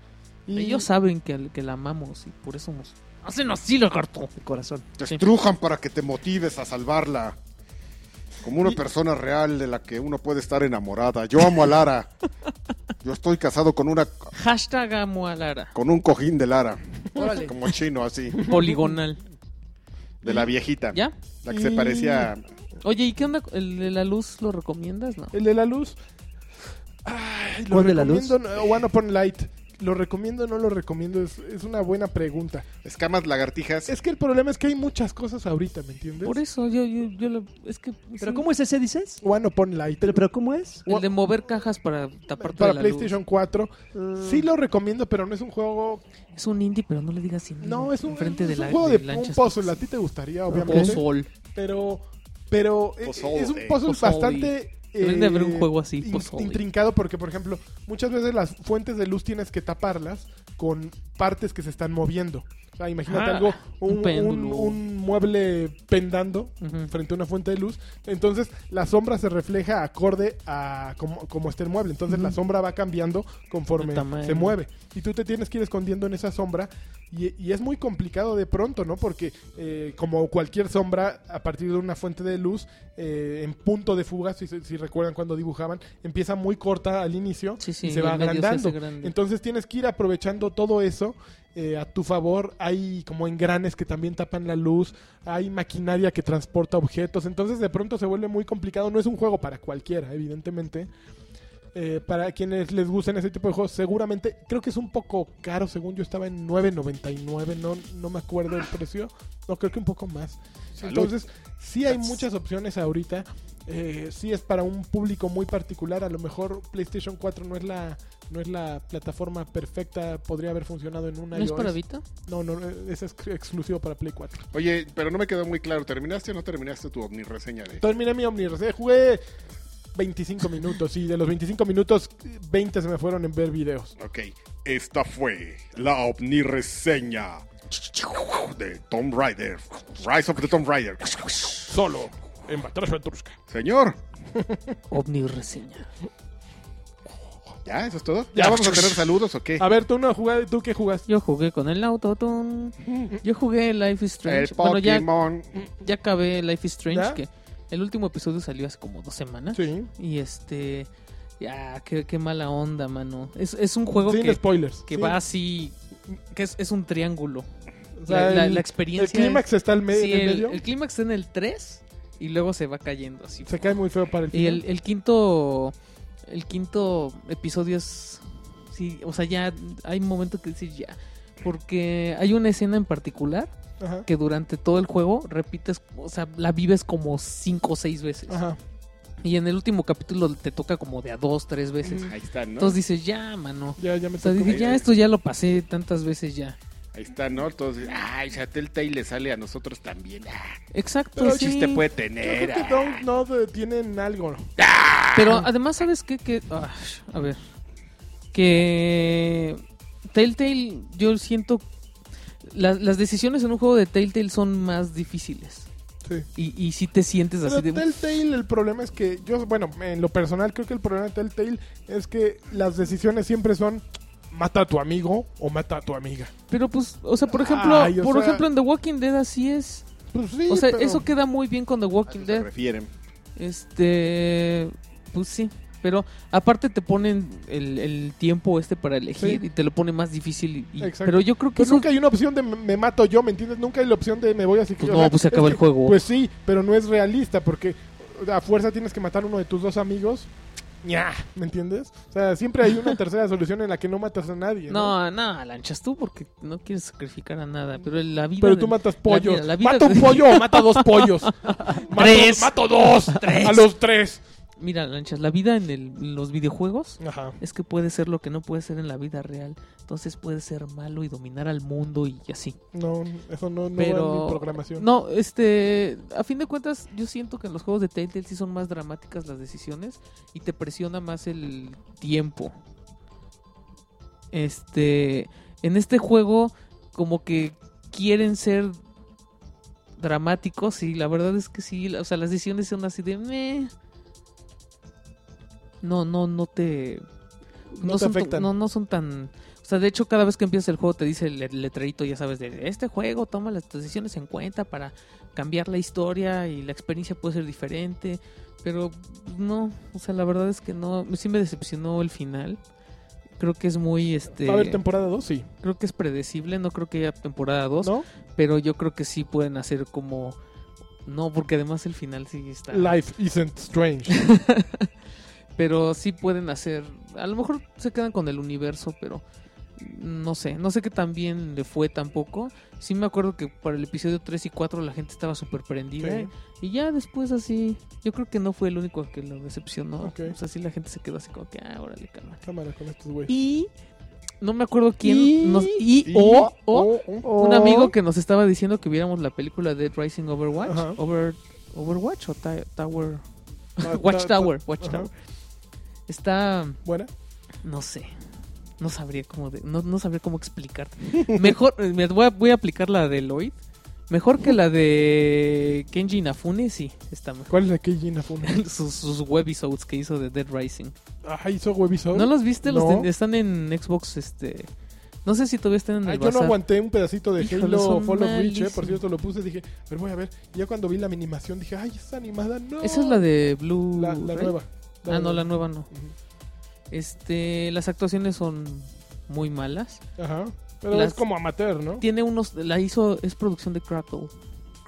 [SPEAKER 1] Y
[SPEAKER 3] Ellos saben que, que la amamos y por eso nos hacen así, lagarto.
[SPEAKER 2] El corazón.
[SPEAKER 11] Te
[SPEAKER 3] Sí.
[SPEAKER 11] estrujan para que te motives a salvarla. Como una persona real de la que uno puede estar enamorada. Yo amo a Lara. Yo estoy casado con una
[SPEAKER 3] Hashtag amo a Lara.
[SPEAKER 11] con un cojín de Lara.
[SPEAKER 2] Órale.
[SPEAKER 11] Como chino así.
[SPEAKER 1] (laughs)
[SPEAKER 3] Poligonal.
[SPEAKER 8] De la viejita.
[SPEAKER 3] ¿Ya?
[SPEAKER 8] La que se parecía.
[SPEAKER 3] Oye, ¿y qué onda? ¿El de la luz lo recomiendas? No.
[SPEAKER 1] El de la luz. Ay, lo
[SPEAKER 2] ¿Cuál de la luz?
[SPEAKER 1] recomiendo, no- One Upon Light. ¿Lo recomiendo o no lo recomiendo? Es- es una buena pregunta.
[SPEAKER 8] Escamas lagartijas.
[SPEAKER 1] Es que el problema es que hay muchas cosas ahorita, ¿me entiendes?
[SPEAKER 3] Por eso yo, yo, yo lo- es que
[SPEAKER 2] ¿Pero cómo es ese, dices?
[SPEAKER 1] One Upon Light.
[SPEAKER 2] ¿Pero, pero
[SPEAKER 3] (laughs)
[SPEAKER 2] cómo es?
[SPEAKER 3] el de mover cajas para taparte
[SPEAKER 1] para
[SPEAKER 3] de la
[SPEAKER 1] PlayStation 4.
[SPEAKER 2] Mm.
[SPEAKER 1] Sí lo recomiendo, pero no es un juego...
[SPEAKER 3] luz. Es un indie, pero no le digas indie.
[SPEAKER 1] No, es un,
[SPEAKER 3] Mm, Enfrente
[SPEAKER 1] es
[SPEAKER 3] de
[SPEAKER 1] un
[SPEAKER 3] la,
[SPEAKER 1] juego de, un
[SPEAKER 3] lanchas.
[SPEAKER 1] puzzle. A ti te gustaría, obviamente.
[SPEAKER 3] Puzzle.
[SPEAKER 1] Pero, pero eh,
[SPEAKER 8] Puzzle,
[SPEAKER 1] es un
[SPEAKER 8] eh.
[SPEAKER 1] puzzle
[SPEAKER 3] Puzzle.
[SPEAKER 1] bastante... eh,
[SPEAKER 3] Deberían de haber un juego así,
[SPEAKER 1] in-
[SPEAKER 3] puzzle.
[SPEAKER 1] Intrincado porque, por ejemplo, muchas veces las fuentes de luz tienes que taparlas con partes que se están moviendo. O sea, imagínate
[SPEAKER 3] Ah,
[SPEAKER 1] algo,
[SPEAKER 3] un
[SPEAKER 1] un, un,
[SPEAKER 3] péndulo.
[SPEAKER 1] un mueble pendando
[SPEAKER 3] Ujú.
[SPEAKER 1] frente a una fuente de luz. Entonces, la sombra se refleja acorde a cómo, cómo está el mueble. Entonces, la sombra va cambiando conforme
[SPEAKER 3] El tamaño.
[SPEAKER 1] se mueve. Y tú te tienes que ir escondiendo en esa sombra. Y, y es muy complicado de pronto, ¿no? Porque, eh, como cualquier sombra, a partir de una fuente de luz, eh, en punto de fuga, si, si recuerdan cuando dibujaban, empieza muy corta al inicio
[SPEAKER 3] Sí, sí,
[SPEAKER 1] y se
[SPEAKER 3] y
[SPEAKER 1] va
[SPEAKER 3] en medio se hace
[SPEAKER 1] agrandando.
[SPEAKER 3] grande.
[SPEAKER 1] Entonces tienes que ir aprovechando todo eso eh, a tu favor. Hay como engranes que también tapan la luz, hay maquinaria que transporta objetos. Entonces de pronto se vuelve muy complicado. No es un juego para cualquiera, evidentemente. Eh, para quienes les gusten ese tipo de juegos, seguramente creo que es un poco caro. Según yo estaba en 9.99, no, no me acuerdo el precio. No, creo que un poco más. Entonces, sí hay muchas opciones ahorita. Eh, sí es para un público muy particular. A lo mejor PlayStation 4 no es la no es la plataforma perfecta. Podría haber funcionado en una
[SPEAKER 3] ¿No es para Vita?
[SPEAKER 1] No, no, eh, ese es cr- exclusivo para Play 4.
[SPEAKER 8] Oye, pero no me quedó muy claro, ¿terminaste o no terminaste tu ovni reseña de
[SPEAKER 1] Terminé mi Omni Reseña, Jugué 25 minutos y de los 25 minutos, 20 se me fueron en ver videos.
[SPEAKER 8] Ok, esta fue la omnireseña de Tomb Raider. Rise of the Tomb Raider.
[SPEAKER 1] Solo en Batalla Venturska.
[SPEAKER 8] Señor,
[SPEAKER 3] Ovni reseña.
[SPEAKER 8] ¿ya eso es todo?
[SPEAKER 1] Ya. Ah,
[SPEAKER 8] ¿Ya vamos a tener saludos o qué?
[SPEAKER 1] A ver, tú no jugaste, tú qué jugaste.
[SPEAKER 3] Yo jugué con el Autotune.
[SPEAKER 1] Mm-hmm.
[SPEAKER 3] Yo jugué Life is
[SPEAKER 11] El
[SPEAKER 3] Strange. bueno, ya,
[SPEAKER 11] Pokémon.
[SPEAKER 3] ya acabé Life is Strange,
[SPEAKER 1] ¿Ya?
[SPEAKER 3] que el último episodio salió hace como dos semanas.
[SPEAKER 1] Sí,
[SPEAKER 3] Y este. Ya, qué, qué mala onda, mano. Es, es un juego
[SPEAKER 1] sin
[SPEAKER 3] que,
[SPEAKER 1] spoilers.
[SPEAKER 3] que
[SPEAKER 1] Sí.
[SPEAKER 3] va así. Que es, es un triángulo.
[SPEAKER 1] O sea,
[SPEAKER 3] la, la-
[SPEAKER 1] el-
[SPEAKER 3] la
[SPEAKER 1] El
[SPEAKER 3] experiencia.
[SPEAKER 1] clímax está al me-
[SPEAKER 3] es- sí,
[SPEAKER 1] en el
[SPEAKER 3] el,
[SPEAKER 1] medio.
[SPEAKER 3] el clímax está en el 3 y luego se va cayendo así.
[SPEAKER 1] Se cae muy feo para el
[SPEAKER 3] Y
[SPEAKER 1] final.
[SPEAKER 3] el, el quinto. El quinto episodio es. Sí, o sea, ya hay un momento que decir ya. Porque hay una escena en particular
[SPEAKER 1] Ajá.
[SPEAKER 3] que durante todo el juego repites, o sea, la vives como cinco o seis veces.
[SPEAKER 1] Ajá.
[SPEAKER 3] Y en el último capítulo te toca como de a dos, tres veces.
[SPEAKER 8] Ahí está, ¿no?
[SPEAKER 3] Entonces dices, ya, mano.
[SPEAKER 1] Ya, ya me
[SPEAKER 3] O sea,
[SPEAKER 1] tocó.
[SPEAKER 3] dije, ya, esto ya lo pasé tantas veces ya.
[SPEAKER 8] Ahí está, ¿no? Entonces, ay, o sea, Telltale le sale a nosotros también. Ah,
[SPEAKER 3] Exacto,
[SPEAKER 8] ¿Qué
[SPEAKER 3] sí.
[SPEAKER 8] chiste puede
[SPEAKER 1] Yo creo
[SPEAKER 8] tener?
[SPEAKER 1] que
[SPEAKER 8] Ah,
[SPEAKER 1] Don't Nod, eh, tienen algo.
[SPEAKER 3] Pero además, ¿sabes qué? Que, ah, a ver. Que Telltale, yo siento... la- las decisiones en un juego de Telltale son más difíciles.
[SPEAKER 1] Sí.
[SPEAKER 3] Y, y si te sientes
[SPEAKER 1] Pero
[SPEAKER 3] así de...
[SPEAKER 1] Telltale, el problema es que yo, bueno, en lo personal creo que el problema de Telltale es que las decisiones siempre son mata a tu amigo o mata a tu amiga.
[SPEAKER 3] Pero pues, o sea, por ejemplo,
[SPEAKER 1] Ay, o
[SPEAKER 3] por
[SPEAKER 1] sea-
[SPEAKER 3] ejemplo en The Walking Dead así es.
[SPEAKER 1] Pues sí,
[SPEAKER 3] o sea,
[SPEAKER 1] pero-
[SPEAKER 3] eso queda muy bien con The
[SPEAKER 8] a eso
[SPEAKER 3] Walking
[SPEAKER 8] ah, se
[SPEAKER 3] Dead.
[SPEAKER 8] refieren.
[SPEAKER 3] Este, pues sí. Pero aparte te ponen el, el tiempo este para elegir
[SPEAKER 1] Sí.
[SPEAKER 3] y te lo pone más difícil. y- y-
[SPEAKER 1] Exacto.
[SPEAKER 3] pero yo creo que
[SPEAKER 1] Pero Pues
[SPEAKER 3] eso-
[SPEAKER 1] nunca hay una opción de me- me mato yo, ¿me entiendes? Nunca hay la opción de me voy así que
[SPEAKER 3] Pues
[SPEAKER 1] o
[SPEAKER 3] no,
[SPEAKER 1] sea,
[SPEAKER 3] pues se acaba
[SPEAKER 1] es
[SPEAKER 3] el
[SPEAKER 1] que-
[SPEAKER 3] juego.
[SPEAKER 1] Pues sí, pero no es realista porque a fuerza tienes que matar a uno de tus dos amigos. Ña, ¿me entiendes? O sea, siempre hay
[SPEAKER 3] (laughs)
[SPEAKER 1] una tercera solución en la que no matas a nadie. No,
[SPEAKER 3] No, no, lanchas tú porque no quieres sacrificar a nada. Pero la vida.
[SPEAKER 1] pero
[SPEAKER 3] de-
[SPEAKER 1] tú matas pollos.
[SPEAKER 3] vida- la vida-
[SPEAKER 1] Mata un pollo o mata dos
[SPEAKER 3] (laughs)
[SPEAKER 1] pollos.
[SPEAKER 3] Tres.
[SPEAKER 1] Mato, mato dos.
[SPEAKER 3] (laughs) Tres.
[SPEAKER 1] A los tres.
[SPEAKER 3] Mira, lanchas, la vida en, el- en los videojuegos
[SPEAKER 1] Ajá.
[SPEAKER 3] es que puede ser lo que no puede ser en la vida real. Entonces puede ser malo y dominar al mundo y así.
[SPEAKER 1] No, eso no, no va en
[SPEAKER 3] pero
[SPEAKER 1] mi programación.
[SPEAKER 3] no este a fin de cuentas yo siento que en los juegos de Telltale sí son más dramáticas las decisiones y te presiona más el tiempo este en este juego como que quieren ser dramáticos y la verdad es que sí la- o sea las decisiones son así de meh. no no no te
[SPEAKER 1] No te
[SPEAKER 3] son,
[SPEAKER 1] afectan.
[SPEAKER 3] no no son tan o sea, de hecho, cada vez que empiezas el juego te dice el el letrerito, ya sabes, de este juego toma las decisiones en cuenta para cambiar la historia y la experiencia puede ser diferente. Pero no, o sea, la verdad es que no. Sí me decepcionó el final. Creo que es muy, este...
[SPEAKER 1] ¿Va a haber temporada 2? Sí.
[SPEAKER 3] creo que es predecible, no creo que haya temporada 2,
[SPEAKER 1] ¿No?
[SPEAKER 3] pero yo creo que sí pueden hacer como... No, porque además el final sí está...
[SPEAKER 1] Life isn't strange.
[SPEAKER 3] (laughs) Pero sí pueden hacer. A lo mejor se quedan con el universo, pero no sé. No sé qué tan bien le fue tampoco. Sí me acuerdo que para el episodio 3 y 4 la gente estaba súper prendida.
[SPEAKER 1] Sí.
[SPEAKER 3] Y ya después así. Yo creo que no fue el único que lo decepcionó.
[SPEAKER 1] Ok.
[SPEAKER 3] O sea, sí la gente se quedó así como que, ah, órale, calma.
[SPEAKER 1] Cámara con estos güeyes.
[SPEAKER 3] Y. No me acuerdo quién.
[SPEAKER 1] Y-
[SPEAKER 3] nos- y-
[SPEAKER 1] y-
[SPEAKER 3] o, o un
[SPEAKER 1] O-
[SPEAKER 3] amigo que nos estaba diciendo que viéramos la película Dead Rising Overwatch.
[SPEAKER 1] Ajá.
[SPEAKER 3] Over, ¿Overwatch o Ta- Tower? (laughs)
[SPEAKER 1] Ah, ta- ta-
[SPEAKER 3] Watchtower. Watchtower.
[SPEAKER 1] Ajá.
[SPEAKER 3] Está.
[SPEAKER 1] Buena.
[SPEAKER 3] No sé. No sabría cómo, de- no, no sabría cómo explicarte. (laughs) Mejor, eh, me voy, a, voy a aplicar la de Lloyd. Mejor que la de Kenji Inafune, sí, está mejor. (laughs)
[SPEAKER 1] ¿Cuál es la Keiji Inafune?
[SPEAKER 3] Sus, sus webisodes que hizo de Dead Rising.
[SPEAKER 1] Ah, hizo Webisode.
[SPEAKER 3] ¿No los viste? Los
[SPEAKER 1] No.
[SPEAKER 3] ten- están en Xbox, este... No sé si todavía están en el
[SPEAKER 1] Ah, yo no
[SPEAKER 3] bazar.
[SPEAKER 1] aguanté un pedacito de
[SPEAKER 3] Híjole,
[SPEAKER 1] Halo
[SPEAKER 3] son
[SPEAKER 1] Fall of Reach, eh, por
[SPEAKER 3] malísimos.
[SPEAKER 1] cierto, lo puse, dije, pero voy a ver. Y ya cuando vi la animación dije, ay, esa animada no.
[SPEAKER 3] Esa es la de Blue...
[SPEAKER 1] La, la
[SPEAKER 3] Ray.
[SPEAKER 1] nueva.
[SPEAKER 3] Ah, no, la nueva no.
[SPEAKER 1] Ujú.
[SPEAKER 3] Este, las actuaciones son muy malas.
[SPEAKER 1] Ajá. Pero
[SPEAKER 3] Las-
[SPEAKER 1] es como amateur, ¿no?
[SPEAKER 3] Tiene unos, la hizo, es producción de Crackle.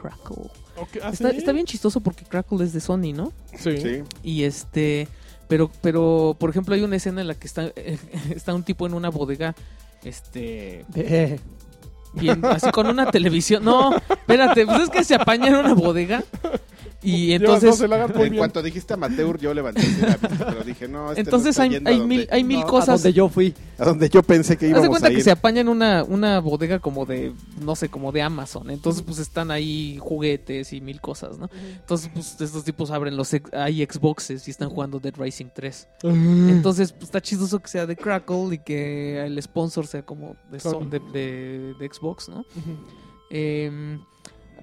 [SPEAKER 3] Crackle.
[SPEAKER 1] Ok, ah,
[SPEAKER 3] Está,
[SPEAKER 1] ¿sí?
[SPEAKER 3] está bien chistoso porque Crackle es de Sony, ¿no?
[SPEAKER 1] Sí.
[SPEAKER 11] Sí.
[SPEAKER 3] Y este, pero, pero, por ejemplo, hay una escena en la que está, (laughs) está un tipo en una bodega, este,
[SPEAKER 2] Eh,
[SPEAKER 3] bien, así con una televisión. No, espérate, pues es que se apaña en una bodega y entonces
[SPEAKER 1] Llevas 12 lagartos muy
[SPEAKER 8] En
[SPEAKER 1] bien.
[SPEAKER 8] cuanto dijiste amateur, yo levanté el lápiz, pero dije, no, este no
[SPEAKER 3] Entonces
[SPEAKER 8] está
[SPEAKER 3] hay,
[SPEAKER 8] yendo a
[SPEAKER 3] hay
[SPEAKER 8] donde-
[SPEAKER 3] mil, hay mil
[SPEAKER 2] no, A
[SPEAKER 3] cosas.
[SPEAKER 2] donde yo fui.
[SPEAKER 8] a donde yo pensé que
[SPEAKER 3] Haz de
[SPEAKER 8] íbamos
[SPEAKER 3] cuenta
[SPEAKER 8] a
[SPEAKER 3] que
[SPEAKER 8] ir.
[SPEAKER 3] se apañan una, una bodega como de, no sé, como de Amazon. Entonces, pues están ahí juguetes y mil cosas, ¿no? Entonces, pues estos tipos abren los. ex- Hay Xboxes y están jugando Dead Rising 3.
[SPEAKER 1] Mm.
[SPEAKER 3] Entonces, pues, está chistoso que sea de Crackle y que el sponsor sea como de,
[SPEAKER 1] Sony.
[SPEAKER 3] Son- de, de- de Xbox, ¿no?
[SPEAKER 1] Ujú.
[SPEAKER 3] Eh,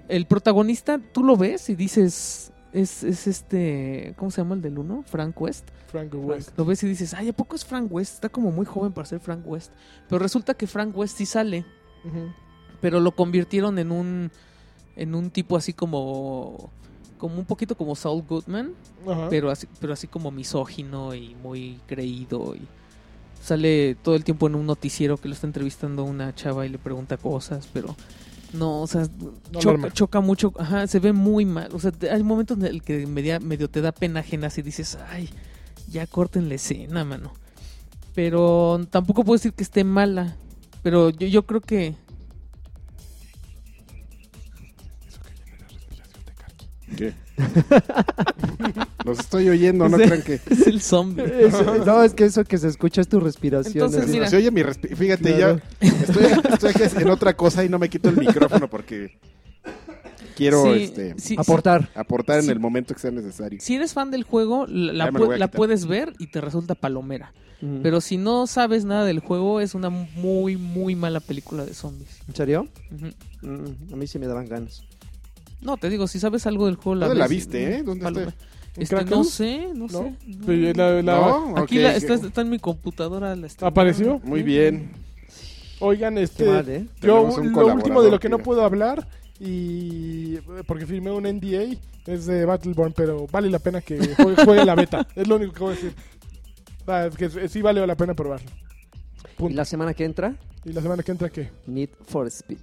[SPEAKER 3] el protagonista, tú lo ves y dices. Es, es este. ¿Cómo se llama el del uno? Frank West.
[SPEAKER 1] Frank
[SPEAKER 3] Frank.
[SPEAKER 1] West.
[SPEAKER 3] Lo ves y dices, ay, ¿a poco es Frank West? Está como muy joven para ser Frank West. Pero resulta que Frank West sí sale,
[SPEAKER 1] Ujú.
[SPEAKER 3] pero lo convirtieron en un, en un tipo así como, como un poquito como Saul Goodman,
[SPEAKER 1] Ajá.
[SPEAKER 3] pero así, pero así como misógino y muy creído y sale todo el tiempo en un noticiero que lo está entrevistando una chava y le pregunta cosas, pero no, o sea,
[SPEAKER 1] No
[SPEAKER 3] choca,
[SPEAKER 1] alarma.
[SPEAKER 3] choca mucho, ajá, se ve muy mal, o sea, te- hay momentos en el que media- medio te da pena ajena y dices, ay, ya corten la escena, mano. Pero tampoco puedo decir que esté mala, pero yo, yo creo que... (laughs)
[SPEAKER 8] Los estoy oyendo, no
[SPEAKER 3] Sí.
[SPEAKER 8] crean que...
[SPEAKER 3] Es el zombie.
[SPEAKER 2] (laughs) Es- no, es que eso que se escucha es tu respiración.
[SPEAKER 3] Entonces,
[SPEAKER 2] así.
[SPEAKER 3] mira.
[SPEAKER 8] Se oye mi respi- Fíjate,
[SPEAKER 2] Claro.
[SPEAKER 8] ya estoy, estoy aquí en otra cosa y no me quito el micrófono porque quiero
[SPEAKER 3] Sí,
[SPEAKER 8] este,
[SPEAKER 3] sí, sí.
[SPEAKER 2] Aportar.
[SPEAKER 8] aportar en
[SPEAKER 3] Sí.
[SPEAKER 8] el momento que sea necesario.
[SPEAKER 3] Si eres fan del juego, la, la
[SPEAKER 8] Ya me lo
[SPEAKER 3] pu-
[SPEAKER 8] voy a
[SPEAKER 3] la
[SPEAKER 8] quitar.
[SPEAKER 3] puedes ver y te resulta palomera.
[SPEAKER 2] Mm.
[SPEAKER 3] Pero si no sabes nada del juego, es una muy, muy mala película de zombies.
[SPEAKER 2] ¿En serio?
[SPEAKER 3] Ujú.
[SPEAKER 2] Mm, a mí sí me daban ganas.
[SPEAKER 3] No, te digo, si sabes algo del juego, la
[SPEAKER 8] ¿Dónde la
[SPEAKER 3] ves y-
[SPEAKER 8] viste, eh? ¿Dónde
[SPEAKER 3] palomera.
[SPEAKER 1] ¿En
[SPEAKER 3] Este,
[SPEAKER 1] Crackle?
[SPEAKER 3] no sé, no, sé.
[SPEAKER 1] ¿No? Sí, la- la-
[SPEAKER 8] No,
[SPEAKER 3] Aquí
[SPEAKER 8] ok.
[SPEAKER 3] la- está, está en mi computadora. la estrenaron.
[SPEAKER 1] ¿Apareció?
[SPEAKER 8] Muy bien.
[SPEAKER 1] Oigan,
[SPEAKER 2] Qué
[SPEAKER 1] este.
[SPEAKER 2] mal, ¿eh?
[SPEAKER 1] Yo
[SPEAKER 8] Tenemos un
[SPEAKER 1] lo último de lo que no
[SPEAKER 8] colaborador,
[SPEAKER 1] puedo hablar y eh, porque firmé un NDA es de Battleborn, pero vale la pena que juegue, juegue la
[SPEAKER 8] (laughs)
[SPEAKER 1] beta. Es lo único que voy a decir. Ah, es que sí vale la pena probarlo.
[SPEAKER 2] Y la semana que entra,
[SPEAKER 1] Y la semana que entra qué?
[SPEAKER 2] Need for Speed.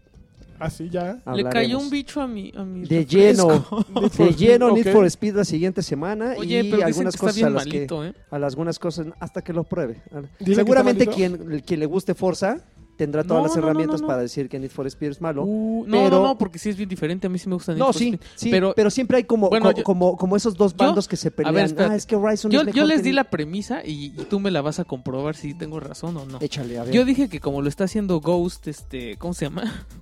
[SPEAKER 1] Así ya.
[SPEAKER 3] Le cayó un
[SPEAKER 2] video
[SPEAKER 3] bicho a mi. A mi
[SPEAKER 2] De
[SPEAKER 3] refresco.
[SPEAKER 2] lleno.
[SPEAKER 1] Need for
[SPEAKER 2] de lleno
[SPEAKER 1] Speed,
[SPEAKER 2] Need
[SPEAKER 1] ok.
[SPEAKER 2] for Speed la siguiente semana
[SPEAKER 3] Oye, pero
[SPEAKER 2] y
[SPEAKER 3] dicen que
[SPEAKER 2] algunas
[SPEAKER 3] está
[SPEAKER 2] cosas a
[SPEAKER 3] bien
[SPEAKER 2] las que-
[SPEAKER 3] malito, ¿eh?
[SPEAKER 2] a las algunas cosas hasta que lo pruebe.
[SPEAKER 1] que
[SPEAKER 2] Seguramente
[SPEAKER 1] está
[SPEAKER 2] quien, quien le guste Forza tendrá todas
[SPEAKER 3] No,
[SPEAKER 2] las
[SPEAKER 3] no, no,
[SPEAKER 2] herramientas
[SPEAKER 3] no, no.
[SPEAKER 2] para decir que Need for Speed es malo.
[SPEAKER 3] Uh, no,
[SPEAKER 2] pero-
[SPEAKER 3] no, no, porque sí es bien diferente. A mí sí me gusta Need
[SPEAKER 2] no,
[SPEAKER 3] for
[SPEAKER 2] sí,
[SPEAKER 3] Speed.
[SPEAKER 2] sí, pero,
[SPEAKER 3] pero
[SPEAKER 2] siempre hay como,
[SPEAKER 3] Bueno,
[SPEAKER 2] como,
[SPEAKER 3] yo-
[SPEAKER 2] como, como esos dos bandos que se pelean.
[SPEAKER 3] espérate.
[SPEAKER 2] ah, es que Horizon
[SPEAKER 3] yo,
[SPEAKER 2] es mejor
[SPEAKER 3] yo les
[SPEAKER 2] que
[SPEAKER 3] di
[SPEAKER 2] Need-
[SPEAKER 3] la premisa y, y tú me la vas a comprobar si tengo razón o no.
[SPEAKER 2] Échale, a ver.
[SPEAKER 3] Yo dije que como lo está haciendo Ghost, este, ¿cómo se llama? (laughs)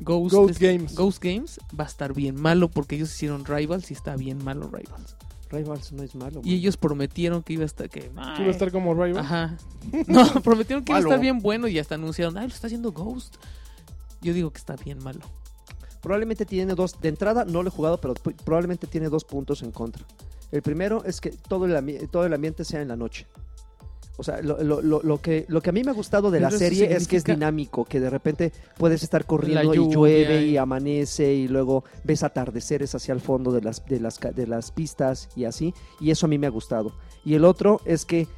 [SPEAKER 3] Ghost,
[SPEAKER 1] Ghost
[SPEAKER 3] este,
[SPEAKER 1] Games.
[SPEAKER 3] Ghost Games va a estar bien malo porque ellos hicieron Rivals y está bien malo Rivals.
[SPEAKER 2] Rivals no es malo.
[SPEAKER 3] Y
[SPEAKER 2] güey.
[SPEAKER 3] ellos prometieron que iba a estar que
[SPEAKER 1] Sí, va a estar como Rival.
[SPEAKER 3] (laughs) Ajá. No, prometieron que iba a estar
[SPEAKER 11] Malo.
[SPEAKER 3] bien bueno y hasta anunciaron, "Ay, lo está haciendo Ghost." Yo digo que está bien malo.
[SPEAKER 2] Probablemente tiene dos. De entrada no lo he jugado, pero p- probablemente tiene dos puntos en contra. El primero es que todo el, ami- todo el ambiente sea en la noche. O sea, lo, lo- lo- lo que, lo que a mí me ha gustado de la
[SPEAKER 3] Pero eso
[SPEAKER 2] serie es que es
[SPEAKER 3] significa-
[SPEAKER 2] dinámico, que de repente puedes estar
[SPEAKER 3] La
[SPEAKER 2] corriendo
[SPEAKER 3] lluvia
[SPEAKER 2] y llueve
[SPEAKER 3] y-
[SPEAKER 2] y amanece y luego ves atardeceres hacia el fondo de las, de las, ca- de las pistas y así. Y eso a mí me ha gustado. Y el otro es que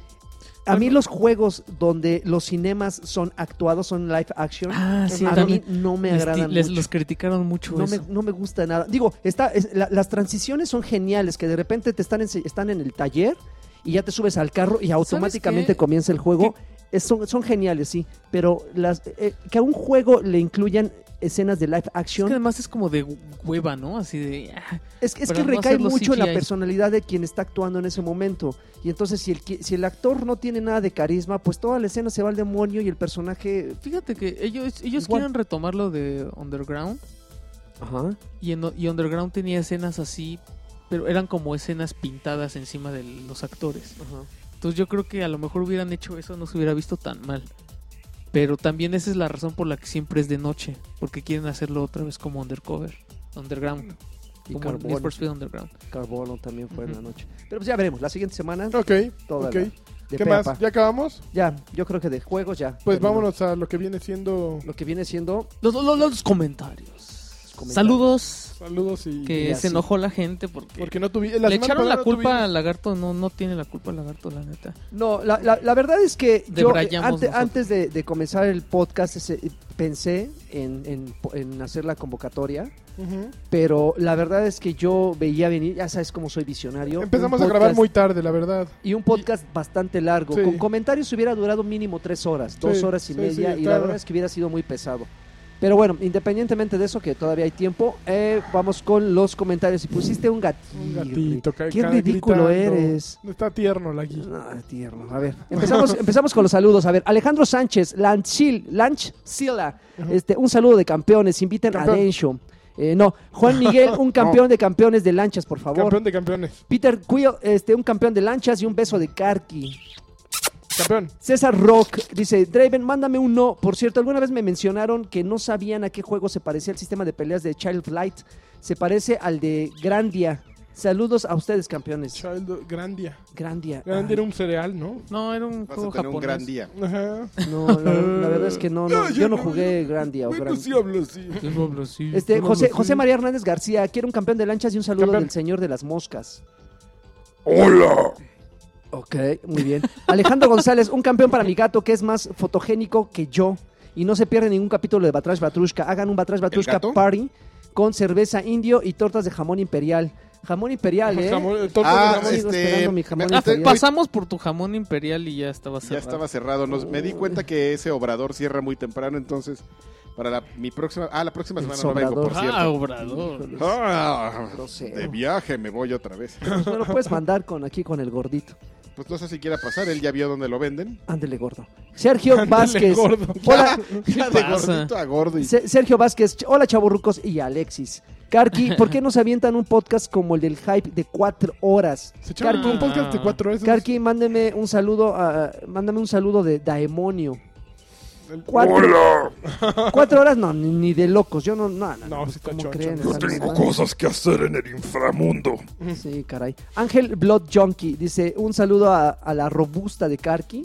[SPEAKER 2] a mí
[SPEAKER 3] Bueno.
[SPEAKER 2] los juegos donde los cinemas son actuados, son live action,
[SPEAKER 3] Ah, sí,
[SPEAKER 2] a mí
[SPEAKER 3] también.
[SPEAKER 2] no me
[SPEAKER 3] les,
[SPEAKER 2] agradan
[SPEAKER 3] les-
[SPEAKER 2] mucho.
[SPEAKER 3] los criticaron mucho
[SPEAKER 2] No me,
[SPEAKER 3] eso.
[SPEAKER 2] no me gusta nada. Digo, está, es- la- las transiciones son geniales, que de repente te están en, están en el taller y ya te subes al carro y automáticamente
[SPEAKER 3] qué?
[SPEAKER 2] comienza el juego. Es- son, son geniales, sí, pero las, eh, que a un juego le incluyan escenas de live
[SPEAKER 3] Es
[SPEAKER 2] action
[SPEAKER 3] que además es como de hueva, ¿no? Así de ah,
[SPEAKER 2] es, que- es
[SPEAKER 3] Para
[SPEAKER 2] que
[SPEAKER 3] no
[SPEAKER 2] recae
[SPEAKER 3] hacerlo
[SPEAKER 2] mucho en la
[SPEAKER 3] CGI.
[SPEAKER 2] personalidad de quien está actuando en ese momento. Y entonces, si el, qui- si el actor no tiene nada de carisma, pues toda la escena se va al demonio y el personaje.
[SPEAKER 3] Fíjate que ellos ellos
[SPEAKER 2] Igual.
[SPEAKER 3] quieren retomar lo de Underground
[SPEAKER 2] Ajá.
[SPEAKER 3] Y, en- y Underground tenía escenas así, pero eran como escenas pintadas encima de los actores. Entonces yo creo que a lo mejor hubieran hecho eso, no se hubiera visto tan mal. Pero también esa es la razón por la que siempre es de noche, porque quieren hacerlo otra vez como undercover, underground,
[SPEAKER 2] Mm, Y
[SPEAKER 3] como Need
[SPEAKER 2] Carbono,
[SPEAKER 3] for Speed Underground.
[SPEAKER 2] Carbono también fue en la
[SPEAKER 3] Ujú.
[SPEAKER 2] noche. Pero pues ya veremos, la siguiente semana.
[SPEAKER 1] Ok,
[SPEAKER 2] Toda
[SPEAKER 1] ok.
[SPEAKER 2] la- de
[SPEAKER 1] ¿Qué
[SPEAKER 2] pe a
[SPEAKER 1] más?
[SPEAKER 2] pa.
[SPEAKER 1] ¿Ya acabamos?
[SPEAKER 2] Ya, yo creo que de juegos ya.
[SPEAKER 1] Pues
[SPEAKER 2] terminó.
[SPEAKER 1] vámonos a lo que viene siendo
[SPEAKER 2] Lo que viene siendo pues,
[SPEAKER 3] Los, los, los comentarios.
[SPEAKER 2] comentarios.
[SPEAKER 3] Saludos,
[SPEAKER 1] saludos y...
[SPEAKER 3] que
[SPEAKER 2] y
[SPEAKER 3] se
[SPEAKER 2] así.
[SPEAKER 3] enojó la gente porque,
[SPEAKER 1] Porque no tuvi-
[SPEAKER 3] le
[SPEAKER 1] semana
[SPEAKER 3] echaron
[SPEAKER 1] pasada
[SPEAKER 3] la
[SPEAKER 1] no
[SPEAKER 3] culpa
[SPEAKER 1] tuvimos-
[SPEAKER 3] al lagarto, no, no tiene la culpa el lagarto, la neta.
[SPEAKER 2] No, la, la- la verdad es que yo eh,
[SPEAKER 3] Debrayamos
[SPEAKER 2] ante- antes,
[SPEAKER 3] nosotros.
[SPEAKER 2] de, de comenzar el podcast ese, eh, pensé en, en- en hacer la convocatoria,
[SPEAKER 1] Ujú.
[SPEAKER 2] pero la verdad es que yo veía venir, ya sabes cómo soy visionario.
[SPEAKER 1] Empezamos
[SPEAKER 2] un
[SPEAKER 1] a grabar
[SPEAKER 2] podcast-
[SPEAKER 1] muy tarde, la verdad.
[SPEAKER 2] Y un podcast bastante largo.
[SPEAKER 1] Sí.
[SPEAKER 2] Con comentarios hubiera durado mínimo tres horas, dos
[SPEAKER 1] Sí,
[SPEAKER 2] horas y
[SPEAKER 1] sí,
[SPEAKER 2] media,
[SPEAKER 1] sí,
[SPEAKER 2] y la
[SPEAKER 1] claro.
[SPEAKER 2] verdad es que hubiera sido muy pesado. Pero bueno, independientemente de eso, que todavía hay tiempo, eh, vamos con los comentarios. Si pusiste un gatito,
[SPEAKER 1] Un gatito. ca-
[SPEAKER 2] qué
[SPEAKER 1] ca-
[SPEAKER 2] ridículo
[SPEAKER 1] gritando.
[SPEAKER 2] eres.
[SPEAKER 1] Está tierno la gui.
[SPEAKER 2] Ah, tierno. A ver, empezamos, empezamos con los saludos. A ver, Alejandro Sánchez, Lanchil, Lanch Sila.
[SPEAKER 1] Ajá.
[SPEAKER 2] Este, un saludo de campeones, inviten
[SPEAKER 1] Campeón.
[SPEAKER 2] a Densho. Eh, no,
[SPEAKER 1] (laughs)
[SPEAKER 2] Juan Miguel, un campeón de campeones de lanchas, por favor.
[SPEAKER 1] Campeón de campeones.
[SPEAKER 2] Peter Quill, este, un campeón de lanchas y un beso de Karki.
[SPEAKER 1] Campeón.
[SPEAKER 2] César Rock dice, Draven, mándame un no. Por cierto, alguna vez me mencionaron que no sabían a qué juego se parecía el sistema de peleas de Child Flight. Se parece al de Grandia. Saludos a ustedes, campeones.
[SPEAKER 1] Child Grandia.
[SPEAKER 2] Grandia.
[SPEAKER 1] Grandia
[SPEAKER 2] Ay.
[SPEAKER 1] era un cereal, ¿no?
[SPEAKER 3] No, era un
[SPEAKER 8] Vas a
[SPEAKER 3] juego
[SPEAKER 8] tener
[SPEAKER 3] japonés.
[SPEAKER 8] un gran día.
[SPEAKER 1] Ajá.
[SPEAKER 2] No, la, la verdad es que no, no,
[SPEAKER 1] Ah,
[SPEAKER 2] yo
[SPEAKER 1] yo (laughs)
[SPEAKER 2] no
[SPEAKER 1] no,
[SPEAKER 2] jugué Grandia o
[SPEAKER 1] Bueno,
[SPEAKER 2] Gran-
[SPEAKER 1] pues sí hablo así.
[SPEAKER 2] Este, José, José María Hernández García, quiero un campeón de lanchas y un saludo
[SPEAKER 1] Campeón.
[SPEAKER 2] del señor de las moscas.
[SPEAKER 8] ¡Hola!
[SPEAKER 2] Ok, muy bien. Alejandro González, un campeón para mi gato que es más fotogénico que yo y no se pierde ningún capítulo de Batrash Batrushka. Hagan un Batrash Batrushka
[SPEAKER 8] gato?
[SPEAKER 2] party con cerveza indio y tortas de jamón imperial. Jamón imperial, ¿eh?
[SPEAKER 1] (laughs) Jamón- eh, tortas
[SPEAKER 8] Ah,
[SPEAKER 1] de jamón.
[SPEAKER 8] sí.
[SPEAKER 2] Sigo
[SPEAKER 8] este,
[SPEAKER 2] esperando mi jamón
[SPEAKER 8] me-
[SPEAKER 3] Ah,
[SPEAKER 2] imperial.
[SPEAKER 3] pasamos por tu jamón imperial y ya estaba
[SPEAKER 8] Ya
[SPEAKER 3] cerrado.
[SPEAKER 8] estaba cerrado. Nos, me di cuenta que ese obrador cierra muy temprano, entonces para la, mi próxima... Ah, la próxima
[SPEAKER 2] El
[SPEAKER 8] semana no vengo, por
[SPEAKER 2] sobrador.
[SPEAKER 3] Ah,
[SPEAKER 8] cierto.
[SPEAKER 3] obrador.
[SPEAKER 8] Ah,
[SPEAKER 2] Grosero.
[SPEAKER 8] de viaje me voy otra (laughs) vez.
[SPEAKER 2] Pues me lo puedes mandar con aquí con el gordito.
[SPEAKER 8] Pues no sé si quiera pasar, él ya vio dónde lo venden.
[SPEAKER 2] Ándele gordo. Sergio Vázquez.
[SPEAKER 1] gordo.
[SPEAKER 8] (laughs)
[SPEAKER 2] Hola,
[SPEAKER 8] Ya de
[SPEAKER 3] pasa?
[SPEAKER 8] gordito a gordo. y-
[SPEAKER 2] Se- Sergio Vázquez, Ch- hola chaburrucos y Alexis.
[SPEAKER 1] (laughs)
[SPEAKER 2] Karki, ¿por qué nos avientan un podcast como el del hype de cuatro horas?
[SPEAKER 1] Se echaron
[SPEAKER 3] Carqui.
[SPEAKER 1] un podcast de cuatro veces.
[SPEAKER 2] Karki, mándeme un saludo, a- mándame un saludo de Daemonio.
[SPEAKER 1] El-
[SPEAKER 2] Cuatro, (laughs) cuatro horas, no, ni, ni de locos. Yo no, no, no.
[SPEAKER 1] No,
[SPEAKER 2] pues,
[SPEAKER 1] sí está
[SPEAKER 2] ¿cómo
[SPEAKER 1] choncho.
[SPEAKER 2] creen?
[SPEAKER 1] Yo
[SPEAKER 2] Están mal.
[SPEAKER 11] cosas que hacer en el inframundo.
[SPEAKER 2] Sí, caray. Ángel Blood Junkie dice un saludo a, a la robusta de Karki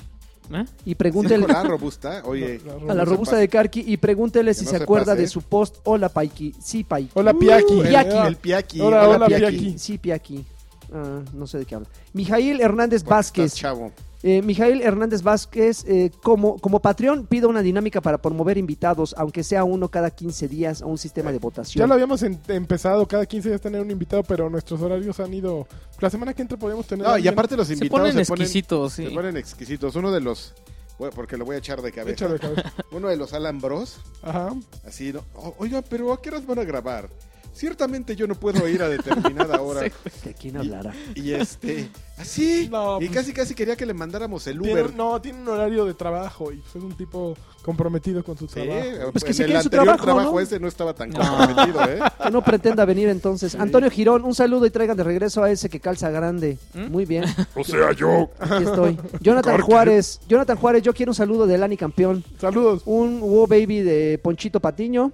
[SPEAKER 3] ¿Eh?
[SPEAKER 2] y
[SPEAKER 8] Dijo
[SPEAKER 2] pregúntele (laughs)
[SPEAKER 8] la robusta, oye.
[SPEAKER 2] a la
[SPEAKER 8] no se
[SPEAKER 2] robusta
[SPEAKER 8] pase.
[SPEAKER 2] de Karki y pregúntele si
[SPEAKER 8] no
[SPEAKER 2] se,
[SPEAKER 8] se
[SPEAKER 2] acuerda
[SPEAKER 8] pase.
[SPEAKER 2] de su post. Hola Paiki, sí Paiki.
[SPEAKER 1] Hola, Piaki.
[SPEAKER 8] El-
[SPEAKER 2] Piaki.
[SPEAKER 8] El piaki.
[SPEAKER 1] Hola, hola,
[SPEAKER 8] piaki.
[SPEAKER 1] Piaki.
[SPEAKER 2] Sí, Piaki. Ah, no sé de qué habla. Mijail Hernández
[SPEAKER 8] Porque
[SPEAKER 2] Vázquez.
[SPEAKER 8] estás chavo.
[SPEAKER 2] Eh, Mijail Hernández Vázquez, eh, como, como Patreon, pido una dinámica para promover invitados, aunque sea uno cada 15 días, a un sistema de
[SPEAKER 1] Ya
[SPEAKER 2] votación.
[SPEAKER 1] lo habíamos en- empezado cada 15 días tener un invitado, pero nuestros horarios han ido. La semana que entra podemos tener. a
[SPEAKER 8] No, y
[SPEAKER 1] alguien.
[SPEAKER 8] aparte los
[SPEAKER 3] Se
[SPEAKER 8] invitados
[SPEAKER 3] ponen
[SPEAKER 8] se ponen,
[SPEAKER 3] exquisitos, sí.
[SPEAKER 8] se ponen exquisitos. Uno de los... bueno, Porque lo voy a echar de cabeza.
[SPEAKER 1] Échale, cabeza.
[SPEAKER 8] Uno de los alambros,
[SPEAKER 1] Ajá.
[SPEAKER 8] así, ¿no? O- Oiga, pero ¿a qué horas van a grabar? Ciertamente yo no puedo ir a (laughs) determinada hora.
[SPEAKER 2] ¿De quién hablará?
[SPEAKER 8] Y este, así.
[SPEAKER 1] No,
[SPEAKER 8] y
[SPEAKER 1] pues-
[SPEAKER 8] casi casi quería que le mandáramos el
[SPEAKER 1] Tiene-
[SPEAKER 8] Uber.
[SPEAKER 1] no, tiene un horario de trabajo y pues, es un tipo comprometido con su
[SPEAKER 8] Sí,
[SPEAKER 1] trabajo.
[SPEAKER 2] Pues que
[SPEAKER 8] ¿eh? en
[SPEAKER 2] se
[SPEAKER 8] el
[SPEAKER 2] quede su
[SPEAKER 8] anterior
[SPEAKER 2] trabajo,
[SPEAKER 8] trabajo,
[SPEAKER 2] ¿no?
[SPEAKER 8] ese no estaba tan
[SPEAKER 3] No.
[SPEAKER 8] comprometido, ¿eh?
[SPEAKER 2] Que no pretenda venir entonces. Antonio Girón, un saludo y traigan de regreso a ese que calza grande.
[SPEAKER 3] ¿Mm?
[SPEAKER 1] (laughs)
[SPEAKER 2] Muy bien,
[SPEAKER 11] O sea, yo.
[SPEAKER 2] aquí estoy. Jonathan Juárez, Jonathan Juárez, yo quiero un saludo de Lani Campeón.
[SPEAKER 1] Saludos.
[SPEAKER 2] Un Wo Baby de Ponchito Patiño.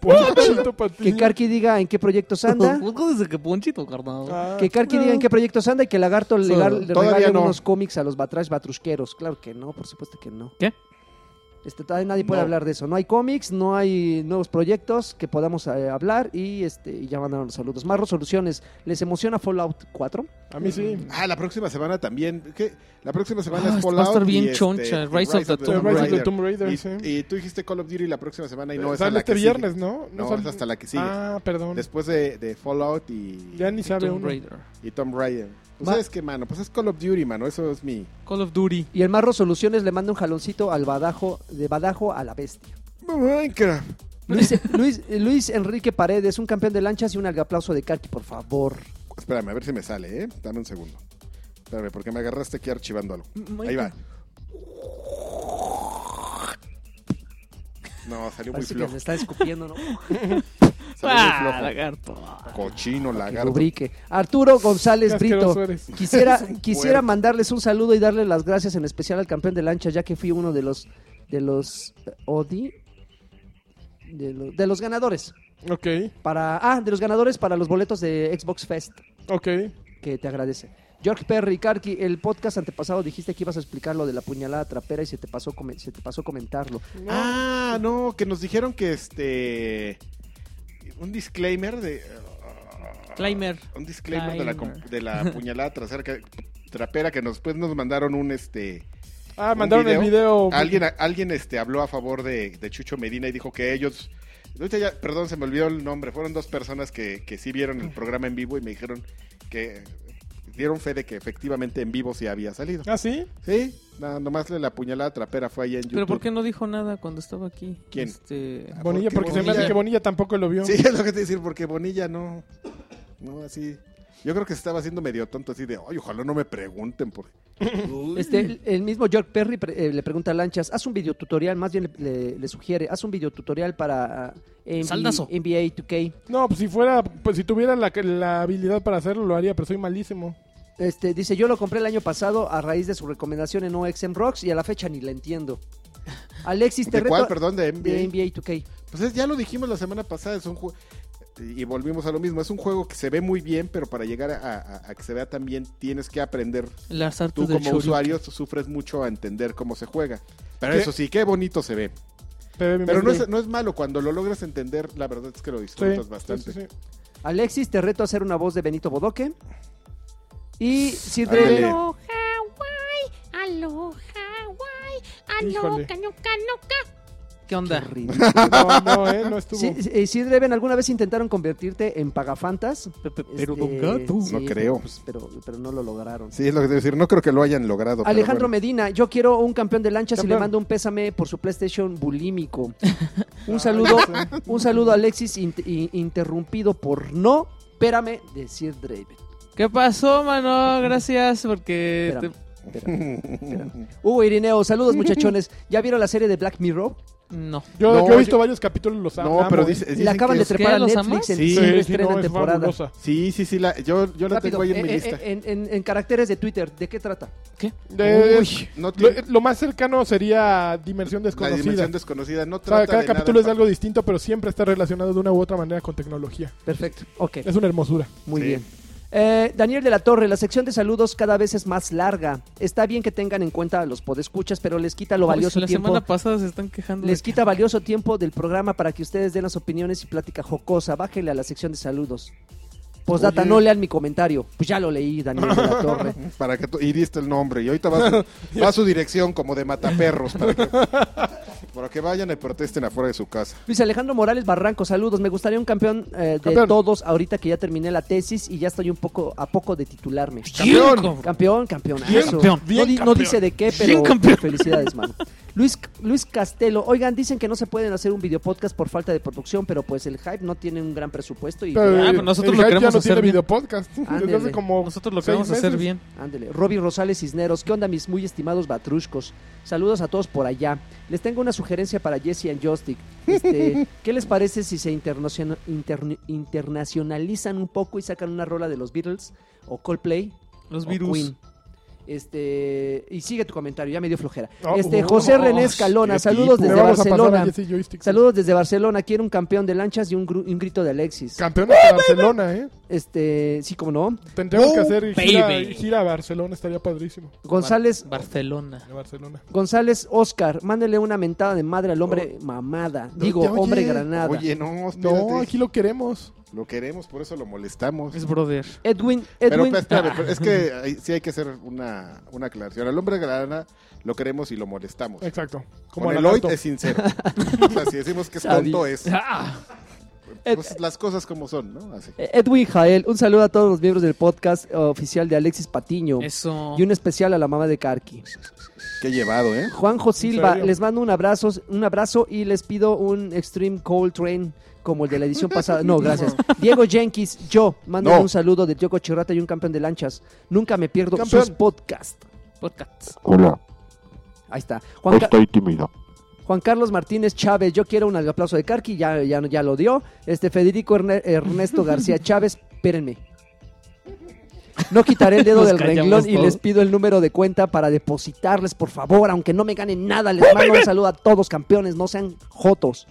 [SPEAKER 1] Ponchito
[SPEAKER 2] Que
[SPEAKER 1] Patiño.
[SPEAKER 2] Karki diga en qué proyectos anda.
[SPEAKER 3] Poco desde que Ponchito, carnal.
[SPEAKER 1] Ah,
[SPEAKER 2] Que Karki diga en qué proyectos anda y que Lagarto le,
[SPEAKER 3] So,
[SPEAKER 2] gar- le
[SPEAKER 8] todavía
[SPEAKER 2] regale
[SPEAKER 8] no.
[SPEAKER 2] unos cómics a los batrash batrusqueros. Claro que no, por supuesto que no.
[SPEAKER 3] ¿Qué?
[SPEAKER 2] Este, todavía nadie puede
[SPEAKER 8] No.
[SPEAKER 2] hablar de eso. No hay cómics, no hay nuevos proyectos que podamos eh, hablar y este y ya mandaron los saludos. Más resoluciones. ¿Les emociona Fallout 4?
[SPEAKER 1] A mí sí.
[SPEAKER 8] Ah, la próxima semana también. ¿Qué? La próxima semana
[SPEAKER 3] Ah,
[SPEAKER 8] es
[SPEAKER 3] va a
[SPEAKER 8] Fallout.
[SPEAKER 3] estar bien
[SPEAKER 8] y este,
[SPEAKER 3] choncha,
[SPEAKER 8] y
[SPEAKER 3] Rise of the
[SPEAKER 1] The Rise
[SPEAKER 3] Tomb
[SPEAKER 1] of the
[SPEAKER 8] Raider.
[SPEAKER 1] Tomb Raider,
[SPEAKER 8] y,
[SPEAKER 1] sí.
[SPEAKER 8] y tú dijiste Call of Duty la próxima semana y no es a
[SPEAKER 1] sale
[SPEAKER 8] la
[SPEAKER 1] este
[SPEAKER 8] que sigue.
[SPEAKER 1] viernes, ¿no?
[SPEAKER 8] No,
[SPEAKER 1] sale-
[SPEAKER 8] es hasta la que sigue.
[SPEAKER 1] Ah, perdón.
[SPEAKER 8] Después de, de Fallout y,
[SPEAKER 1] Ya ni sabe
[SPEAKER 3] Tomb
[SPEAKER 1] uno.
[SPEAKER 3] Raider.
[SPEAKER 8] y Tomb Raider. Pues
[SPEAKER 2] Va-
[SPEAKER 8] sabes qué, mano, pues es Call of Duty, mano, eso es mi...
[SPEAKER 3] Call of Duty.
[SPEAKER 2] Y el más resoluciones le manda un jaloncito al Badajo, de Badajo a la bestia.
[SPEAKER 8] Minecraft.
[SPEAKER 2] Luis,
[SPEAKER 1] (laughs)
[SPEAKER 2] Luis, Luis Enrique Paredes, un campeón de lanchas y un algaplauso de Karki, por favor.
[SPEAKER 8] Espérame, a ver si me sale, ¿eh? Dame un segundo. Espérame, porque me agarraste aquí archivando algo. Mm, Ahí va. No, salió muy
[SPEAKER 2] Parece que
[SPEAKER 8] flojo.
[SPEAKER 2] le está escupiendo, ¿no?
[SPEAKER 8] (laughs) Salió muy
[SPEAKER 3] Ah,
[SPEAKER 8] flojo.
[SPEAKER 3] lagarto.
[SPEAKER 1] Ah,
[SPEAKER 11] Cochino,
[SPEAKER 2] que
[SPEAKER 11] lagarto.
[SPEAKER 2] rubrique. Arturo González
[SPEAKER 1] Qué
[SPEAKER 2] Brito.
[SPEAKER 1] asqueroso eres.
[SPEAKER 2] Quisiera, quisiera
[SPEAKER 11] puerco.
[SPEAKER 2] mandarles un saludo y darle las gracias en especial al campeón de lancha, ya que fui uno de los de los eh, Odi de, lo- de los ganadores
[SPEAKER 1] Ok,
[SPEAKER 2] para ah de los ganadores para los boletos de Xbox Fest
[SPEAKER 1] ok.
[SPEAKER 2] que te agradece. George Perry, Karki, el podcast antepasado dijiste que ibas a explicar lo de la puñalada trapera y se te pasó come- se te pasó comentarlo.
[SPEAKER 8] Ah, no, que nos dijeron que este. Un disclaimer de.
[SPEAKER 3] Disclaimer.
[SPEAKER 8] Un disclaimer de la, com-
[SPEAKER 3] Disclaimer.
[SPEAKER 8] de la puñalada trasera que- trapera que nos, después nos mandaron un este.
[SPEAKER 1] Ah,
[SPEAKER 8] ¿Un
[SPEAKER 1] mandaron el video.
[SPEAKER 8] Alguien, alguien este, habló a favor de, de Chucho Medina y dijo que ellos. ahorita ya- perdón, se me olvidó el nombre. Fueron dos personas que, que sí vieron el programa en vivo y me dijeron que dieron fe de que efectivamente en vivo sí había salido.
[SPEAKER 1] ¿Ah, sí?
[SPEAKER 8] Sí, nada, nomás la puñalada trapera fue ahí en YouTube.
[SPEAKER 3] Pero ¿por qué no dijo nada cuando estaba aquí?
[SPEAKER 8] ¿Quién?
[SPEAKER 3] Este,
[SPEAKER 1] Bonilla, porque, se me hace
[SPEAKER 8] Ah, Bonilla-
[SPEAKER 1] que Bonilla tampoco lo vio.
[SPEAKER 8] Sí, (laughs) es lo que te iba a decir, porque Bonilla no. No, así. Yo creo que se estaba haciendo medio tonto, así de, ay, ojalá no me pregunten. Por...
[SPEAKER 2] Este, el- el mismo George Perry pre- eh, le pregunta a Lanchas, haz un videotutorial, más bien le, le- le sugiere, haz un videotutorial para ah, NBA,
[SPEAKER 3] Saldazo.
[SPEAKER 2] NBA 2K.
[SPEAKER 1] No, pues si fuera, pues si tuviera la, la habilidad para hacerlo, lo haría, pero soy malísimo.
[SPEAKER 2] Este, dice, yo lo compré el año pasado a raíz de su recomendación en OXM Rocks y a la fecha ni la entiendo. Alexis, te
[SPEAKER 8] ¿De cuál,
[SPEAKER 2] reto-
[SPEAKER 8] perdón? De NBA.
[SPEAKER 2] de NBA 2K.
[SPEAKER 8] Pues es- ya lo dijimos la semana pasada, es un juego. Y volvimos a lo mismo, es un juego que se ve muy bien, pero para llegar a, a- a que se vea tan bien tienes que aprender.
[SPEAKER 3] las
[SPEAKER 8] Tú
[SPEAKER 3] artes del
[SPEAKER 8] como
[SPEAKER 3] show.
[SPEAKER 8] usuario sufres mucho a entender cómo se juega. Pero
[SPEAKER 1] ¿Qué?
[SPEAKER 8] eso sí, qué bonito se ve.
[SPEAKER 1] Pero, mi
[SPEAKER 8] Pero no
[SPEAKER 1] mente-
[SPEAKER 8] es, no es malo, cuando lo logras entender, la verdad es que lo
[SPEAKER 1] Sí,
[SPEAKER 8] disfrutas
[SPEAKER 1] sí,
[SPEAKER 8] bastante.
[SPEAKER 1] sí, sí.
[SPEAKER 2] Alexis, te reto a hacer una voz de Benito Bodoque. Y
[SPEAKER 8] Ándale.
[SPEAKER 2] sirve...
[SPEAKER 13] Aló, Hawái, aló, Hawái, aló,
[SPEAKER 1] Híjole.
[SPEAKER 13] cano, cano,
[SPEAKER 3] ¿Qué onda?
[SPEAKER 8] (laughs)
[SPEAKER 1] No, no, eh, no estuvo.
[SPEAKER 2] Sí, eh, Sidreven, ¿alguna vez intentaron convertirte en pagafantas?
[SPEAKER 3] pero
[SPEAKER 2] Este,
[SPEAKER 3] con gato.
[SPEAKER 2] sí,
[SPEAKER 8] No
[SPEAKER 2] pero,
[SPEAKER 8] creo.
[SPEAKER 2] pues, pero, pero no lo lograron.
[SPEAKER 8] Sí, es lo que te iba a decir, no creo que lo hayan logrado. pero
[SPEAKER 2] Alejandro
[SPEAKER 8] bueno.
[SPEAKER 2] Medina, yo quiero un campeón de lanchas y le
[SPEAKER 1] Campeón.
[SPEAKER 2] mando un pésame por su PlayStation bulímico. un saludo, un saludo a Alexis in- in- interrumpido por no, espérame, decir Draven.
[SPEAKER 3] ¿Qué pasó, mano? Gracias porque...
[SPEAKER 2] Espérame,
[SPEAKER 3] te-
[SPEAKER 2] espérame, espérame. Hugo Irineo, saludos muchachones. ¿Ya vieron la serie de Black Mirror?
[SPEAKER 3] No.
[SPEAKER 1] Yo,
[SPEAKER 8] No,
[SPEAKER 1] yo he visto
[SPEAKER 8] yo-
[SPEAKER 1] varios capítulos, los
[SPEAKER 8] No,
[SPEAKER 1] amo,
[SPEAKER 8] pero
[SPEAKER 1] eh.
[SPEAKER 8] dice, dicen
[SPEAKER 2] La acaban
[SPEAKER 8] que
[SPEAKER 2] de
[SPEAKER 8] es-
[SPEAKER 2] trepar a
[SPEAKER 3] ¿Qué, los
[SPEAKER 2] Netflix
[SPEAKER 3] amas?
[SPEAKER 2] en
[SPEAKER 8] Sí,
[SPEAKER 1] Sí,
[SPEAKER 2] siempre
[SPEAKER 1] sí,
[SPEAKER 2] estrena
[SPEAKER 1] no, es
[SPEAKER 2] temporada.
[SPEAKER 1] fabulosa.
[SPEAKER 8] Sí, sí, sí, la, yo, yo la
[SPEAKER 2] Rápido,
[SPEAKER 8] tengo ahí en mi
[SPEAKER 2] eh, eh,
[SPEAKER 8] lista.
[SPEAKER 2] en- en- en caracteres de Twitter, ¿de qué trata?
[SPEAKER 1] De-
[SPEAKER 8] no
[SPEAKER 1] Eh, lo,
[SPEAKER 8] tiene-
[SPEAKER 1] lo más cercano sería Dimensión
[SPEAKER 8] la
[SPEAKER 1] Desconocida.
[SPEAKER 8] dimensión desconocida no
[SPEAKER 1] O sea,
[SPEAKER 8] trata
[SPEAKER 1] cada
[SPEAKER 8] de
[SPEAKER 1] capítulo
[SPEAKER 8] nada
[SPEAKER 1] es de algo distinto, pero siempre está relacionado de una u otra manera con tecnología.
[SPEAKER 2] Perfecto, ok.
[SPEAKER 1] Es una hermosura.
[SPEAKER 2] Muy
[SPEAKER 8] Sí.
[SPEAKER 2] bien. Eh, Daniel de la Torre, la sección de saludos cada vez es más larga. Está bien que tengan en cuenta a los podescuchas, pero les quita lo
[SPEAKER 3] Uy,
[SPEAKER 2] valioso
[SPEAKER 3] Pues, la
[SPEAKER 2] tiempo.
[SPEAKER 3] semana pasada se están quejando. de
[SPEAKER 2] Les quita valioso tiempo del programa para que ustedes den las opiniones y plática jocosa. Bájele a la sección de saludos. Postdata,
[SPEAKER 8] Oye.
[SPEAKER 2] no lean mi comentario. Pues ya lo leí, Daniel de
[SPEAKER 8] (laughs)
[SPEAKER 2] la Torre.
[SPEAKER 8] para que tú hiriste el nombre y ahorita va a su, va a su dirección como de mataperros para que, para que vayan y protesten afuera de su casa
[SPEAKER 2] Luis Alejandro Morales Barranco, saludos. Me gustaría un campeón eh, de
[SPEAKER 1] Campeón.
[SPEAKER 2] todos ahorita que ya terminé la tesis y ya estoy un poco a poco de titularme.
[SPEAKER 3] ¡Campeón!
[SPEAKER 2] Campeón, campeón.
[SPEAKER 3] Bien
[SPEAKER 2] eso.
[SPEAKER 3] campeón,
[SPEAKER 2] No
[SPEAKER 3] bien
[SPEAKER 2] di- no,
[SPEAKER 3] campeón.
[SPEAKER 2] dice de qué, pero
[SPEAKER 3] Bien campeón.
[SPEAKER 2] felicidades, mano. Luis, Luis Castelo, oigan, dicen que no se pueden hacer un videopodcast por falta de producción, pero pues el hype no tiene un gran presupuesto y
[SPEAKER 1] Pero,
[SPEAKER 3] pero Ah, pues nosotros
[SPEAKER 1] el
[SPEAKER 3] lo
[SPEAKER 1] hype
[SPEAKER 3] queremos
[SPEAKER 1] ya no
[SPEAKER 3] hacer
[SPEAKER 1] tiene
[SPEAKER 3] bien.
[SPEAKER 1] videopodcast. (laughs) Desde
[SPEAKER 2] Ándale.
[SPEAKER 1] hace como
[SPEAKER 3] Nosotros lo
[SPEAKER 1] seis
[SPEAKER 3] queremos hacer
[SPEAKER 1] meses.
[SPEAKER 3] bien.
[SPEAKER 2] Ándele. Robbie Rosales Cisneros, ¿qué onda mis muy estimados batruscos? Saludos a todos por allá. Les tengo una sugerencia para Jesse and Joystick.
[SPEAKER 3] (laughs)
[SPEAKER 2] Este, ¿Qué les parece si se internacion- interne- internacionalizan un poco y sacan una rola de los Beatles o Coldplay?
[SPEAKER 3] Los
[SPEAKER 2] o
[SPEAKER 3] virus.
[SPEAKER 2] Oh, Queen? Este, y sigue tu comentario, ya me dio flojera.
[SPEAKER 1] Oh,
[SPEAKER 2] Este,
[SPEAKER 1] oh,
[SPEAKER 2] José René
[SPEAKER 3] oh,
[SPEAKER 2] Escalona,
[SPEAKER 8] qué
[SPEAKER 2] saludos
[SPEAKER 8] tipo.
[SPEAKER 1] Le
[SPEAKER 2] desde
[SPEAKER 1] vamos a pasar
[SPEAKER 2] Barcelona.
[SPEAKER 1] a Jesse Joystick.
[SPEAKER 2] Saludos desde Barcelona, quiero un campeón de lanchas y un, gru- un grito de Alexis.
[SPEAKER 1] Campeón de Barcelona, ¿eh?
[SPEAKER 2] Este, sí, como no.
[SPEAKER 1] Tendríamos que hacer gira,
[SPEAKER 3] baby.
[SPEAKER 1] gira a Barcelona, estaría padrísimo.
[SPEAKER 2] González
[SPEAKER 3] Bar- Barcelona.
[SPEAKER 1] De Barcelona.
[SPEAKER 2] González Oscar, mándele una mentada de madre al hombre mamada. Digo,
[SPEAKER 8] Oye,
[SPEAKER 2] hombre granada.
[SPEAKER 8] oye no espérate.
[SPEAKER 1] No, aquí lo queremos.
[SPEAKER 8] lo queremos por eso lo molestamos
[SPEAKER 3] Es brother.
[SPEAKER 2] Edwin,
[SPEAKER 8] pero,
[SPEAKER 2] Edwin.
[SPEAKER 8] pues, espérame, pero es que ahí sí hay que hacer una, una aclaración al hombre grana lo queremos y lo molestamos
[SPEAKER 1] Exacto. Como
[SPEAKER 8] como el hoy
[SPEAKER 1] Anacarto.
[SPEAKER 8] es sincero o sea si decimos que es tonto es
[SPEAKER 3] Ah,
[SPEAKER 8] pues, las cosas como son no así
[SPEAKER 2] eh, Edwin Jael, un saludo a todos los miembros del podcast eh, oficial de Alexis Patiño.
[SPEAKER 3] Eso.
[SPEAKER 2] Y un especial a la mamá de Karki.
[SPEAKER 8] qué llevado eh
[SPEAKER 2] Juanjo Silva,
[SPEAKER 1] serio?
[SPEAKER 2] les mando un abrazo, un abrazo y les pido un Extreme Cold Train como el de la edición pasada. No, gracias. Diego Jenkins, yo mando
[SPEAKER 8] No.
[SPEAKER 2] un saludo de Diogo Chirrata y un campeón de lanchas. Nunca me pierdo
[SPEAKER 1] Campeón.
[SPEAKER 2] sus podcasts.
[SPEAKER 3] Podcast.
[SPEAKER 14] Hola,
[SPEAKER 2] Ahí está. Juan Ca-
[SPEAKER 14] estoy tímido.
[SPEAKER 2] Juan Carlos Martínez Chávez, yo quiero un algaplazo de Carqui, ya, ya, ya lo dio. Este Federico Erne- Ernesto García
[SPEAKER 3] (laughs)
[SPEAKER 2] Chávez, espérenme. No quitaré el dedo
[SPEAKER 3] Nos
[SPEAKER 2] del
[SPEAKER 3] callamos
[SPEAKER 2] renglón y
[SPEAKER 3] todos.
[SPEAKER 2] les pido el número de cuenta para depositarles, por favor, aunque no me ganen nada. Les mando un saludo a todos, campeones, no sean jotos.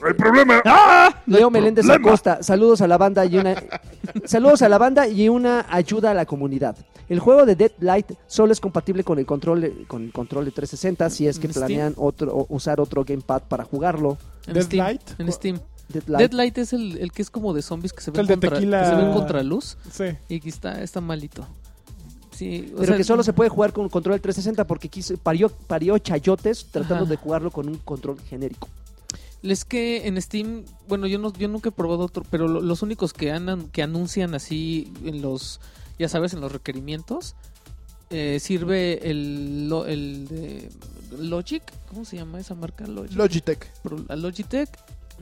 [SPEAKER 4] El problema.
[SPEAKER 11] Ah.
[SPEAKER 2] Leo Meléndez Acosta, saludos a la banda y una saludos a la banda y una ayuda a la comunidad. El juego de Dead Light solo es compatible con el control de- con el control de 360 si es que
[SPEAKER 3] En Steam.
[SPEAKER 2] planean otro o usar otro gamepad para jugarlo.
[SPEAKER 3] En
[SPEAKER 1] Dead
[SPEAKER 3] Steam.
[SPEAKER 1] Light.
[SPEAKER 3] En Steam.
[SPEAKER 2] Dead Light.
[SPEAKER 3] Deadlight es el, el que es como de zombies que se ven
[SPEAKER 1] El de
[SPEAKER 3] contra,
[SPEAKER 1] tequila.
[SPEAKER 3] que se ven contra luz
[SPEAKER 1] Sí.
[SPEAKER 3] y que está, está malito. Sí, o
[SPEAKER 2] pero
[SPEAKER 3] sea,
[SPEAKER 2] que solo se puede jugar con un control 360 porque quiso, parió, parió chayotes tratando
[SPEAKER 3] Ajá.
[SPEAKER 2] de jugarlo con un control genérico.
[SPEAKER 3] Es que en Steam, bueno, yo no, yo nunca he probado otro, pero lo- los únicos que andan, que anuncian así en los, ya sabes, en los requerimientos, eh, sirve el, lo- el de Logic, ¿cómo se llama esa marca? Logic.
[SPEAKER 1] Logitech.
[SPEAKER 3] Pro- a Logitech,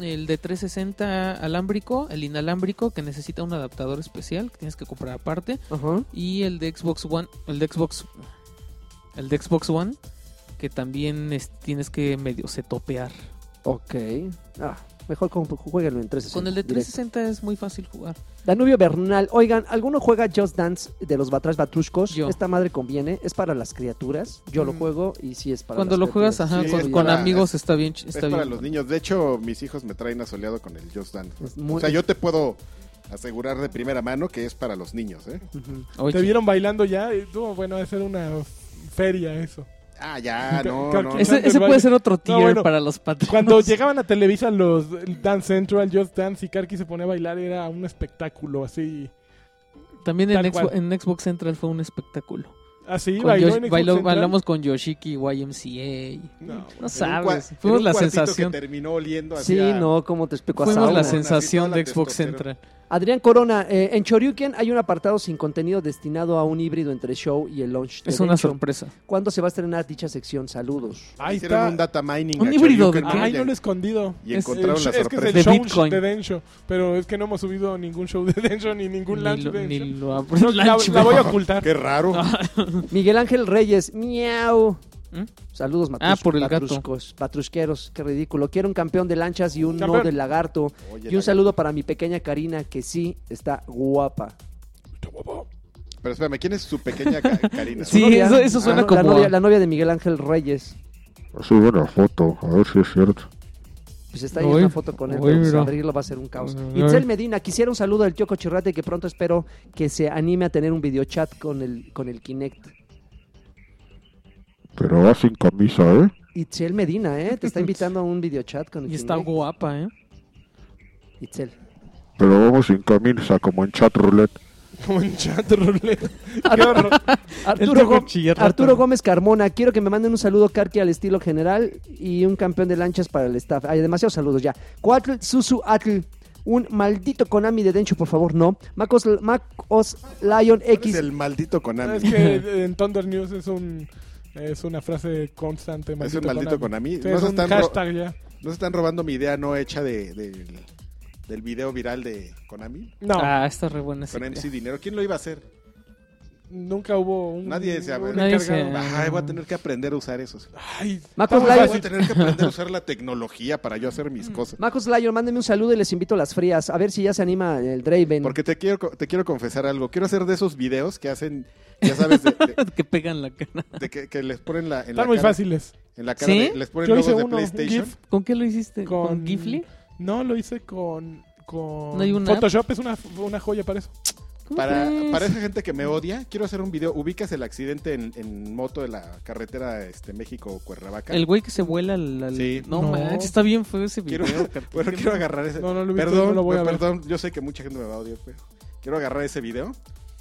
[SPEAKER 3] el de 360 alámbrico, el inalámbrico que necesita un adaptador especial que tienes que comprar aparte
[SPEAKER 2] Ajá.
[SPEAKER 3] y el de Xbox One, el de Xbox el de Xbox One que también es- tienes que medio setopear.
[SPEAKER 2] Ok. Ah, mejor con- jueguenlo en 360.
[SPEAKER 3] Con el de
[SPEAKER 2] directo.
[SPEAKER 3] 360 es muy fácil jugar.
[SPEAKER 2] Danubio Bernal, oigan, ¿alguno juega Just Dance de los Batrash Batrushkos?
[SPEAKER 3] Yo.
[SPEAKER 2] Esta madre conviene, es para las criaturas. Yo lo
[SPEAKER 3] Mm.
[SPEAKER 2] juego y sí es para
[SPEAKER 3] Cuando
[SPEAKER 2] las
[SPEAKER 3] lo juegas
[SPEAKER 2] criaturas.
[SPEAKER 3] ajá,
[SPEAKER 8] Sí,
[SPEAKER 3] con,
[SPEAKER 8] es
[SPEAKER 3] con
[SPEAKER 8] para-
[SPEAKER 3] amigos está bien ch-
[SPEAKER 8] Es
[SPEAKER 3] está
[SPEAKER 8] para
[SPEAKER 3] bien.
[SPEAKER 8] los niños. De hecho, mis hijos me traen asoleado con el Just Dance.
[SPEAKER 2] Es muy-
[SPEAKER 8] O sea, yo te puedo asegurar de primera mano que es para los niños, ¿eh?
[SPEAKER 2] Ujú.
[SPEAKER 3] Oye,
[SPEAKER 1] Te vieron bailando ya. Y, no, bueno, debe ser una feria eso.
[SPEAKER 8] Ah, ya, no,
[SPEAKER 1] Cal-
[SPEAKER 8] no.
[SPEAKER 1] cal-
[SPEAKER 3] ese,
[SPEAKER 1] escuchando
[SPEAKER 3] ese
[SPEAKER 1] el
[SPEAKER 3] puede
[SPEAKER 1] baile.
[SPEAKER 3] ser otro tier
[SPEAKER 1] bueno,
[SPEAKER 3] para los patrones.
[SPEAKER 1] Cuando llegaban a Televisa los el Dance Central, Just Dance y Karki se ponía a bailar, era un espectáculo así.
[SPEAKER 3] También en,
[SPEAKER 1] tal cual.
[SPEAKER 3] Expo- en Xbox Central fue un espectáculo.
[SPEAKER 1] Así,
[SPEAKER 3] Con
[SPEAKER 1] bailó
[SPEAKER 3] Yoshi-
[SPEAKER 1] en Xbox
[SPEAKER 3] bailó-
[SPEAKER 1] Central.
[SPEAKER 3] bailamos con Yoshiki, YMCA. y-
[SPEAKER 1] No,
[SPEAKER 3] No
[SPEAKER 8] Era un cua-
[SPEAKER 3] sabes.
[SPEAKER 8] era
[SPEAKER 3] Fuimos
[SPEAKER 8] un
[SPEAKER 3] la
[SPEAKER 8] cuartito
[SPEAKER 3] sensación.
[SPEAKER 8] que terminó oliendo
[SPEAKER 2] Sí,
[SPEAKER 8] hacia-
[SPEAKER 2] no, ¿cómo te explico? A
[SPEAKER 3] Fuimos
[SPEAKER 2] sauna.
[SPEAKER 3] la
[SPEAKER 8] Así toda
[SPEAKER 3] sensación
[SPEAKER 8] la
[SPEAKER 3] de Xbox
[SPEAKER 8] testosterona.
[SPEAKER 3] Central.
[SPEAKER 2] Adrián Corona, eh, en Shoryuken hay un apartado sin contenido destinado a un híbrido entre show y el launch. de
[SPEAKER 3] Es una
[SPEAKER 2] Densho.
[SPEAKER 3] sorpresa.
[SPEAKER 2] ¿Cuándo se va a estrenar dicha sección? Saludos.
[SPEAKER 1] Ahí
[SPEAKER 8] Hicieron
[SPEAKER 1] está.
[SPEAKER 8] un data mining.
[SPEAKER 3] Un
[SPEAKER 8] a
[SPEAKER 3] híbrido
[SPEAKER 8] Shoryuken
[SPEAKER 3] de-
[SPEAKER 1] Ay,
[SPEAKER 8] Ninja
[SPEAKER 1] no lo he escondido.
[SPEAKER 8] Y
[SPEAKER 3] Es-
[SPEAKER 1] El
[SPEAKER 8] encontraron
[SPEAKER 1] sh-
[SPEAKER 8] la
[SPEAKER 1] es que es el
[SPEAKER 8] sorpresa.
[SPEAKER 3] De
[SPEAKER 1] show
[SPEAKER 3] Bitcoin.
[SPEAKER 1] de Densho, pero es que no hemos subido ningún show de Densho ni ningún
[SPEAKER 3] Ni
[SPEAKER 1] lunch
[SPEAKER 3] lo,
[SPEAKER 1] de
[SPEAKER 3] ni
[SPEAKER 1] Densho.
[SPEAKER 3] lo ab-
[SPEAKER 1] (laughs) La,
[SPEAKER 3] lunch,
[SPEAKER 1] la voy a
[SPEAKER 3] no.
[SPEAKER 1] ocultar.
[SPEAKER 11] Qué raro.
[SPEAKER 2] Miguel Ángel Reyes, miau.
[SPEAKER 3] ¿Mm?
[SPEAKER 2] Saludos,
[SPEAKER 3] Ah,
[SPEAKER 2] matrus-
[SPEAKER 3] por el gato.
[SPEAKER 2] patruscos, patrusqueros, qué ridículo. Quiero un campeón de lanchas y un no
[SPEAKER 1] Campeón.
[SPEAKER 2] de lagarto.
[SPEAKER 8] Oye,
[SPEAKER 2] Y un
[SPEAKER 8] la-
[SPEAKER 2] saludo para mi pequeña Karina, que sí está guapa.
[SPEAKER 8] Pero espérame, ¿quién es su pequeña ca- Karina?
[SPEAKER 2] Su
[SPEAKER 3] Sí,
[SPEAKER 2] novia.
[SPEAKER 3] eso- eso suena
[SPEAKER 2] La
[SPEAKER 3] como
[SPEAKER 2] novia,
[SPEAKER 3] a-
[SPEAKER 2] la novia de Miguel Ángel Reyes.
[SPEAKER 11] Sube una foto, a ver si es cierto.
[SPEAKER 2] Pues está ahí
[SPEAKER 3] Uy,
[SPEAKER 2] una foto con él,
[SPEAKER 3] uy,
[SPEAKER 2] pero pues
[SPEAKER 3] mira.
[SPEAKER 2] abrirlo va a ser un caos.
[SPEAKER 3] Uy.
[SPEAKER 2] Itzel Medina, quisiera un saludo del tío Cochirrate que pronto espero que se anime a tener un videochat con el, con el Kinect.
[SPEAKER 11] Pero va sin camisa, ¿eh?
[SPEAKER 2] Itzel Medina, ¿eh?
[SPEAKER 3] (laughs)
[SPEAKER 2] Te está invitando a un videochat con el
[SPEAKER 3] Y
[SPEAKER 2] Kinect.
[SPEAKER 3] está guapa, ¿eh?
[SPEAKER 2] Itzel.
[SPEAKER 11] Pero vamos sin camisa, como en chat roulette.
[SPEAKER 1] Como en chat
[SPEAKER 3] (laughs)
[SPEAKER 1] roulette. Qué horror.
[SPEAKER 2] Arturo,
[SPEAKER 3] tío
[SPEAKER 2] Gó-
[SPEAKER 3] Cochirrate.
[SPEAKER 2] Arturo Gómez Carmona, quiero que me manden un saludo Carqui al estilo general y un campeón de lanchas para el staff. Hay demasiados saludos ya. Cuatl Susu Atl, un maldito Konami de Dencho, por favor, no. Macos, Macos Lion
[SPEAKER 8] Es
[SPEAKER 2] X.
[SPEAKER 8] el maldito Konami.
[SPEAKER 1] Es
[SPEAKER 3] (laughs)
[SPEAKER 1] que en Thunder News es un es una frase constante.
[SPEAKER 8] Es un maldito Konami.
[SPEAKER 1] Sí,
[SPEAKER 8] No
[SPEAKER 1] es
[SPEAKER 8] se
[SPEAKER 1] un
[SPEAKER 8] están ro-
[SPEAKER 1] hashtag ya.
[SPEAKER 8] ¿No se están robando mi idea no hecha de, del- del video viral de Konami?
[SPEAKER 1] No,
[SPEAKER 3] Ah, está re buena esa
[SPEAKER 8] Con MC
[SPEAKER 3] idea.
[SPEAKER 8] Dinero. ¿Quién lo iba a hacer?
[SPEAKER 1] nunca hubo un.
[SPEAKER 8] Nadie se
[SPEAKER 1] un
[SPEAKER 8] Nadie
[SPEAKER 1] encargado.
[SPEAKER 3] se-
[SPEAKER 8] Ay, voy a tener que aprender a usar eso.
[SPEAKER 1] Ay,
[SPEAKER 2] Macos
[SPEAKER 1] está muy
[SPEAKER 2] Lion.
[SPEAKER 8] pues, Voy a tener que aprender a usar la tecnología para yo hacer
[SPEAKER 3] Mm.
[SPEAKER 8] mis cosas.
[SPEAKER 2] Macos Lion, mándenme un saludo y les invito a las frías. A ver si ya se anima el Draven.
[SPEAKER 8] Porque te quiero, co- te quiero confesar algo. Quiero hacer de esos videos que hacen, ya sabes, de, de-
[SPEAKER 3] (laughs) Que pegan la cara.
[SPEAKER 8] de que, que les ponen la, en la
[SPEAKER 1] Están muy
[SPEAKER 8] cara,
[SPEAKER 1] fáciles.
[SPEAKER 8] en la cara
[SPEAKER 3] ¿Sí?
[SPEAKER 8] de- les ponen
[SPEAKER 1] Yo hice
[SPEAKER 8] logos de
[SPEAKER 1] uno, un
[SPEAKER 8] PlayStation.
[SPEAKER 1] GIF.
[SPEAKER 3] ¿Con qué lo hiciste? ¿Con,
[SPEAKER 1] Con-
[SPEAKER 3] Gifly?
[SPEAKER 1] No, lo hice con. con
[SPEAKER 3] ¿No hay una
[SPEAKER 1] Photoshop es una, una joya para eso.
[SPEAKER 3] ¿Cómo
[SPEAKER 8] Para,
[SPEAKER 3] crees?
[SPEAKER 8] para esa gente que me odia, quiero hacer un video. Ubicas el accidente en, en moto de la carretera este, México-Cuernavaca.
[SPEAKER 3] El güey que se vuela al... al-
[SPEAKER 8] Sí.
[SPEAKER 3] No,
[SPEAKER 1] No.
[SPEAKER 3] manches, está bien feo ese video.
[SPEAKER 8] Quiero, (laughs) bueno, quiero agarrar ese.
[SPEAKER 1] No, no lo he visto,
[SPEAKER 8] perdón,
[SPEAKER 1] no lo voy a ver.
[SPEAKER 8] perdón, yo sé que mucha gente me va a odiar, pero quiero agarrar ese video.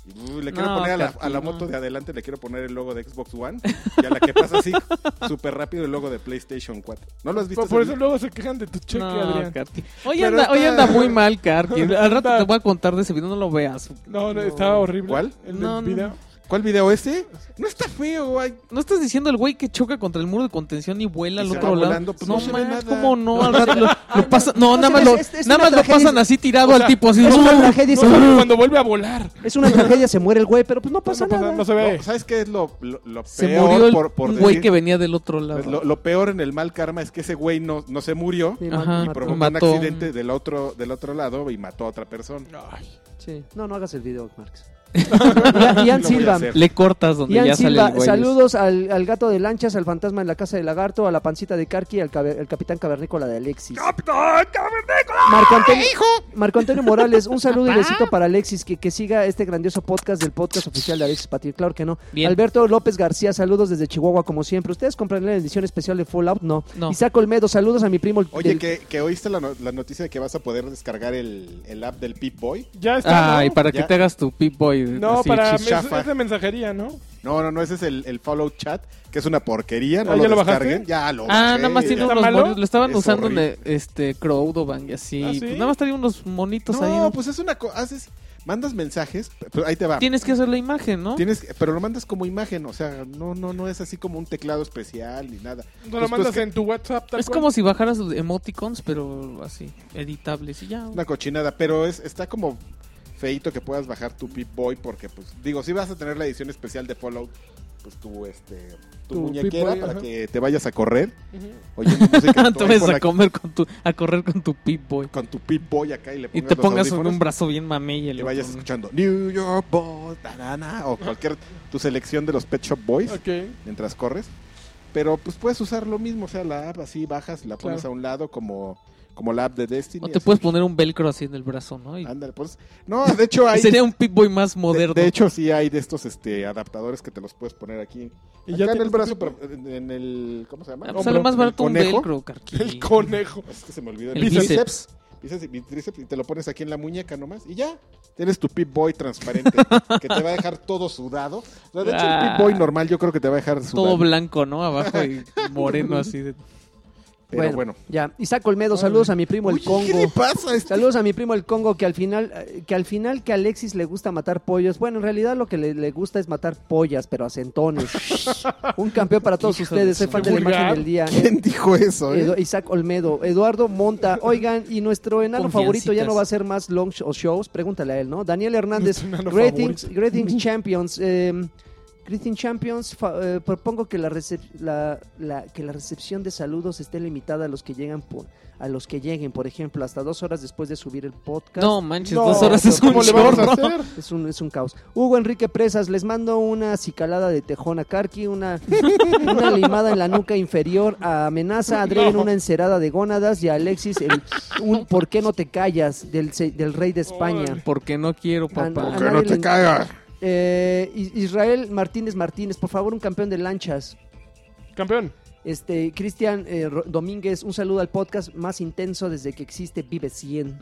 [SPEAKER 8] Y uh, le quiero
[SPEAKER 3] No,
[SPEAKER 8] poner a la,
[SPEAKER 3] Carqui,
[SPEAKER 8] a la
[SPEAKER 3] no.
[SPEAKER 8] moto de adelante, le quiero poner el logo de Xbox One. Y a la que pasa así, (laughs) súper rápido, el logo de PlayStation 4. ¿No lo has visto?
[SPEAKER 1] Por, por
[SPEAKER 8] ese
[SPEAKER 1] eso luego se quejan de tu cheque,
[SPEAKER 3] No,
[SPEAKER 1] Adrián.
[SPEAKER 3] Karki. Hoy,
[SPEAKER 8] Pero
[SPEAKER 3] anda, hoy
[SPEAKER 8] está-
[SPEAKER 3] anda
[SPEAKER 1] (laughs)
[SPEAKER 3] muy mal, Karki. Al rato
[SPEAKER 1] Está-
[SPEAKER 3] te voy a contar de ese video, no lo veas.
[SPEAKER 1] No, no, estaba horrible.
[SPEAKER 8] ¿Cuál?
[SPEAKER 1] El del
[SPEAKER 3] No, no.
[SPEAKER 1] video.
[SPEAKER 9] ¿Cuál video ese? No está feo, güey.
[SPEAKER 3] ¿No estás diciendo el güey que choca contra el muro de contención y vuela
[SPEAKER 9] Y
[SPEAKER 3] al
[SPEAKER 9] se
[SPEAKER 3] otro
[SPEAKER 9] va
[SPEAKER 3] lado?
[SPEAKER 9] volando, pues
[SPEAKER 3] no,
[SPEAKER 9] no se ve
[SPEAKER 3] man,
[SPEAKER 9] nada.
[SPEAKER 3] ¿cómo no? Al rato lo, lo pasa- no,
[SPEAKER 2] no
[SPEAKER 3] nada
[SPEAKER 2] se
[SPEAKER 3] más,
[SPEAKER 2] ve,
[SPEAKER 3] lo,
[SPEAKER 2] es- es
[SPEAKER 3] nada
[SPEAKER 2] una
[SPEAKER 3] más lo
[SPEAKER 2] tragedia,
[SPEAKER 3] pasan
[SPEAKER 2] es-
[SPEAKER 3] así tirado al tipo. Así,
[SPEAKER 2] es una
[SPEAKER 3] ¡uh!
[SPEAKER 2] tragedia y
[SPEAKER 3] No,
[SPEAKER 2] se
[SPEAKER 3] no,
[SPEAKER 2] muere.
[SPEAKER 9] Cuando vuelve a volar.
[SPEAKER 2] Es una tragedia, se muere el güey, pero pues no pasa
[SPEAKER 1] No pasa-
[SPEAKER 2] nada.
[SPEAKER 1] no se ve.
[SPEAKER 8] No, ¿Sabes qué es lo, lo, lo peor?
[SPEAKER 3] se murió el,
[SPEAKER 8] por, por
[SPEAKER 3] un güey
[SPEAKER 8] decir-
[SPEAKER 3] que venía del otro lado.
[SPEAKER 8] lo, lo peor en el mal karma es que ese güey no, no se murió
[SPEAKER 2] Sí,
[SPEAKER 3] Ajá.
[SPEAKER 2] man,
[SPEAKER 8] y
[SPEAKER 2] mató.
[SPEAKER 8] provocó
[SPEAKER 3] Mató.
[SPEAKER 8] un accidente del otro, del otro lado y mató a otra persona.
[SPEAKER 2] Sí. No, no hagas el video, Marx. Y- Ian
[SPEAKER 8] Lo voy a
[SPEAKER 2] Silva.
[SPEAKER 8] hacer.
[SPEAKER 3] Le cortas donde
[SPEAKER 2] Ian
[SPEAKER 3] ya sale
[SPEAKER 2] Silva,
[SPEAKER 3] el güey.
[SPEAKER 2] saludos al, al gato de lanchas, al fantasma en la casa del lagarto, a la pancita de Karki, al cabe- el capitán cavernícola de Alexis. Marco Antonio, Marco Antonio Morales, un saludo y besito para Alexis, que, que siga este grandioso podcast del podcast oficial de Alexis Patir, claro que no.
[SPEAKER 3] Bien.
[SPEAKER 2] Alberto López García, saludos desde Chihuahua como siempre. ¿Ustedes comprarán la edición especial de Fallout? No.
[SPEAKER 3] No.
[SPEAKER 2] Isaac Olmedo, saludos a mi primo. el-
[SPEAKER 8] Oye,
[SPEAKER 2] del-
[SPEAKER 8] que, que oíste la, no- la noticia de que vas a poder descargar el, el app del Pip Boy.
[SPEAKER 1] Ya está.
[SPEAKER 3] Ay,
[SPEAKER 1] ¿no?
[SPEAKER 3] para que
[SPEAKER 8] Ya.
[SPEAKER 3] te hagas tu Pip-Boy.
[SPEAKER 1] No,
[SPEAKER 3] así,
[SPEAKER 1] para
[SPEAKER 8] chichafa.
[SPEAKER 1] es- es de mensajería, ¿no?
[SPEAKER 8] No, no, no, ese es el, el Fallout Chat, que es una porquería. No
[SPEAKER 1] Ah,
[SPEAKER 8] lo
[SPEAKER 1] ¿ya lo
[SPEAKER 8] descarguen.
[SPEAKER 1] bajaste?
[SPEAKER 8] ya lo
[SPEAKER 3] Ah,
[SPEAKER 8] bajé.
[SPEAKER 3] nada más tiene
[SPEAKER 1] ¿Está
[SPEAKER 3] unos
[SPEAKER 1] malo?
[SPEAKER 3] monitos. Lo estaban
[SPEAKER 8] Es
[SPEAKER 3] usando
[SPEAKER 8] horrible.
[SPEAKER 3] de este Crowdobank y así.
[SPEAKER 1] ¿Ah, sí?
[SPEAKER 3] Pues nada más traía unos monitos ahí.
[SPEAKER 8] No, pues es una cosa. Haces, mandas mensajes, pero ahí te va.
[SPEAKER 3] Tienes que hacer la imagen, ¿no?
[SPEAKER 8] Tienes, pero lo mandas como imagen, o sea, no, no, no es así como un teclado especial ni nada.
[SPEAKER 1] Te lo
[SPEAKER 8] Pues,
[SPEAKER 1] mandas
[SPEAKER 8] pues, que-
[SPEAKER 1] en tu WhatsApp. tal
[SPEAKER 3] Es
[SPEAKER 1] cual.
[SPEAKER 3] como si bajaras emoticons, pero así, editables y ya. (laughs)
[SPEAKER 8] Una cochinada, pero es, está como feito que puedas bajar tu Pip Boy, porque pues, digo, si vas a tener la edición especial de Fallout, pues tu este tu,
[SPEAKER 1] Tu
[SPEAKER 8] muñequera
[SPEAKER 1] Pip Boy,
[SPEAKER 8] para
[SPEAKER 1] ajá.
[SPEAKER 8] que te vayas a correr.
[SPEAKER 1] Ujú.
[SPEAKER 8] oyendo
[SPEAKER 3] (laughs)
[SPEAKER 8] música en tu
[SPEAKER 3] Ah, Te vas
[SPEAKER 8] iPhone
[SPEAKER 3] a comer con tu, a correr con tu Pip-Boy.
[SPEAKER 8] con tu Pip Boy acá y le
[SPEAKER 3] Y
[SPEAKER 8] pongas
[SPEAKER 3] te
[SPEAKER 8] los
[SPEAKER 3] pongas un,
[SPEAKER 8] audífonos
[SPEAKER 3] un brazo bien mamey y
[SPEAKER 8] y
[SPEAKER 3] el
[SPEAKER 8] le vayas
[SPEAKER 3] otro-
[SPEAKER 8] escuchando New York Boys, tarana, o cualquier tu selección de los Pet Shop Boys
[SPEAKER 1] Ok.
[SPEAKER 8] mientras corres. Pero pues puedes usar lo mismo, o sea, la app así bajas, la pones
[SPEAKER 1] Claro.
[SPEAKER 8] a un lado como, como la app de Destiny.
[SPEAKER 3] O te
[SPEAKER 8] así.
[SPEAKER 3] puedes poner un velcro así en el brazo, ¿no? Y-
[SPEAKER 8] Ándale, pues. No, de hecho
[SPEAKER 3] (laughs)
[SPEAKER 8] hay
[SPEAKER 3] sería un Pip-Boy más
[SPEAKER 8] De-
[SPEAKER 3] moderno.
[SPEAKER 8] De, hecho, sí hay de estos este, adaptadores que te los puedes poner aquí.
[SPEAKER 1] Y
[SPEAKER 8] Acá
[SPEAKER 1] ya
[SPEAKER 8] en
[SPEAKER 1] tienes tu
[SPEAKER 8] el brazo,
[SPEAKER 1] Pip-Boy.
[SPEAKER 8] pero en, en el. ¿Cómo se llama?
[SPEAKER 3] Ah,
[SPEAKER 8] Hombro,
[SPEAKER 3] sale más
[SPEAKER 8] en el
[SPEAKER 3] barato un
[SPEAKER 8] conejo. (laughs)
[SPEAKER 3] velcro,
[SPEAKER 1] (laughs)
[SPEAKER 3] carqui.
[SPEAKER 1] El conejo.
[SPEAKER 8] Es que se me olvidó.
[SPEAKER 3] El
[SPEAKER 8] El
[SPEAKER 3] bíceps.
[SPEAKER 8] bíceps. Bíceps y bíceps, y te lo pones aquí en la muñeca nomás. Y ya. Tienes tu Pip Boy transparente. que te va a dejar todo sudado. O sea, de hecho, el
[SPEAKER 3] Ah.
[SPEAKER 8] Pip Boy normal yo creo que te va a dejar sudado.
[SPEAKER 3] Todo blanco, ¿no?
[SPEAKER 1] (laughs)
[SPEAKER 3] Abajo y moreno así.
[SPEAKER 2] (laughs)
[SPEAKER 3] De...
[SPEAKER 8] Pero bueno.
[SPEAKER 2] Ya, Isaac Olmedo, saludos a mi primo el Congo.
[SPEAKER 8] pasa? a este?
[SPEAKER 2] Saludos a mi primo el Congo, que al final, eh, que al final que a Alexis le gusta matar pollos. Bueno, en realidad lo que le, le gusta es matar pollas, pero a centones.
[SPEAKER 8] (laughs)
[SPEAKER 2] Un campeón para todos
[SPEAKER 3] Hijo de
[SPEAKER 2] ustedes.
[SPEAKER 3] su-
[SPEAKER 2] Soy fan
[SPEAKER 1] Qué
[SPEAKER 2] de la imagen
[SPEAKER 1] vulgar.
[SPEAKER 2] del día.
[SPEAKER 8] ¿Quién dijo eso? eh?
[SPEAKER 2] Edu- Isaac Olmedo, Eduardo Monta, oigan, y nuestro enano favorito ya no
[SPEAKER 3] Confiancitas.
[SPEAKER 2] va a ser más long sh- o shows, pregúntale a él, ¿no? Daniel Hernández,
[SPEAKER 1] Nuestro enano
[SPEAKER 2] Greetings, greetings Champions, eh, Greetings Champions, fa- eh, propongo que la, recep- la- la- que la recepción de saludos esté limitada a los que llegan por, a los que lleguen, por ejemplo, hasta dos horas después de subir el podcast.
[SPEAKER 3] No, manches,
[SPEAKER 1] No,
[SPEAKER 3] dos horas es un
[SPEAKER 1] ¿Cómo le vamos
[SPEAKER 3] chorro.
[SPEAKER 1] a hacer?
[SPEAKER 2] Es un, es un caos. Hugo Enrique Presas, les mando una cicalada de tejón a Karki, una, una limada en la nuca inferior a Amenaza, a Adrián una encerada de gónadas y a Alexis el, un ¿por qué no te callas? del, se- del rey de España.
[SPEAKER 3] Porque no quiero,
[SPEAKER 2] A- a
[SPEAKER 3] papá.
[SPEAKER 2] nadie
[SPEAKER 11] no
[SPEAKER 2] le
[SPEAKER 11] te
[SPEAKER 2] in-
[SPEAKER 11] cagas.
[SPEAKER 2] Eh, Is- Israel Martínez Martínez, por favor, un campeón de lanchas.
[SPEAKER 1] Campeón.
[SPEAKER 2] Este, Cristian eh, Ro- Domínguez, un saludo al podcast más intenso desde que existe Vive
[SPEAKER 8] (laughs)
[SPEAKER 2] 100.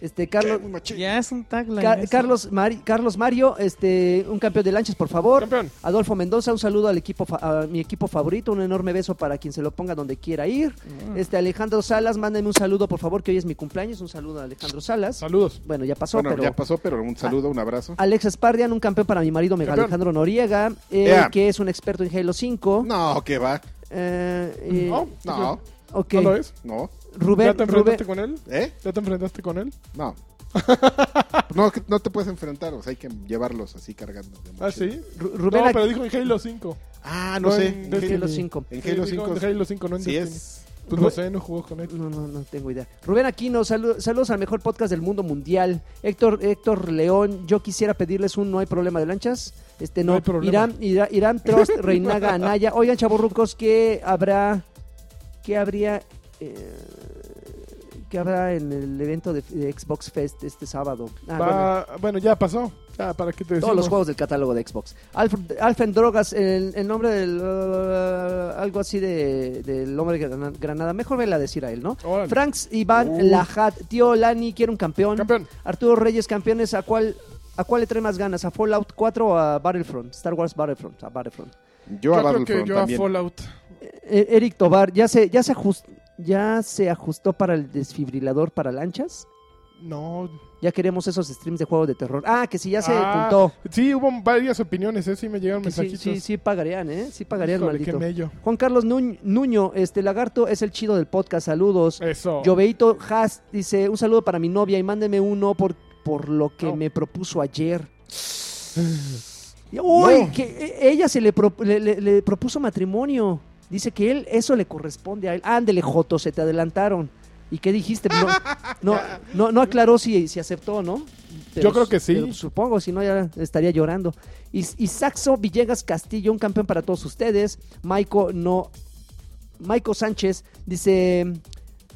[SPEAKER 2] Este, Carlos,
[SPEAKER 3] Ya es un tagline.
[SPEAKER 2] Car-
[SPEAKER 3] eso.
[SPEAKER 2] Carlos, Mari- Carlos Mario, este, un campeón de lanchas, por favor.
[SPEAKER 1] Campeón.
[SPEAKER 2] Adolfo Mendoza, un saludo al equipo fa- a mi equipo favorito, un enorme beso para quien se lo ponga donde quiera ir.
[SPEAKER 3] Mm.
[SPEAKER 2] Este Alejandro Salas, mándame un saludo, por favor, que hoy es mi cumpleaños, un saludo a Alejandro Salas.
[SPEAKER 1] Saludos.
[SPEAKER 2] Bueno, ya pasó,
[SPEAKER 8] Bueno,
[SPEAKER 2] pero
[SPEAKER 8] ya pasó, pero Ah. un saludo, un abrazo.
[SPEAKER 2] Alex Espardian, un campeón para mi marido, mega
[SPEAKER 1] Campeón.
[SPEAKER 2] Alejandro Noriega, eh,
[SPEAKER 8] Ea.
[SPEAKER 2] que es un experto en Halo 5.
[SPEAKER 8] No, que va.
[SPEAKER 2] Eh, eh,
[SPEAKER 1] No,
[SPEAKER 8] No,
[SPEAKER 2] ok.
[SPEAKER 1] ¿No lo es?
[SPEAKER 8] no.
[SPEAKER 1] ¿Ya
[SPEAKER 2] Rubén,
[SPEAKER 1] te
[SPEAKER 2] Rubén,
[SPEAKER 1] enfrentaste con él?
[SPEAKER 8] ¿Eh?
[SPEAKER 1] ¿Ya te enfrentaste con él?
[SPEAKER 8] (laughs) No. no. que- No te puedes enfrentar, o sea, hay que llevarlos así cargando. de mochila.
[SPEAKER 1] Ah, sí.
[SPEAKER 2] Ru-
[SPEAKER 1] No,
[SPEAKER 2] Rubén,
[SPEAKER 1] pero dijo en Halo 5.
[SPEAKER 8] Ah, no,
[SPEAKER 1] No,
[SPEAKER 8] sé.
[SPEAKER 1] en
[SPEAKER 8] En
[SPEAKER 1] Destiny.
[SPEAKER 2] Halo
[SPEAKER 8] Halo,
[SPEAKER 2] 5.
[SPEAKER 8] en
[SPEAKER 1] Sí,
[SPEAKER 8] Halo
[SPEAKER 1] dijo
[SPEAKER 8] 5.
[SPEAKER 1] en Halo 5, no en
[SPEAKER 8] Sí
[SPEAKER 1] Destiny.
[SPEAKER 8] es.
[SPEAKER 1] Pues no sé, no jugó con él.
[SPEAKER 2] No, no, no tengo idea. Rubén Aquino, salu- saludos al mejor podcast del mundo mundial. Héctor, Héctor León, yo quisiera pedirles un no hay problema de lanchas. Este
[SPEAKER 1] No
[SPEAKER 2] no.
[SPEAKER 1] hay problema.
[SPEAKER 2] Irán, Ira- Irán
[SPEAKER 1] (laughs)
[SPEAKER 2] Trost, Reinaga, Anaya. Oigan, chavorrucos, ¿qué habrá? ¿Qué habría? eh, ¿Qué habrá en el evento de, de Xbox Fest este sábado? Ah, bueno.
[SPEAKER 1] Va- bueno. ya pasó. Ya, ¿para qué te decimos?
[SPEAKER 2] Todos los juegos del catálogo de Xbox. Alf- Alfen Drogas, el, el nombre del. uh, algo así de, del hombre de Grana- Granada. Mejor vela decir a él, ¿no?
[SPEAKER 1] Órale.
[SPEAKER 2] Franks Iván Lajat. Tío Lani, quiere un campeón.
[SPEAKER 1] Uh. Campeón.
[SPEAKER 2] Arturo Reyes, campeones. ¿A cuál, ¿A cuál le trae más ganas? ¿A Fallout 4 o a Battlefront? Star Wars Battlefront. A Battlefront.
[SPEAKER 8] Yo,
[SPEAKER 1] yo creo que
[SPEAKER 8] a Battlefront
[SPEAKER 1] yo
[SPEAKER 8] también.
[SPEAKER 1] a Fallout.
[SPEAKER 2] E- Eric Tobar, ¿ya se, ya, se ajus- ¿ya se ajustó para el desfibrilador para lanchas?
[SPEAKER 1] No.
[SPEAKER 2] Ya queremos esos streams de juegos de terror. Ah, que si ya se
[SPEAKER 1] Ah,
[SPEAKER 2] juntó.
[SPEAKER 1] Sí, hubo varias opiniones, ¿eh? Sí me llegaron
[SPEAKER 2] Que Sí,
[SPEAKER 1] mensajitos.
[SPEAKER 2] sí, sí pagarían, ¿eh? Sí pagarían,
[SPEAKER 1] Híjole, qué
[SPEAKER 2] maldito.
[SPEAKER 1] mello.
[SPEAKER 2] Juan Carlos Nuñ- Nuño, este lagarto es el chido del podcast. Saludos.
[SPEAKER 1] Eso.
[SPEAKER 2] Joveito Haas dice, un saludo para mi novia y mándenme uno por, por lo que
[SPEAKER 1] No.
[SPEAKER 2] me
[SPEAKER 1] (sighs)
[SPEAKER 2] propuso ayer. Y- Uy, que e- ella se le, pro- le- le- le propuso matrimonio. Dice que él, eso le corresponde a él. Ándele, Joto, se te adelantaron. ¿Y qué dijiste? No, no, no, no aclaró si, si aceptó, ¿no?
[SPEAKER 1] Yo creo que sí.
[SPEAKER 2] pero supongo, si no ya estaría llorando. Y, y Saxo Villegas Castillo, un campeón para todos ustedes. Maiko no. Maiko Sánchez dice: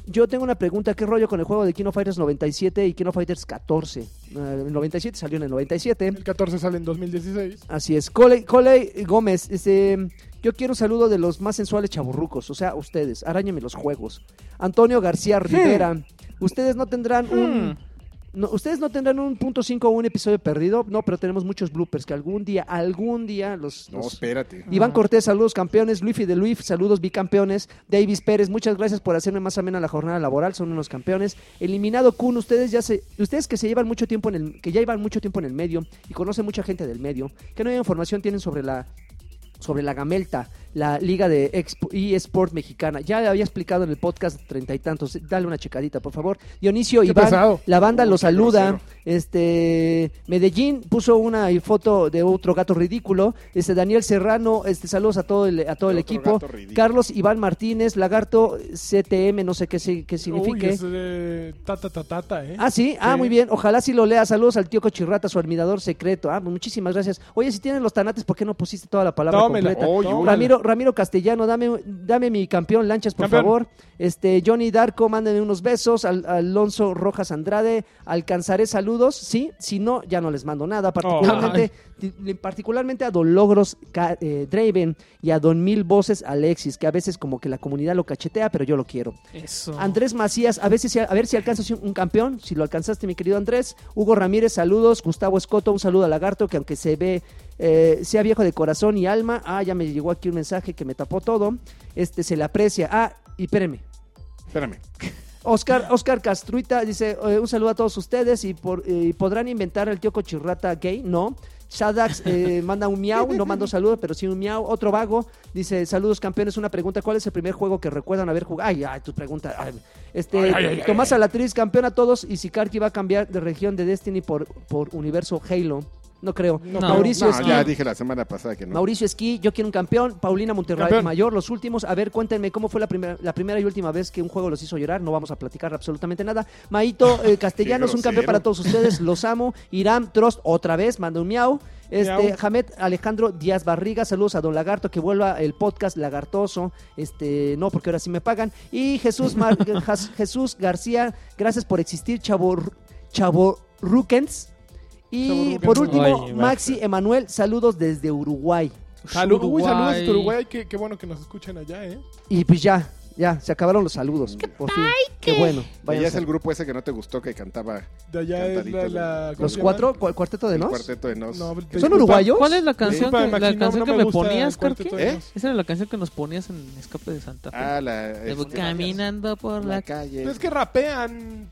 [SPEAKER 2] Yo tengo una pregunta, ¿qué rollo con el juego de Kino Fighters 97 y Kino Fighters 14? Eh, el 97 salió en el 97.
[SPEAKER 1] El 14 sale en 2016.
[SPEAKER 2] Así es. Coley, Coley Gómez, dice, yo quiero un saludo de los más sensuales chaburrucos, o sea, ustedes, aráñenme los juegos. Antonio García Rivera, ustedes no tendrán un... no, ustedes no tendrán un punto cinco o un episodio perdido, no, pero tenemos muchos bloopers que algún día, algún día los...
[SPEAKER 8] No,
[SPEAKER 2] los-
[SPEAKER 8] espérate.
[SPEAKER 2] Iván Cortés, saludos campeones. Luis de Luis, saludos bicampeones. Davis Pérez, muchas gracias por hacerme más amena la jornada laboral, son unos campeones. Eliminado Kun, ustedes ya se, ustedes que se llevan mucho tiempo en el, que ya llevan mucho tiempo en el medio y conocen mucha gente del medio, ¿qué nueva información tienen sobre la sobre la Gamelta, la liga de Expo- eSport mexicana. Ya había explicado en el podcast treinta y tantos. Dale una checadita, por favor. Dionisio
[SPEAKER 1] Qué
[SPEAKER 2] Iván,
[SPEAKER 1] pesado.
[SPEAKER 2] la banda
[SPEAKER 8] Uy,
[SPEAKER 2] lo
[SPEAKER 8] qué
[SPEAKER 2] saluda.
[SPEAKER 8] grosero.
[SPEAKER 2] Este Medellín puso una foto de otro gato ridículo. Este Daniel Serrano, este saludos a todo el, a todo el
[SPEAKER 8] otro
[SPEAKER 2] equipo.
[SPEAKER 8] gato ridículo.
[SPEAKER 2] Carlos Iván Martínez, Lagarto CTM, no sé qué, si- qué
[SPEAKER 1] Uy,
[SPEAKER 2] signifique.
[SPEAKER 1] es de tata tata tata, ¿eh?
[SPEAKER 2] Ah, sí, ah,
[SPEAKER 1] Sí.
[SPEAKER 2] muy bien. Ojalá sí lo lea. Saludos al tío Cochirrata, su admirador secreto. Ah, pues muchísimas gracias. Oye, si tienen los tanates, ¿por qué no pusiste toda la palabra
[SPEAKER 1] Tómela.
[SPEAKER 2] completa?
[SPEAKER 1] Oye,
[SPEAKER 2] Tómala.
[SPEAKER 1] tómala.
[SPEAKER 2] Ramiro, Ramiro Castellano, dame, dame mi campeón lanchas, por
[SPEAKER 1] Campeón.
[SPEAKER 2] favor. Este, Johnny Darko, mándenme unos besos. Al- Alonso Rojas Andrade, alcanzaré saludos. Sí, si no, ya no les mando nada. Particularmente, di- particularmente a Don Logros Ca- eh, Draven y a Don Mil Voces Alexis, que a veces como que la comunidad lo cachetea, pero yo lo quiero.
[SPEAKER 3] Eso.
[SPEAKER 2] Andrés Macías, a, veces, a ver si alcanzas un campeón. Si lo alcanzaste, mi querido Andrés. Hugo Ramírez, saludos. Gustavo Escoto, un saludo a Lagarto, que aunque se ve, eh, sea viejo de corazón y alma. Ah, ya me llegó aquí un mensaje que me tapó todo. Este, se le aprecia. Ah, y espéreme.
[SPEAKER 8] Espérame.
[SPEAKER 2] Oscar, Oscar Castruita dice, eh, un saludo a todos ustedes y, por- eh, podrán inventar el tío cochirrata gay, ¿no? Shadax eh, manda un miau, no mando saludos, pero sí un miau. Otro vago dice, saludos campeones, una pregunta, ¿cuál es el primer juego que recuerdan haber jugado? Ay, ay, tu pregunta. ay. Este, Tomás Alatriz, campeón a todos y si Karki va a cambiar de región de Destiny por, por universo Halo. No creo.
[SPEAKER 1] No,
[SPEAKER 2] Mauricio
[SPEAKER 8] No,
[SPEAKER 2] Esquí-
[SPEAKER 8] Ah, ya dije la semana pasada que no.
[SPEAKER 2] Mauricio Esquí, yo quiero un campeón. Paulina Monterrey
[SPEAKER 1] Campeón.
[SPEAKER 2] Mayor, los últimos. A ver, cuéntenme cómo fue la, primera la primera y última vez que un juego los hizo llorar. No vamos a platicar absolutamente nada. Maito eh, Castellanos, un campeón
[SPEAKER 8] grosero.
[SPEAKER 2] para todos ustedes. Los amo. Iram Trost, otra vez, manda un miau. Este,
[SPEAKER 1] Miau.
[SPEAKER 2] Hamed Alejandro Díaz Barriga, saludos a Don Lagarto, que vuelva el podcast Lagartoso. Este, no, porque ahora sí me pagan. Y Jesús, Mar- Jas- Jesús García, gracias por existir, Chavo, Chavo Rukens. Y
[SPEAKER 1] Chavorruquens.
[SPEAKER 2] por último,
[SPEAKER 10] Ay,
[SPEAKER 2] Maxi Emanuel, saludos desde Uruguay.
[SPEAKER 1] Salud- Uy, saludos hasta Uruguay. Qué, qué bueno que nos escuchan allá, ¿eh?
[SPEAKER 2] Y pues ya, ya, se acabaron los saludos. Por fin. Qué bueno.
[SPEAKER 8] Y ya es
[SPEAKER 2] váyanse.
[SPEAKER 8] el grupo ese que no te gustó que cantaba
[SPEAKER 1] De allá es la...
[SPEAKER 8] Cantaditos
[SPEAKER 1] la- ¿cómo
[SPEAKER 2] Los
[SPEAKER 1] se llama?
[SPEAKER 2] cuatro, ¿cuál cuarteto de
[SPEAKER 8] el
[SPEAKER 2] nos?
[SPEAKER 8] cuarteto de Nos.
[SPEAKER 1] No,
[SPEAKER 2] ¿Son
[SPEAKER 1] disculpa,
[SPEAKER 2] uruguayos?
[SPEAKER 3] ¿Cuál es la canción
[SPEAKER 1] disculpa,
[SPEAKER 3] que, la
[SPEAKER 1] Maxi, no,
[SPEAKER 3] canción
[SPEAKER 1] no
[SPEAKER 3] que
[SPEAKER 1] me
[SPEAKER 3] me,
[SPEAKER 1] gusta
[SPEAKER 3] ponías,
[SPEAKER 1] el cuarteto
[SPEAKER 3] Carqui?
[SPEAKER 1] de
[SPEAKER 8] ¿Eh?
[SPEAKER 1] Nos.
[SPEAKER 3] Esa era la canción que nos ponías en Escape de Santa Fe.
[SPEAKER 8] Ah, la.
[SPEAKER 3] De-
[SPEAKER 8] este,
[SPEAKER 3] caminando por la...
[SPEAKER 8] la
[SPEAKER 3] calle.
[SPEAKER 8] calle.
[SPEAKER 1] Pero Es que rapean.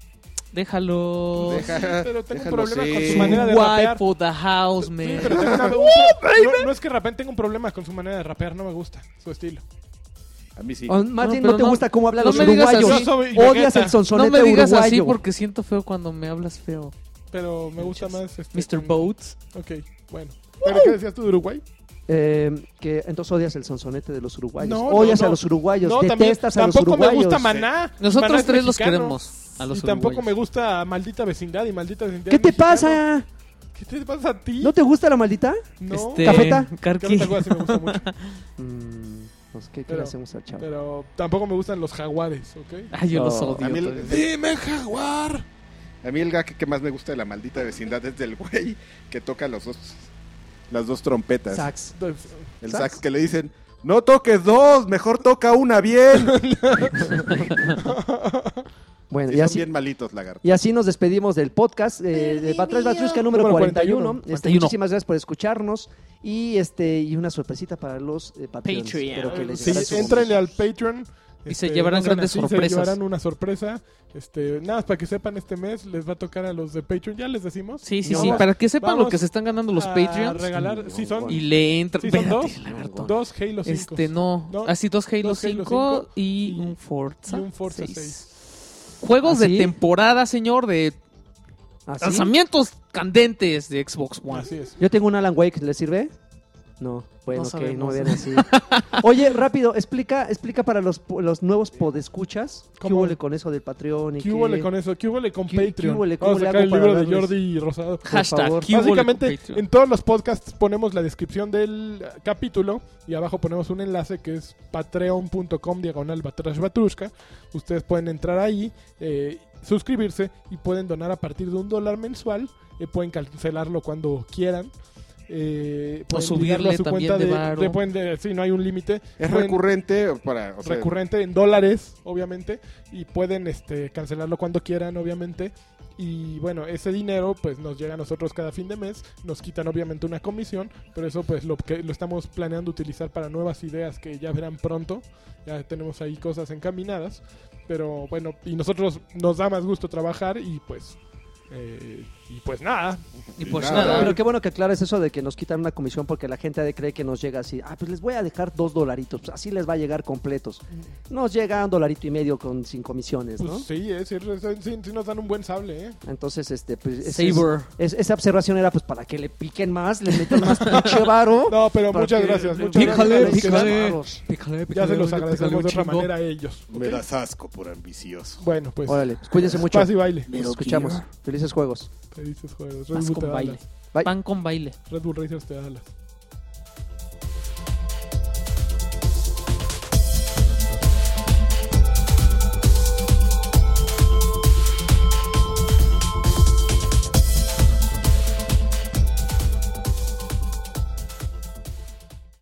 [SPEAKER 3] Déjalo.
[SPEAKER 8] Deja-
[SPEAKER 1] pero tengo un
[SPEAKER 8] déjalo
[SPEAKER 1] problema con
[SPEAKER 8] ser.
[SPEAKER 1] su manera de
[SPEAKER 3] Why
[SPEAKER 1] rapear.
[SPEAKER 3] for the house, man.
[SPEAKER 1] Sí, pero tengo
[SPEAKER 3] (laughs)
[SPEAKER 1] una-
[SPEAKER 3] ¡Oh,
[SPEAKER 1] no, no es que rapen, tengo un problema con su manera de rapear, no me gusta su estilo.
[SPEAKER 8] A mí sí.
[SPEAKER 2] O más
[SPEAKER 3] No,
[SPEAKER 2] bien,
[SPEAKER 3] pero
[SPEAKER 2] no te
[SPEAKER 3] no-
[SPEAKER 2] gusta cómo hablan
[SPEAKER 3] no
[SPEAKER 2] los
[SPEAKER 3] me digas
[SPEAKER 2] uruguayos.
[SPEAKER 1] así. Yo soy
[SPEAKER 2] Odias
[SPEAKER 1] Vegeta.
[SPEAKER 2] el sonsonete
[SPEAKER 3] no me digas
[SPEAKER 2] uruguayo.
[SPEAKER 3] así porque siento feo cuando me hablas feo.
[SPEAKER 1] Pero me gusta más este.
[SPEAKER 3] Mr.
[SPEAKER 1] con-
[SPEAKER 3] Boats.
[SPEAKER 1] Ok, bueno. ¿Pero qué decías tú de Uruguay?
[SPEAKER 2] Eh, que entonces odias el sonsonete de los uruguayos.
[SPEAKER 1] No, no,
[SPEAKER 2] odias a
[SPEAKER 1] no.
[SPEAKER 2] los uruguayos.
[SPEAKER 1] No, también-
[SPEAKER 2] detestas a los
[SPEAKER 1] tampoco
[SPEAKER 2] uruguayos.
[SPEAKER 1] me gusta Maná.
[SPEAKER 3] Nosotros
[SPEAKER 1] Maná es
[SPEAKER 3] tres los
[SPEAKER 1] mexicano.
[SPEAKER 3] queremos a los
[SPEAKER 1] y tampoco
[SPEAKER 3] uruguayos.
[SPEAKER 1] me gusta Maldita Vecindad y Maldita Vecindad.
[SPEAKER 2] ¿Qué
[SPEAKER 1] es
[SPEAKER 2] te
[SPEAKER 1] mexicano.
[SPEAKER 2] pasa?
[SPEAKER 1] ¿Qué te pasa a ti?
[SPEAKER 2] ¿No te gusta la maldita?
[SPEAKER 1] No.
[SPEAKER 3] Este,
[SPEAKER 2] ¿Cafeta?
[SPEAKER 3] Carqui.
[SPEAKER 1] Carlita Cuevas sí me gusta
[SPEAKER 3] (laughs)
[SPEAKER 1] mucho,
[SPEAKER 2] Mm, pues, ¿qué, qué
[SPEAKER 1] Pero-
[SPEAKER 2] le hacemos al chavo?
[SPEAKER 1] pero tampoco me gustan los jaguares, ¿ok?
[SPEAKER 3] Ay, yo los
[SPEAKER 2] No.
[SPEAKER 3] odio.
[SPEAKER 8] A mí,
[SPEAKER 3] todavía.
[SPEAKER 8] el,
[SPEAKER 4] Dime, jaguar.
[SPEAKER 8] a mí el gag que más me gusta de la maldita vecindad es del güey que toca los dos, las dos trompetas.
[SPEAKER 2] Sax.
[SPEAKER 1] Entonces,
[SPEAKER 8] el
[SPEAKER 2] sax.
[SPEAKER 8] sax. que le dicen, no toques dos, mejor toca una bien.
[SPEAKER 2] Bueno, (laughs)
[SPEAKER 8] Sí,
[SPEAKER 2] y
[SPEAKER 8] son
[SPEAKER 2] así,
[SPEAKER 8] bien malitos, lagarto.
[SPEAKER 2] Y así nos despedimos del podcast eh, de Batrás Batrusca número
[SPEAKER 1] Número
[SPEAKER 2] 41.
[SPEAKER 1] 41.
[SPEAKER 2] Este,
[SPEAKER 3] 41.
[SPEAKER 2] muchísimas gracias por escucharnos y este y una sorpresecita para los eh, Patreons.
[SPEAKER 3] Patreon.
[SPEAKER 2] Espero que les
[SPEAKER 1] sí,
[SPEAKER 2] agrade su
[SPEAKER 1] entrenle al Patreon. este,
[SPEAKER 3] Y se llevarán
[SPEAKER 1] sean
[SPEAKER 3] grandes
[SPEAKER 1] Se
[SPEAKER 3] sorpresas.
[SPEAKER 1] llevarán una sorpresa. Este, nada, más para que sepan, este mes les va a tocar a los de Patreon. Ya les decimos.
[SPEAKER 3] Sí, sí,
[SPEAKER 1] No,
[SPEAKER 3] sí.
[SPEAKER 1] va-
[SPEAKER 3] Para que sepan lo
[SPEAKER 1] vamos
[SPEAKER 3] que se están ganando los
[SPEAKER 1] a
[SPEAKER 3] Patreons.
[SPEAKER 1] regalar, sí, son
[SPEAKER 3] Y le entran.
[SPEAKER 1] Sí, son
[SPEAKER 3] Espérate,
[SPEAKER 1] dos.
[SPEAKER 3] lagarto.
[SPEAKER 1] dos Halo 5.
[SPEAKER 3] Este, no.
[SPEAKER 1] No,
[SPEAKER 3] Así dos Halo
[SPEAKER 1] dos Halo
[SPEAKER 3] 5
[SPEAKER 1] cinco
[SPEAKER 3] y,
[SPEAKER 1] y-
[SPEAKER 3] un Forza.
[SPEAKER 1] y un Forza
[SPEAKER 3] seis.
[SPEAKER 2] ¿Ah,
[SPEAKER 3] Juegos
[SPEAKER 2] sí?
[SPEAKER 3] de temporada, señor, de
[SPEAKER 2] ¿Ah, sí?
[SPEAKER 3] lanzamientos candentes de Xbox One.
[SPEAKER 1] Así es.
[SPEAKER 2] Yo tengo un Alan Wake, ¿le sirve? No, bueno,
[SPEAKER 3] No
[SPEAKER 2] ok, no
[SPEAKER 3] sabemos.
[SPEAKER 2] vean así. (laughs) Oye, rápido, explica, explica para los, po- los nuevos podescuchas. ¿Qué
[SPEAKER 1] ¿Cómo?
[SPEAKER 2] huele con eso del Patreon? Y
[SPEAKER 1] ¿Qué hubo con eso? ¿Qué hubo con
[SPEAKER 2] ¿Qué- qué
[SPEAKER 1] Patreon?
[SPEAKER 2] hubole? ¿Cómo
[SPEAKER 1] Vamos
[SPEAKER 2] le
[SPEAKER 1] a sacar el
[SPEAKER 2] hago
[SPEAKER 1] libro
[SPEAKER 2] para
[SPEAKER 1] de
[SPEAKER 2] darles?
[SPEAKER 1] Jordi Rosado.
[SPEAKER 3] Hashtag.
[SPEAKER 2] favor.
[SPEAKER 3] ¿qué hubo le
[SPEAKER 1] Básicamente,
[SPEAKER 3] con Patreon?
[SPEAKER 1] en todos los podcasts ponemos la descripción del eh, capítulo y abajo ponemos un enlace que es patreon.com diagonal batrash batrushka. Ustedes pueden entrar ahí, eh, suscribirse y pueden donar a partir de un dólar mensual. eh, pueden cancelarlo cuando quieran. Eh, pueden
[SPEAKER 3] subirle
[SPEAKER 1] ligarlo a su
[SPEAKER 3] también
[SPEAKER 1] cuenta
[SPEAKER 3] de
[SPEAKER 1] de,
[SPEAKER 3] varo.
[SPEAKER 1] de- pueden de- sí, no hay un límite.
[SPEAKER 11] Es
[SPEAKER 1] Pueden-
[SPEAKER 11] recurrente para. o sea,
[SPEAKER 1] recurrente en dólares, obviamente, y pueden este, cancelarlo cuando quieran, obviamente. Y bueno, ese dinero pues nos llega a nosotros cada fin de mes, nos quitan obviamente una comisión, pero eso pues lo que lo estamos planeando utilizar para nuevas ideas que ya verán pronto. Ya tenemos ahí cosas encaminadas, pero bueno, y nosotros nos da más gusto trabajar y pues eh, y pues nada,
[SPEAKER 3] Y pues
[SPEAKER 11] nada.
[SPEAKER 1] Ah,
[SPEAKER 3] nada.
[SPEAKER 2] Pero qué bueno que aclares eso de que nos quitan una comisión porque la gente ha de cree que nos llega así. Ah, pues les voy a dejar dos dolaritos. Pues así les va a llegar completos.
[SPEAKER 1] Mm.
[SPEAKER 2] Nos llega un dolarito y medio con sin comisiones,
[SPEAKER 1] pues
[SPEAKER 2] ¿no?
[SPEAKER 1] sí, eh, sí, sí, sí nos dan un buen sable, eh.
[SPEAKER 2] Entonces, este, pues. ese es-
[SPEAKER 3] Saber.
[SPEAKER 2] es- esa observación era, pues, para que le piquen más, le metan más pinche varo.
[SPEAKER 1] (laughs) No, pero
[SPEAKER 2] Para
[SPEAKER 1] muchas
[SPEAKER 2] que-
[SPEAKER 1] gracias, muchas
[SPEAKER 10] Pícale,
[SPEAKER 1] gracias.
[SPEAKER 10] pícale.
[SPEAKER 2] Varos.
[SPEAKER 1] Ya se los agradecemos de otra manera a ellos. ¿ok?
[SPEAKER 4] Me das asco por ambicioso.
[SPEAKER 1] Bueno, pues.
[SPEAKER 2] Órale, pues, cuídense mucho.
[SPEAKER 1] Paz y baile.
[SPEAKER 2] Nos escuchamos. Felices juegos.
[SPEAKER 1] Felices juegos. Red
[SPEAKER 3] Paz
[SPEAKER 1] Bull te
[SPEAKER 3] con
[SPEAKER 1] da
[SPEAKER 3] baile.
[SPEAKER 1] alas.
[SPEAKER 2] Bye.
[SPEAKER 3] Pan con baile.
[SPEAKER 1] Red Bull Racers te da alas.